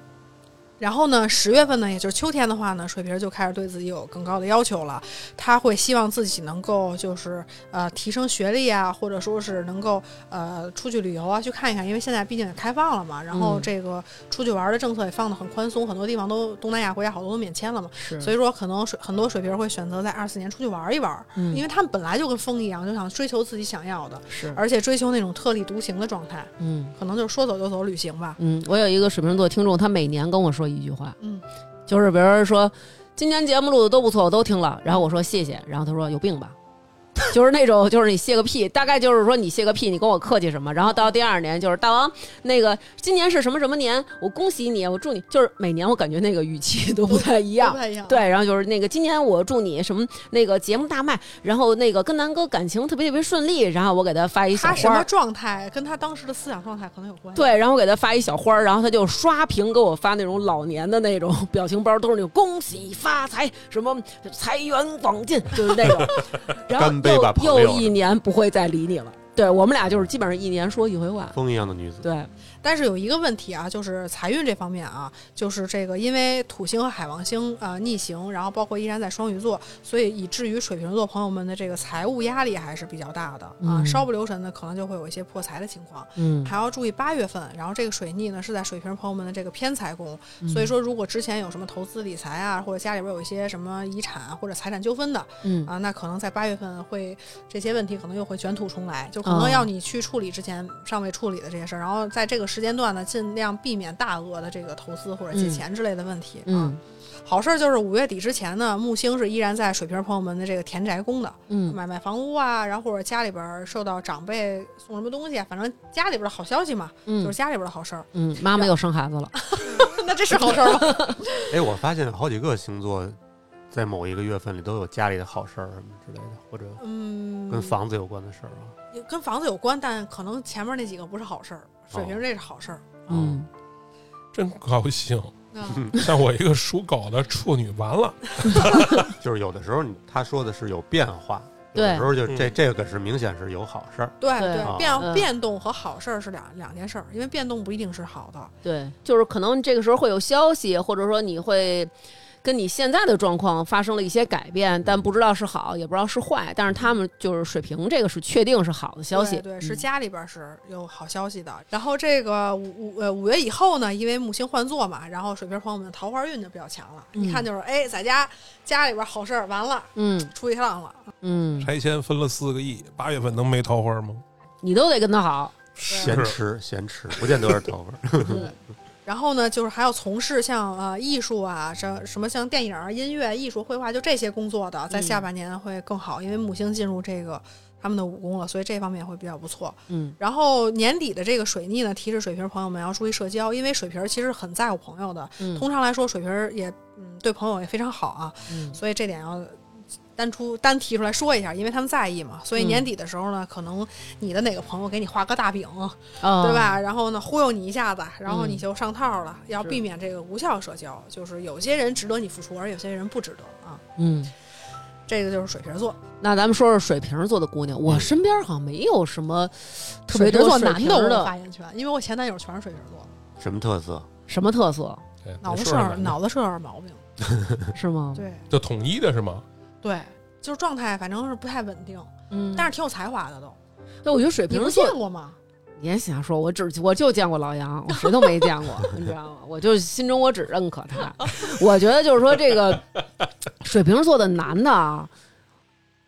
C: 然后呢，十月份呢，也就是秋天的话呢，水瓶就开始对自己有更高的要求了。他会希望自己能够就是呃提升学历啊，或者说是能够呃出去旅游啊，去看一看，因为现在毕竟也开放了嘛。然后
A: 嗯
C: 这个出去玩的政策也放得很宽松，很多地方都东南亚国家好多都免签了嘛。
A: 是
C: 所以说，可能水很多水瓶会选择在二四年出去玩一玩，
A: 嗯
C: 因为他们本来就跟风一样，就想追求自己想要的，
A: 是
C: 而且追求那种特立独行的状态，
A: 嗯。
C: 可能就是说走就走旅行吧。
A: 嗯，我有一个水瓶座听众，他每年跟我说一句话，
C: 嗯，
A: 就是比如说今年节目录的都不错，我都听了，然后我说谢谢，然后他说有病吧， 就是那种就是你谢个屁，大概就是说你谢个屁，你跟我客气什么？然后到第二年就是大王那个今年是什么什么年，我恭喜你，我祝你，就是每年我感觉那个语气都不太一样
C: 不。太一样，
A: 对，然后就是那个今年我祝你什么那个节目大卖，然后那个跟南哥感情特别特别顺利，然后我给他发一小
C: 他什
A: 花
C: 么
A: 儿，
C: 状态跟他当时的思想状态可能有关系。，
A: 对，然后我给他发一小花儿，然后他就刷屏给我发那种老年的那种 表情包，都是那种恭喜发财，什么财源广进，就是那种。然后
B: 干杯吧朋
A: 又
B: 友啊
A: 又一年不会再理你了。对我们俩就是基本上一年说一回话。
B: 风一样的女子，
A: 对，
C: 但是有一个问题啊，就是财运这方面啊，就是这个因为土星和海王星啊、呃逆行，然后包括依然在双鱼座，所以以至于水瓶座朋友们的这个财务压力还是比较大的啊，
A: 嗯
C: 稍不留神呢，可能就会有一些破财的情况。
A: 嗯，
C: 还要注意八月份，然后这个水逆呢是在水瓶朋友们的这个偏财宫，
A: 嗯
C: 所以说如果之前有什么投资理财啊，或者家里边有一些什么遗产啊或者财产纠纷的
A: 嗯
C: 啊，那可能在八月份会这些问题可能又会卷土重来，就可能
A: 哦
C: 要你去处理之前尚未处理的这些事儿，然后在这个时间段呢，尽量避免大额的这个投资或者借
A: 嗯
C: 钱之类的问题。啊
A: 嗯，
C: 好事儿就是五月底之前呢，木星是依然在水瓶朋友们的这个田宅宫的，
A: 嗯
C: 买卖房屋啊，然后或者家里边儿受到长辈送什么东西啊，反正家里边儿的好消息嘛。就
A: 嗯
C: 是家里边的好事儿。
A: 嗯，妈妈又生孩子了。
C: 那这是好事儿吗？
B: 哎，我发现好几个星座在某一个月份里都有家里的好事儿什么之类的，或者
C: 嗯，
B: 跟房子有关的事儿啊。
C: 有跟房子有关，但可能前面那几个不是好事儿，水
B: 哦
C: 瓶这是 好事儿。
A: 嗯，
D: 真高兴。
C: 嗯
D: 像我一个属狗的处女，完了，
C: 嗯
B: 就是有的时候你他说的是有变化，有
A: 对
B: 的时候就这
C: 嗯
B: 这个是明显是有好事儿。
C: 对
A: 对
C: 对，
B: 啊
C: 变
A: 嗯
C: 变动和好事儿是两两件事儿，因为变动不一定是好的。
A: 对，就是可能这个时候会有消息，或者说你会跟你现在的状况发生了一些改变，
C: 嗯
A: 但不知道是好，也不知道是坏。但是他们就是水平这个是确定是好的消息，
C: 对，对是
A: 嗯
C: 家里边儿是有好消息的。然后这个五五呃五月以后呢，因为木星换座嘛，然后水瓶朋友们的桃花运就比较强了。
A: 嗯
C: 一看就是哎，在家家里边儿好事儿完了，
A: 嗯
C: 出去浪了。
A: 嗯，
D: 拆迁分了四个亿，八月份能没桃花吗？
A: 你都得跟他好。
D: 是
B: 咸吃咸吃，不见得是头发。
C: 然后呢，就是还要从事像呃艺术啊，什什么像电影、啊、音乐、艺术、绘画，就这些工作的，在下半年会更好，因为木星进入这个他们的五宫了，所以这方面会比较不错。
A: 嗯
C: 然后年底的这个水逆呢，提示水瓶朋友们要注意社交，因为水瓶其实很在乎朋友的，
A: 嗯
C: 通常来说水瓶也嗯对朋友也非常好啊，
A: 嗯
C: 所以这点要。单出单提出来说一下，因为他们在意嘛，所以年底的时候呢，可能你的哪个朋友给你画个大饼，
A: 哦
C: 对？吧？然后呢，忽悠你一下子，然后你就上套了。
A: 嗯
C: 要
A: 是
C: 避免这个无效社交，就是有些人值得你付出，而有些人不值得啊。
A: 嗯，
C: 这个就是水瓶座，
A: 那咱们说说水瓶座的姑娘，我身边好像没有什么特别
C: 嗯水瓶
A: 多
C: 座
A: 水
C: 男
A: 瓶
C: 的我有
A: 的
C: 发言权，因为我前男友全是水瓶座，
B: 什么特色？
A: 什么特色
D: 哎
C: 脑子
D: 没事
C: 是
D: 儿
C: 脑子是有点毛病，
A: 是吗？
C: 对
D: 就统一的是吗？
C: 对，就是状态反正是不太稳定，
A: 嗯
C: 但
A: 但
C: 是挺有才华的都。
A: 是对我觉得水
C: 你
A: 瓶
C: 不
A: 座
C: 见，过吗？
A: 你也想说，我只我就见过老杨，我谁都没见过，你知道吗？我就心中我只认可他。我觉得就是说，这个水瓶座的男的啊，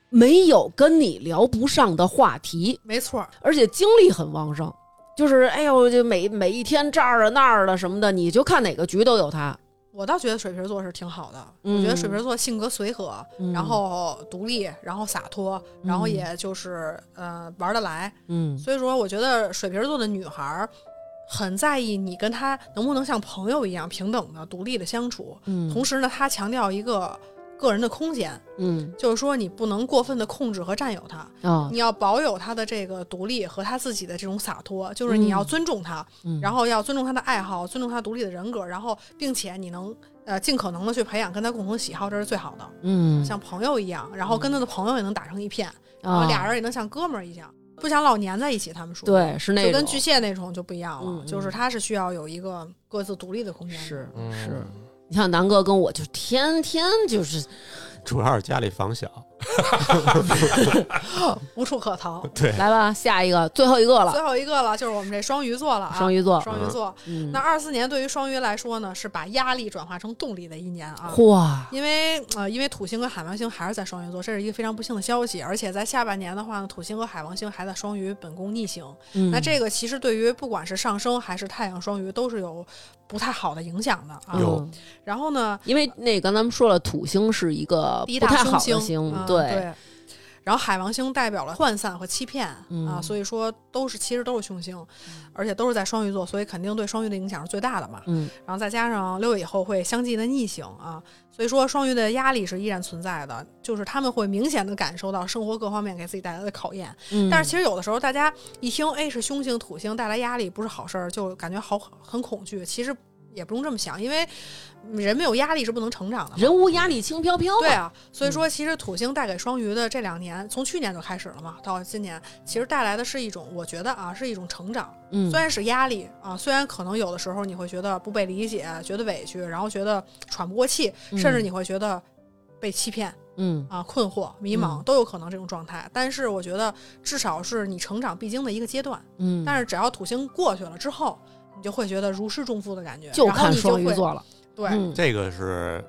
A: 没有跟你聊不上的话题，
C: 没错儿，
A: 而且精力很旺盛，就是哎呦，就每每一天这儿啊那儿的什么的，你就看哪个局都有他。
C: 我倒觉得水瓶座是挺好的。
A: 嗯
C: 我觉得水瓶座性格随和，
A: 嗯
C: 然后独立，然后洒脱，然后
A: 嗯
C: 也就是呃玩得来。
A: 嗯
C: 所以说，我觉得水瓶座的女孩儿很在意你跟她能不能像朋友一样平等的、独立的相处。
A: 嗯
C: 同时呢，她强调一个个人的空间，
A: 嗯
C: 就是说你不能过分的控制和占有她，
A: 啊
C: 你要保有她的这个独立和她自己的这种洒脱，就是你要
A: 嗯
C: 尊重她，
A: 嗯
C: 然后要尊重她的爱好，尊重她独立的人格，然后并且你能呃尽可能的去培养跟她共同喜好，这是最好的，
A: 嗯
C: 像朋友一样，然后跟她的朋友也能打成一片，然
A: 啊
C: 后俩人也能像哥们儿一样。不想老粘在一起。他们说，，
A: 对，是那
C: 就
A: 种
C: 跟巨蟹那种就不一样了，
A: 嗯嗯
C: 就是它是需要有一个各自独立的空间的。
A: 是
B: 嗯
A: 是，你像南哥跟我就天天就是
B: 主要是家里房小，
C: 无处可逃。
B: 对，
A: 来吧，下一个最后一个了，
C: 哎 最后一个了，就是我们这双鱼座了啊，
A: 双鱼座，
C: 双鱼座。
A: 嗯
C: 那，二四年对于双鱼来说呢，是把压力转化成动力的一年啊。
A: 哇，
C: 因为呃，因为土星和海王星还是在双鱼座，这是一个非常不幸的消息。而且在下半年的话呢，土星和海王星还在双鱼本宫逆行，
A: 嗯
C: 那这个其实对于不管是上升还是太阳双鱼都是有不太好的影响的啊。
B: 有
A: 嗯
C: 然后呢，
A: 因为那刚咱们说了，土星是一个
C: 第一
A: 不
C: 大
A: 太好
C: 凶
A: 的
C: 星，嗯
A: 对，
C: 然后海王星代表了涣散和欺骗、
A: 嗯
C: 啊，所以说都是其实都是凶星，而且都是在双鱼座，所以肯定对双鱼的影响是最大的嘛。
A: 嗯，
C: 然后再加上六月以后会相继的逆行啊，所以说双鱼的压力是依然存在的，就是他们会明显的感受到生活各方面给自己带来的考验。
A: 嗯
C: 但是其实有的时候大家一听，哎，是凶星土星带来压力，不是好事儿，就感觉好很恐惧。其实也不用这么想，因为人没有压力是不能成长的嘛。
A: 人无压力轻飘飘嘛，
C: 对啊，
A: 嗯
C: 所以说其实土星带给双鱼的这两年，从去年就开始了嘛，到今年，其实带来的是一种，我觉得啊，是一种成长。
A: 嗯
C: 虽然是压力啊，虽然可能有的时候你会觉得不被理解，觉得委屈，然后觉得喘不过气，
A: 嗯
C: 甚至你会觉得被欺骗
A: 嗯
C: 啊、困惑、迷茫
A: 嗯
C: 都有可能这种状态。但是我觉得至少是你成长必经的一个阶段。
A: 嗯，
C: 但是只要土星过去了之后，你就会觉得如释重负的感觉，
A: 就
C: 然后
A: 看
C: 你就
A: 双鱼
C: 会
A: 座了，
C: 对。
A: 嗯
B: 这个是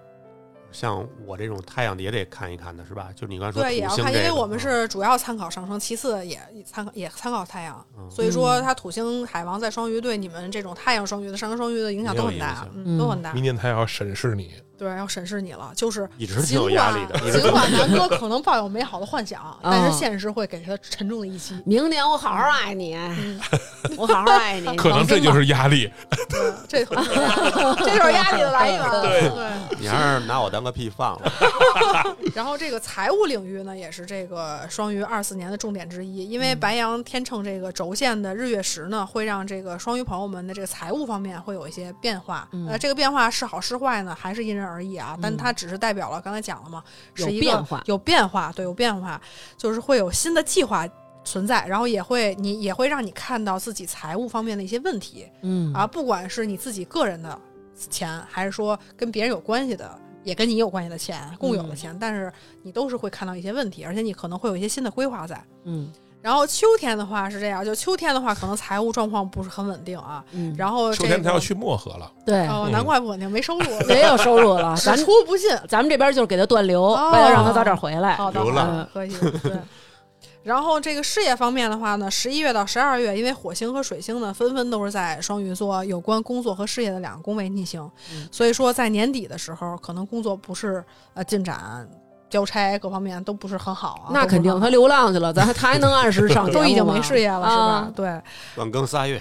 B: 像我这种太阳的也得看一看的，是吧？就你刚才说
C: 对，也
B: 土
C: 要
B: 星
C: 看，因
B: 这
C: 为
B: 个啊
C: 我们是主要参考上升，其次也参考也参考太阳，
B: 嗯
C: 所以说
A: 嗯
C: 它土星、海王在双鱼对你们这种太阳双鱼的上升双鱼的影响
B: 也有
C: 都很
B: 影
C: 大
B: 响，
C: 嗯，都很大
D: 明。年他要审视你，
C: 对，要审视你了，就是
B: 一直挺
C: 尽
B: 有压力的，一
C: 管
B: 直
C: 尽 管南哥可能抱有美好的幻想，但
A: 啊
C: 是现实会给他沉重的一击。
A: 明年我好好爱你，
C: 嗯，
A: 我好好爱 你，
D: 可能这就
A: 你
D: 是压力。
C: 对这很 这就是压力的来源。
D: 对
C: 对，
B: 你还是拿我当个屁放了。
C: 然后这个财务领域呢，也是这个双鱼二四年的重点之一，
A: 嗯
C: 因为白羊天秤这个轴线的日月食呢，会让这个双鱼朋友们的这个财务方面会有一些变化。
A: 嗯
C: 呃，这个变化是好是坏呢，还是因人而异啊。但
A: 嗯
C: 它只是代表了刚才讲了嘛，
A: 有
C: 是一个
A: 变化
C: 有变化，对，有变化，就是会有新的计划。存在，然后也会你也会让你看到自己财务方面的一些问题
A: 嗯
C: 啊，不管是你自己个人的钱，还是说跟别人有关系的，也跟你有关系的钱，共有
A: 嗯
C: 的钱，但是你都是会看到一些问题，而且你可能会有一些新的规划在。
A: 嗯
C: 然后秋天的话是这样，就秋天的话，可能财务状况不是很稳定啊。
A: 嗯，
C: 然后、这
D: 秋
C: 个、
D: 天他要去漠河了，
A: 对，
C: 哦，难怪不稳定，没收入，
A: 没有收入 了，
C: 只
A: 嗯啊咱
C: 出不进。
A: 咱们这边就是给他断流，
C: 哦
A: 为了让他早点回来，
C: 好的，
B: 流浪
C: 好的可以。对。 然后这个事业方面的话呢，十一月到十二月，因为火星和水星呢纷纷都是在双鱼座，有关工作和事业的两个宫位逆行，
A: 嗯
C: 所以说在年底的时候，可能工作不是呃进展、交差各方面都不是很好啊。
A: 那
C: 都不是
A: 肯定
C: 很
A: 他流浪去了，咱还他还能按时上
C: 好
A: 节目吗，
C: 都已经没事业了，是吧
A: 啊？
C: 对
B: 断更仨月，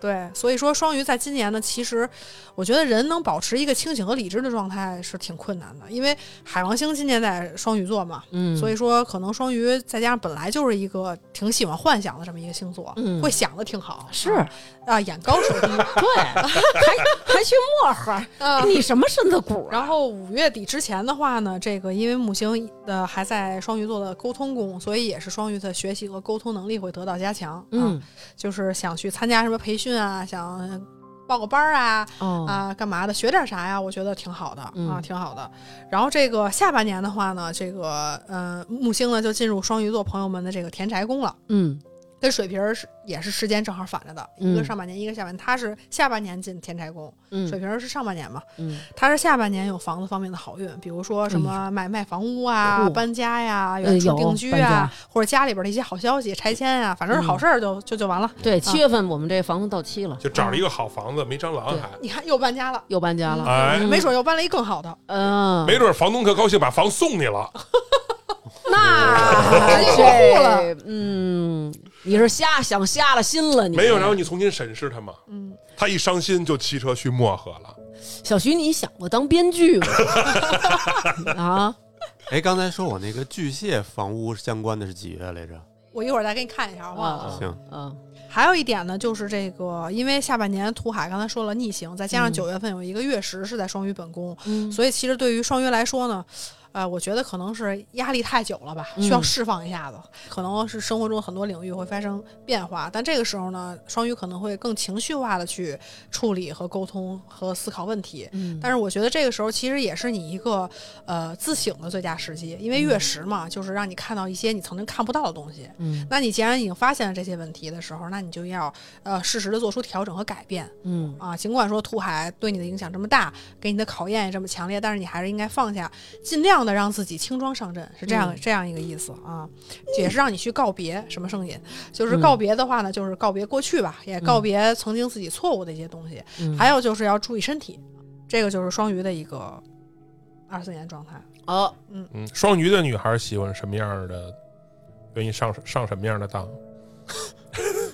C: 对，所以说双鱼在今年呢，其实我觉得人能保持一个清醒和理智的状态是挺困难的，因为海王星今年在双鱼座嘛，
A: 嗯，
C: 所以说，可能双鱼再加上本来就是一个挺喜欢幻想的这么一个星座，
A: 嗯
C: 会想的挺好，
A: 是
C: 啊、眼高手低
A: 对，还还去漠河，
C: 啊。
A: 你什么身子骨啊？
C: 然后五月底之前的话呢，这个因为木星呃还在双鱼座的沟通宫，所以也是双鱼的学习和沟通能力会得到加强。啊，
A: 嗯
C: 就是想去参加什么培训啊，想报个班儿啊，
A: 哦，
C: 啊，干嘛的？学点啥呀？我觉得挺好的、
A: 嗯
C: 啊，挺好的。然后这个下半年的话呢，这个呃木星呢就进入双鱼座朋友们的这个田宅宫了，
A: 嗯
C: 跟水瓶儿是也是时间正好反着的，一
A: 嗯
C: 个上半年，一个下半年。他是下半年进田宅宫，水
A: 嗯
C: 瓶儿是上半年嘛，
A: 嗯，
C: 他是下半年有房子方面的好运，比如说什么买卖房屋啊、
A: 嚯
C: 搬家呀、
A: 嗯
C: 远
A: 有
C: 处定居
A: 搬家
C: 啊，或者家里边的一些好消息、拆迁啊，反正是好
A: 嗯
C: 事儿就、就就完了。
A: 对，七月份我们这房子到期了，
D: 就找了一个好房子，没蟑螂还。
C: 你看又搬家了，
A: 又搬家了，
D: 哎，
C: 嗯没准又搬了一更好的。
A: 嗯，
D: 没准房东可高兴，把房送你了。
A: 那
C: 直接过户
A: 这，嗯，你是瞎想瞎了心了，你
D: 没有，然后你重新审视他嘛。
C: 嗯，
D: 他一伤心就骑车去漠河了。
A: 小徐，你想过当编剧吗？ 啊，
B: 哎，刚才说我那个巨蟹房屋相关的是几月来着？
C: 我一会儿再给你看一下，忘了。
A: 啊
B: 行，
A: 嗯
C: 还有一点呢，就是这个，因为下半年土海刚才说了逆行，再加上
A: 嗯
C: 九月份有一个月食是在双鱼本宫，
A: 嗯，
C: 所以其实对于双鱼来说呢，呃，我觉得可能是压力太久了吧，
A: 嗯
C: 需要释放一下子，可能是生活中很多领域会发生变化，但这个时候呢，双鱼可能会更情绪化的去处理和沟通和思考问题。
A: 嗯
C: 但是我觉得这个时候其实也是你一个呃自省的最佳时机，因为月食嘛，就是让你看到一些你曾经看不到的东西。
A: 嗯
C: 那你既然已经发现了这些问题的时候，那你就要呃适时的做出调整和改变。
A: 嗯
C: 啊，尽管说土海对你的影响这么大，给你的考验也这么强烈，但是你还是应该放下，尽量的让自己轻装上阵，是这样、
A: 嗯
C: 这样一个意思啊，也是让你去告别什么圣隐，就是告别的话呢，就是告别过去吧，也告
A: 嗯
C: 别曾经自己错误的一些东西，
A: 嗯，
C: 还有就是要注意身体，这个就是双鱼的一个二四年状态。
A: 哦，
D: 嗯，双鱼的女孩喜欢什么样的？愿意上上什么样的当？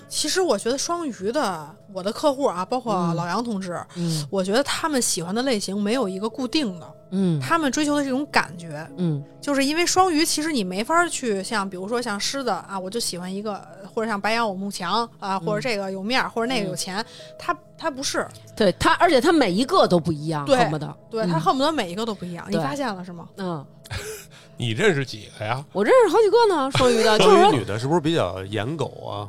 C: 其实我觉得双鱼的我的客户啊，包括
A: 嗯
C: 老杨同志，
A: 嗯
C: 我觉得他们喜欢的类型没有一个固定的，
A: 嗯
C: 他们追求的这种感觉，
A: 嗯
C: 就是因为双鱼，其实你没法儿去像，比如说像狮子啊，我就喜欢一个，呃或者像白羊我慕强啊，或者
A: 嗯
C: 这个有面儿，或者那个有钱，他他不是，
A: 对他，而且他每一个都不一样，
C: 对
A: 恨不得
C: 对
A: 嗯
C: 他恨不得每一个都不一样，你
A: 对
C: 发现了是吗？
A: 嗯，
D: 你认识几个呀？
A: 我认识好几个呢，双鱼啊的，就
B: 双
A: 是
B: 鱼
A: 说
B: 女的是不是比较颜狗啊？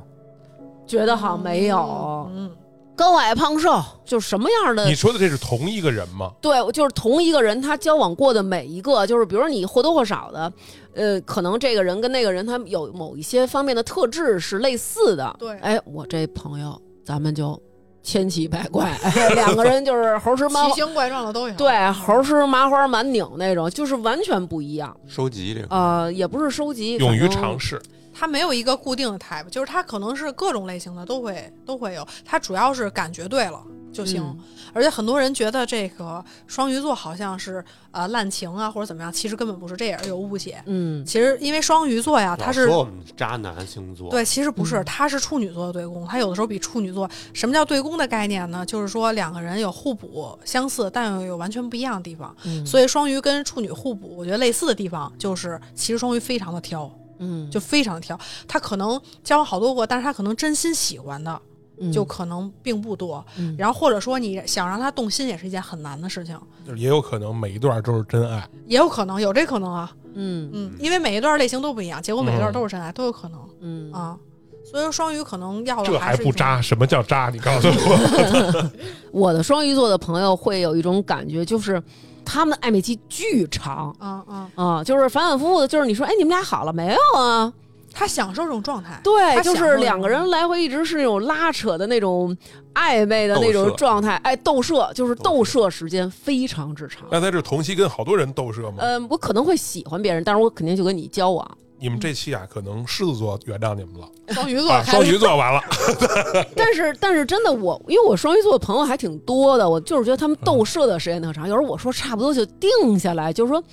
A: 觉得好像没有
C: 嗯，
A: 高矮胖瘦，就什么样的
D: 你说的这是同一个人吗？
A: 对，我就是同一个人，他交往过的每一个，就是比如说你或多或少的，呃，可能这个人跟那个人他有某一些方面的特质是类似的。
C: 对
A: 哎，我这朋友，咱们就千奇百怪， 哎两个人就是猴吃蛮
C: 奇形怪状的都有，嗯
A: 对猴吃麻花满拧那种，就是完全不一样。
B: 收集这个，
A: 呃，也不是收集，
D: 勇于
A: 反正
D: 尝。试，
C: 他没有一个固定的 type，就是他可能是各种类型的都会都会有，他主要是感觉对了就行。
A: 嗯
C: 而且很多人觉得这个双鱼座好像是呃滥情啊或者怎么样，其实根本不是，这也是有误解。
A: 嗯
C: 其实因为双鱼座呀，
B: 老
C: 他是
B: 说我们渣男星座，
C: 对，其实不是，
A: 嗯
C: 他是处女座的对宫，他有的时候比处女座。什么叫对宫的概念呢？就是说两个人有互补、相似，但又有完全不一样的地方。
A: 嗯，
C: 所以双鱼跟处女互补，我觉得类似的地方就是，其实双鱼非常的挑，
A: 以嗯，
C: 就非常挑。他可能交往好多个，但是他可能真心喜欢的
A: 嗯
C: 就可能并不多。
A: 嗯
C: 然后或者说你想让他动心，也是一件很难的事情，
D: 就是也有可能每一段都是真爱。
C: 也有可能有这可能啊。
A: 嗯
C: 嗯，因为每一段类型都不一样，结果每一段都是真爱，都有可能
A: 嗯
C: 啊。所以说双鱼可能要
D: 这
C: 的
D: 还
C: 是一
D: 不
C: 种
D: 渣？什么叫渣？你告诉我，
A: 我的双鱼座的朋友会有一种感觉，就是他们的暧昧期巨长。
C: 嗯嗯，
A: 啊、就是反反复复的，就是你说，哎，你们俩好了没有啊？
C: 他享受这种状态，
A: 对，
C: 他
A: 就
C: 想
A: 是
C: 过
A: 两
C: 吗
A: 个人来回一直是那种拉扯的那种暧昧的那
B: 斗
A: 种
B: 射
A: 状态，哎，斗射就是斗
B: 斗
A: 射时间非常之长。
D: 那他是同期跟好多人斗射吗？
A: 嗯，我可能会喜欢别人，但是我肯定就跟你交往。
D: 你们这期啊，可能狮子座原谅你们了，
C: 双 鱼座
D: 啊，
C: 开始
D: 双鱼座完了，
A: 但是，但是真的我，因为我双鱼座的朋友还挺多的，我就是觉得
C: 嗯
A: 他们斗射的时间特长。有时候我说差不多就定下来，就是说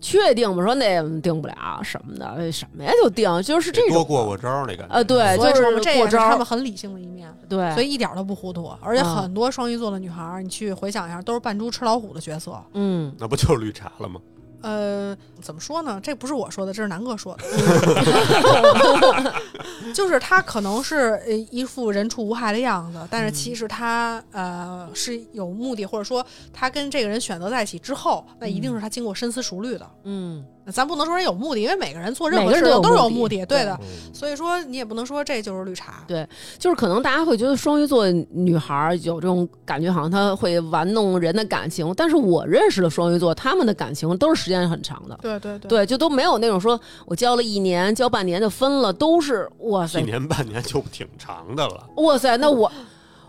A: 确定吧，说那定不了什么的，哎什么呀就定，就是这
B: 多
A: 种
B: 过过招儿那感觉
A: 呃，对，
C: 所以
A: 就
C: 说嘛这也
A: 过
C: 是
A: 招
C: 他
A: 儿
C: 们，很理性的一面，
A: 对，
C: 所以一点都不糊涂。而且
A: 嗯
C: 很多双鱼座的女孩儿，你去回想一下，都是扮猪吃老虎的角色。
A: 嗯，
B: 那不就是绿茶了吗？
C: 呃，怎么说呢？这不是我说的，这是南哥说的。 就是他可能是呃一副人畜无害的样子，但是
A: 嗯
C: 其实他呃是有目的，或者说他跟这个人选择在一起之后，那一定是他经过深思熟虑的。
A: 嗯，
C: 咱不能说人有目的，因为每个人做任
A: 每
C: 何
A: 个
C: 事
A: 人都
C: 情
A: 有
C: 都是有
A: 目
C: 目
A: 的
C: 的，对
A: 对
C: 的。
B: 嗯
C: 所以说你也不能说这就是绿茶。
A: 对就是可能大家会觉得双鱼座女孩儿有这种感觉，好像她会玩弄人的感情。但是我认识的双鱼座，他们的感情都是时间很长的，
C: 对对对
A: 对，就都没有那种说我交了一年、交半年就分了，都是哇
B: 一
A: 塞，
B: 年半年就挺长的了，
A: 哇塞，那我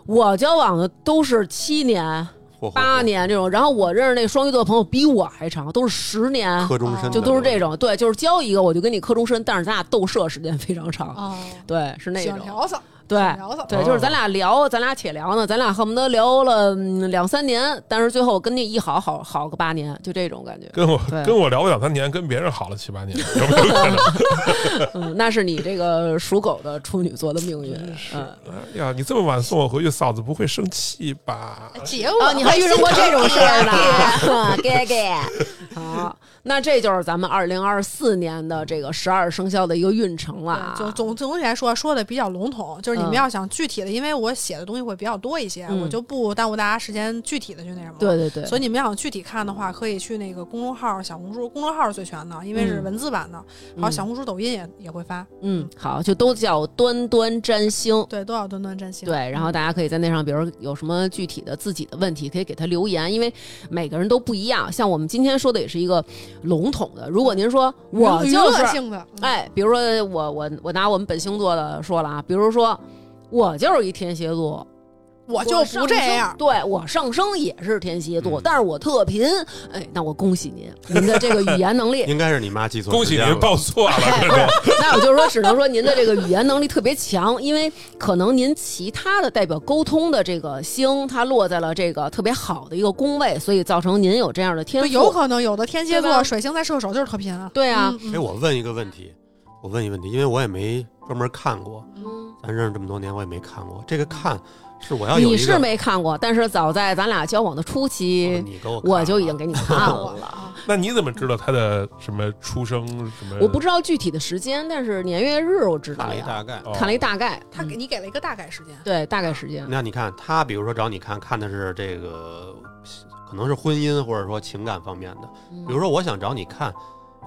A: 我交往的都是七年、
B: 嚯嚯嚯
A: 八年这种，然后我认识那双鱼座的朋友比我还长，都是十年，
B: 磕终身的
A: 啊就都是这
B: 种。
A: 种。对，就是交一个我就跟你磕终身，但是咱俩斗射时间非常长。
C: 哦，
A: 对，是那
C: 喜
A: 种
C: 欢聊骚，
A: 对，
C: 喜欢聊骚。
A: 对，就是咱
B: 哦
A: 俩聊，咱俩且聊呢，咱俩恨不得聊了、嗯两三年，但是最后跟那一好好好个八年，就这种感觉。
D: 跟我
A: 对
D: 跟我聊过两三年，跟别人好了七八年，有没有 可能？
A: 嗯，那是你这个属狗的处女座的命运。嗯，
D: 哎呀，你这么晚送我回去，嫂子不会生气吧？
C: 姐
A: 啊，
C: 哎我
A: 你还遇上过这种事儿
C: 呢？
A: 呢，给给。好，那这就是咱们二零二四年的这个十二生肖的一个运程了啊。
C: 就总总体来说说的比较笼统，就是就是你们
A: 嗯
C: 要想具体的，因为我写的东西会比较多一些，
A: 嗯
C: 我就不耽误大家时间具体的去那什么。
A: 对。对对，
C: 所以你们要想具体看的话，可以去那个公众号、小红书，公众号是最全的，因为是
A: 嗯
C: 文字版的，还有
A: 嗯
C: 小红书、抖音也也会发，
A: 嗯，好，就都叫端端占星。
C: 对，都要端端珍惜。
A: 对，然后大家可以在那上，比如有什么具体的自己的问题，可以给他留言，因为每个人都不一样。像我们今天说的也是一个笼统的。如果您说我
C: 娱
A: 就
C: 乐
A: 是，
C: 性的，嗯，
A: 哎，比如说我我我拿我们本星座的说了啊，比如说我就是一天蝎座，
C: 我就
A: 上
C: 不这
A: 升
C: 样，
A: 对我上升也是天蝎座，
B: 嗯
A: 但是我特贫。哎，那我恭喜您，您的这个语言能 力
B: 应该是你妈记错
D: 恭喜
B: 时间了
D: 您报错了，
A: 哎， 不是，那我就是说，只能说您的这个语言能力特别强，因为可能您其他的代表沟通的这个星，它落在了这个特别好的一个宫位，所以造成您有这样的天赋。
C: 对，有可能有的天蝎
A: 对吧
C: 座水星在射手就是特贫啊。
A: 对啊，
C: 嗯
B: 哎，我问一个问题，我问一个问题，因为我也没专门看过，
A: 嗯
B: 咱认识这么多年，我也没看过。这个看是我要有一个，
A: 你是没看过，但是早在咱俩交往的初
B: 哦
A: 期，
B: 你给我看
A: 我就已
B: 了
A: 经给你看了。
C: 了，
D: 那你怎么知道他的什么出生什
B: 嗯
D: 么？
A: 我不知道具体的时间，但是年月日我知
B: 看
A: 道
B: 了一
A: 呀，
B: 大嗯概。
D: 哦
A: 看了一大概，
C: 他给你给了一个大概时间，
A: 对大概时间。
B: 那你看他，比如说找你看看的是这个，可能是婚姻或者说情感方面的。嗯比如说，我想找你看，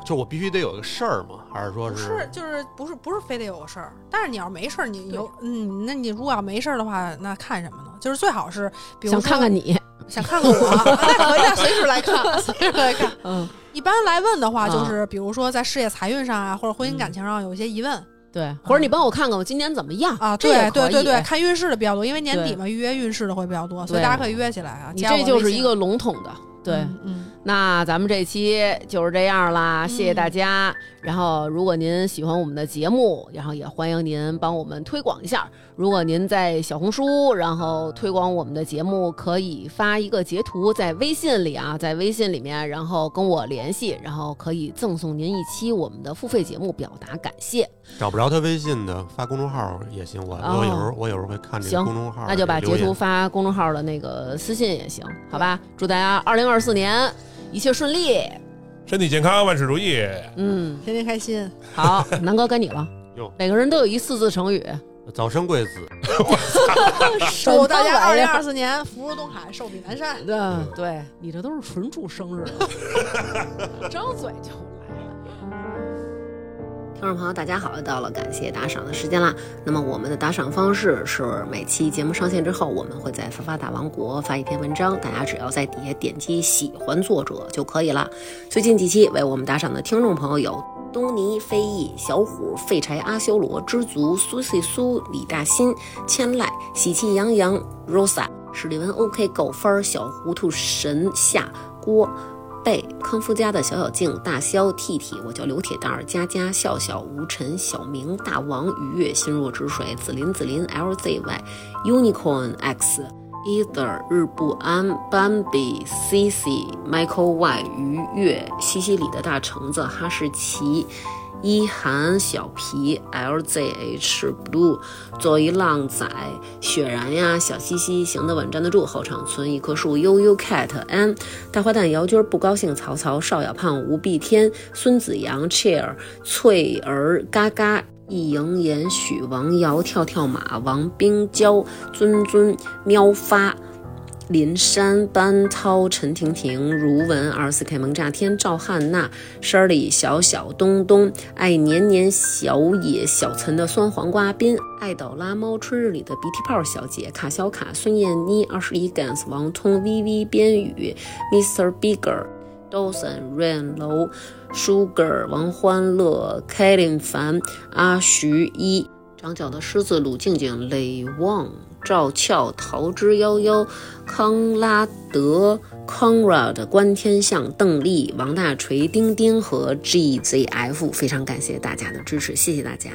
B: 就我必须得有个事儿嘛，还是说
C: 不是就是不是不是非得有个事儿，但是你要没事儿，你有嗯，那你如果要没事儿的话，那看什么呢？就是最好是，比如
A: 想
C: 说
A: 看看 你，
C: 想看看我， 那
A: 哎
C: 可以，那随时来看，随时来看。
A: 嗯，
C: 一般来问的话，
A: 啊
C: 就是比如说在事业财运上啊，或者婚
A: 嗯
C: 姻感情上有一些疑问
A: 对，嗯或者你帮我看看我今年怎么样
C: 啊，
A: 这也
C: 对
A: 可
C: 对对
A: 以哎
C: 对，看运势的比较多，因为年
A: 对
C: 底嘛，预约运势的会比较多，所
A: 对
C: 以大家可以约起来啊。
A: 你
C: 加我
A: 这就是
C: 微信
A: 一个笼统的，对。
C: 嗯嗯，
A: 那咱们这期就是这样啦，谢谢大家。然后，如果您喜欢我们的节目，然后也欢迎您帮我们推广一下。如果您在小红书，然后推广我们的节目，可以发一个截图在微信里啊，在微信里面，然后跟我联系，然后可以赠送您一期我们的付费节目，表达感谢。
B: 找不着他微信的，发公众号也行。我、
A: 哦
B: 我有时候我有时候会看这
A: 行
B: 个公众号，
A: 那就把截图。发公众号的那个私信也行，好吧？祝大家二零二四年一切顺利。
D: 身体健康，万事如意。
A: 嗯，
C: 天天 开心。
A: 好，南哥该你了
B: 哟。
A: 每个人都有一四字成 语。
B: 早生贵子，
C: 祝大家二
A: 玩意
C: 零
A: 儿
C: 二四年福如东海，寿比南山。
A: 嗯，对你这都是纯祝生日 了，张嘴就来了。听众朋友，大家好，又到了感谢打赏的时间啦。那么我们的打赏方式是每期节目上线之后，我们会在发发大王国发一篇文章，大家只要在底下点击喜欢作者就可以了。最近几期为我们打赏的听众朋友有。东尼、飞翼、小虎、废柴、阿修罗、知足、苏西苏、李大新、千濑、喜气洋洋、Rosa、史蒂文、OK、狗番儿、小糊涂神夏、郭。贝、康夫家的小小静、大肖、T T，我叫刘铁蛋儿、佳佳、笑笑、吴晨、小明、大王、愉悦、心若止水、紫林、紫林、L Z Y、Unicorn X、Either、日不安、Bambi、C C、Michael Y、愉悦、西西里的大橙子、哈士奇。一涵、小皮、LZH、Blue、作为浪仔、雪然呀、小西西、行得稳站得住、后场村、一棵树、悠悠 cat、N、大花旦、姚军、不高兴、曹操、邵小胖、吴碧天、孙子阳、Chair、翠儿、嘎嘎。易莹言、许王瑶、跳跳马、王冰娇、尊尊、喵发、林珊、班涛、陈婷婷、如文、二四 K 萌炸天、赵汉娜、Shirley、小小东东、爱年年、小野、小岑的酸黄瓜冰、爱倒拉猫、春日里的鼻涕泡小姐、卡小卡、孙燕妮、二十一 Gans、王通、VV、边宇、Mr. Bigger、Dawson、Rain 楼、Sugar、王欢乐、k e l i n 凡、阿徐一、长角的狮子、鲁静静、磊旺、赵俏、桃之夭夭、康拉德、Conrad、关天象、邓丽、王大锤、丁丁和 GZF，非常感谢大家的支持，谢谢大家。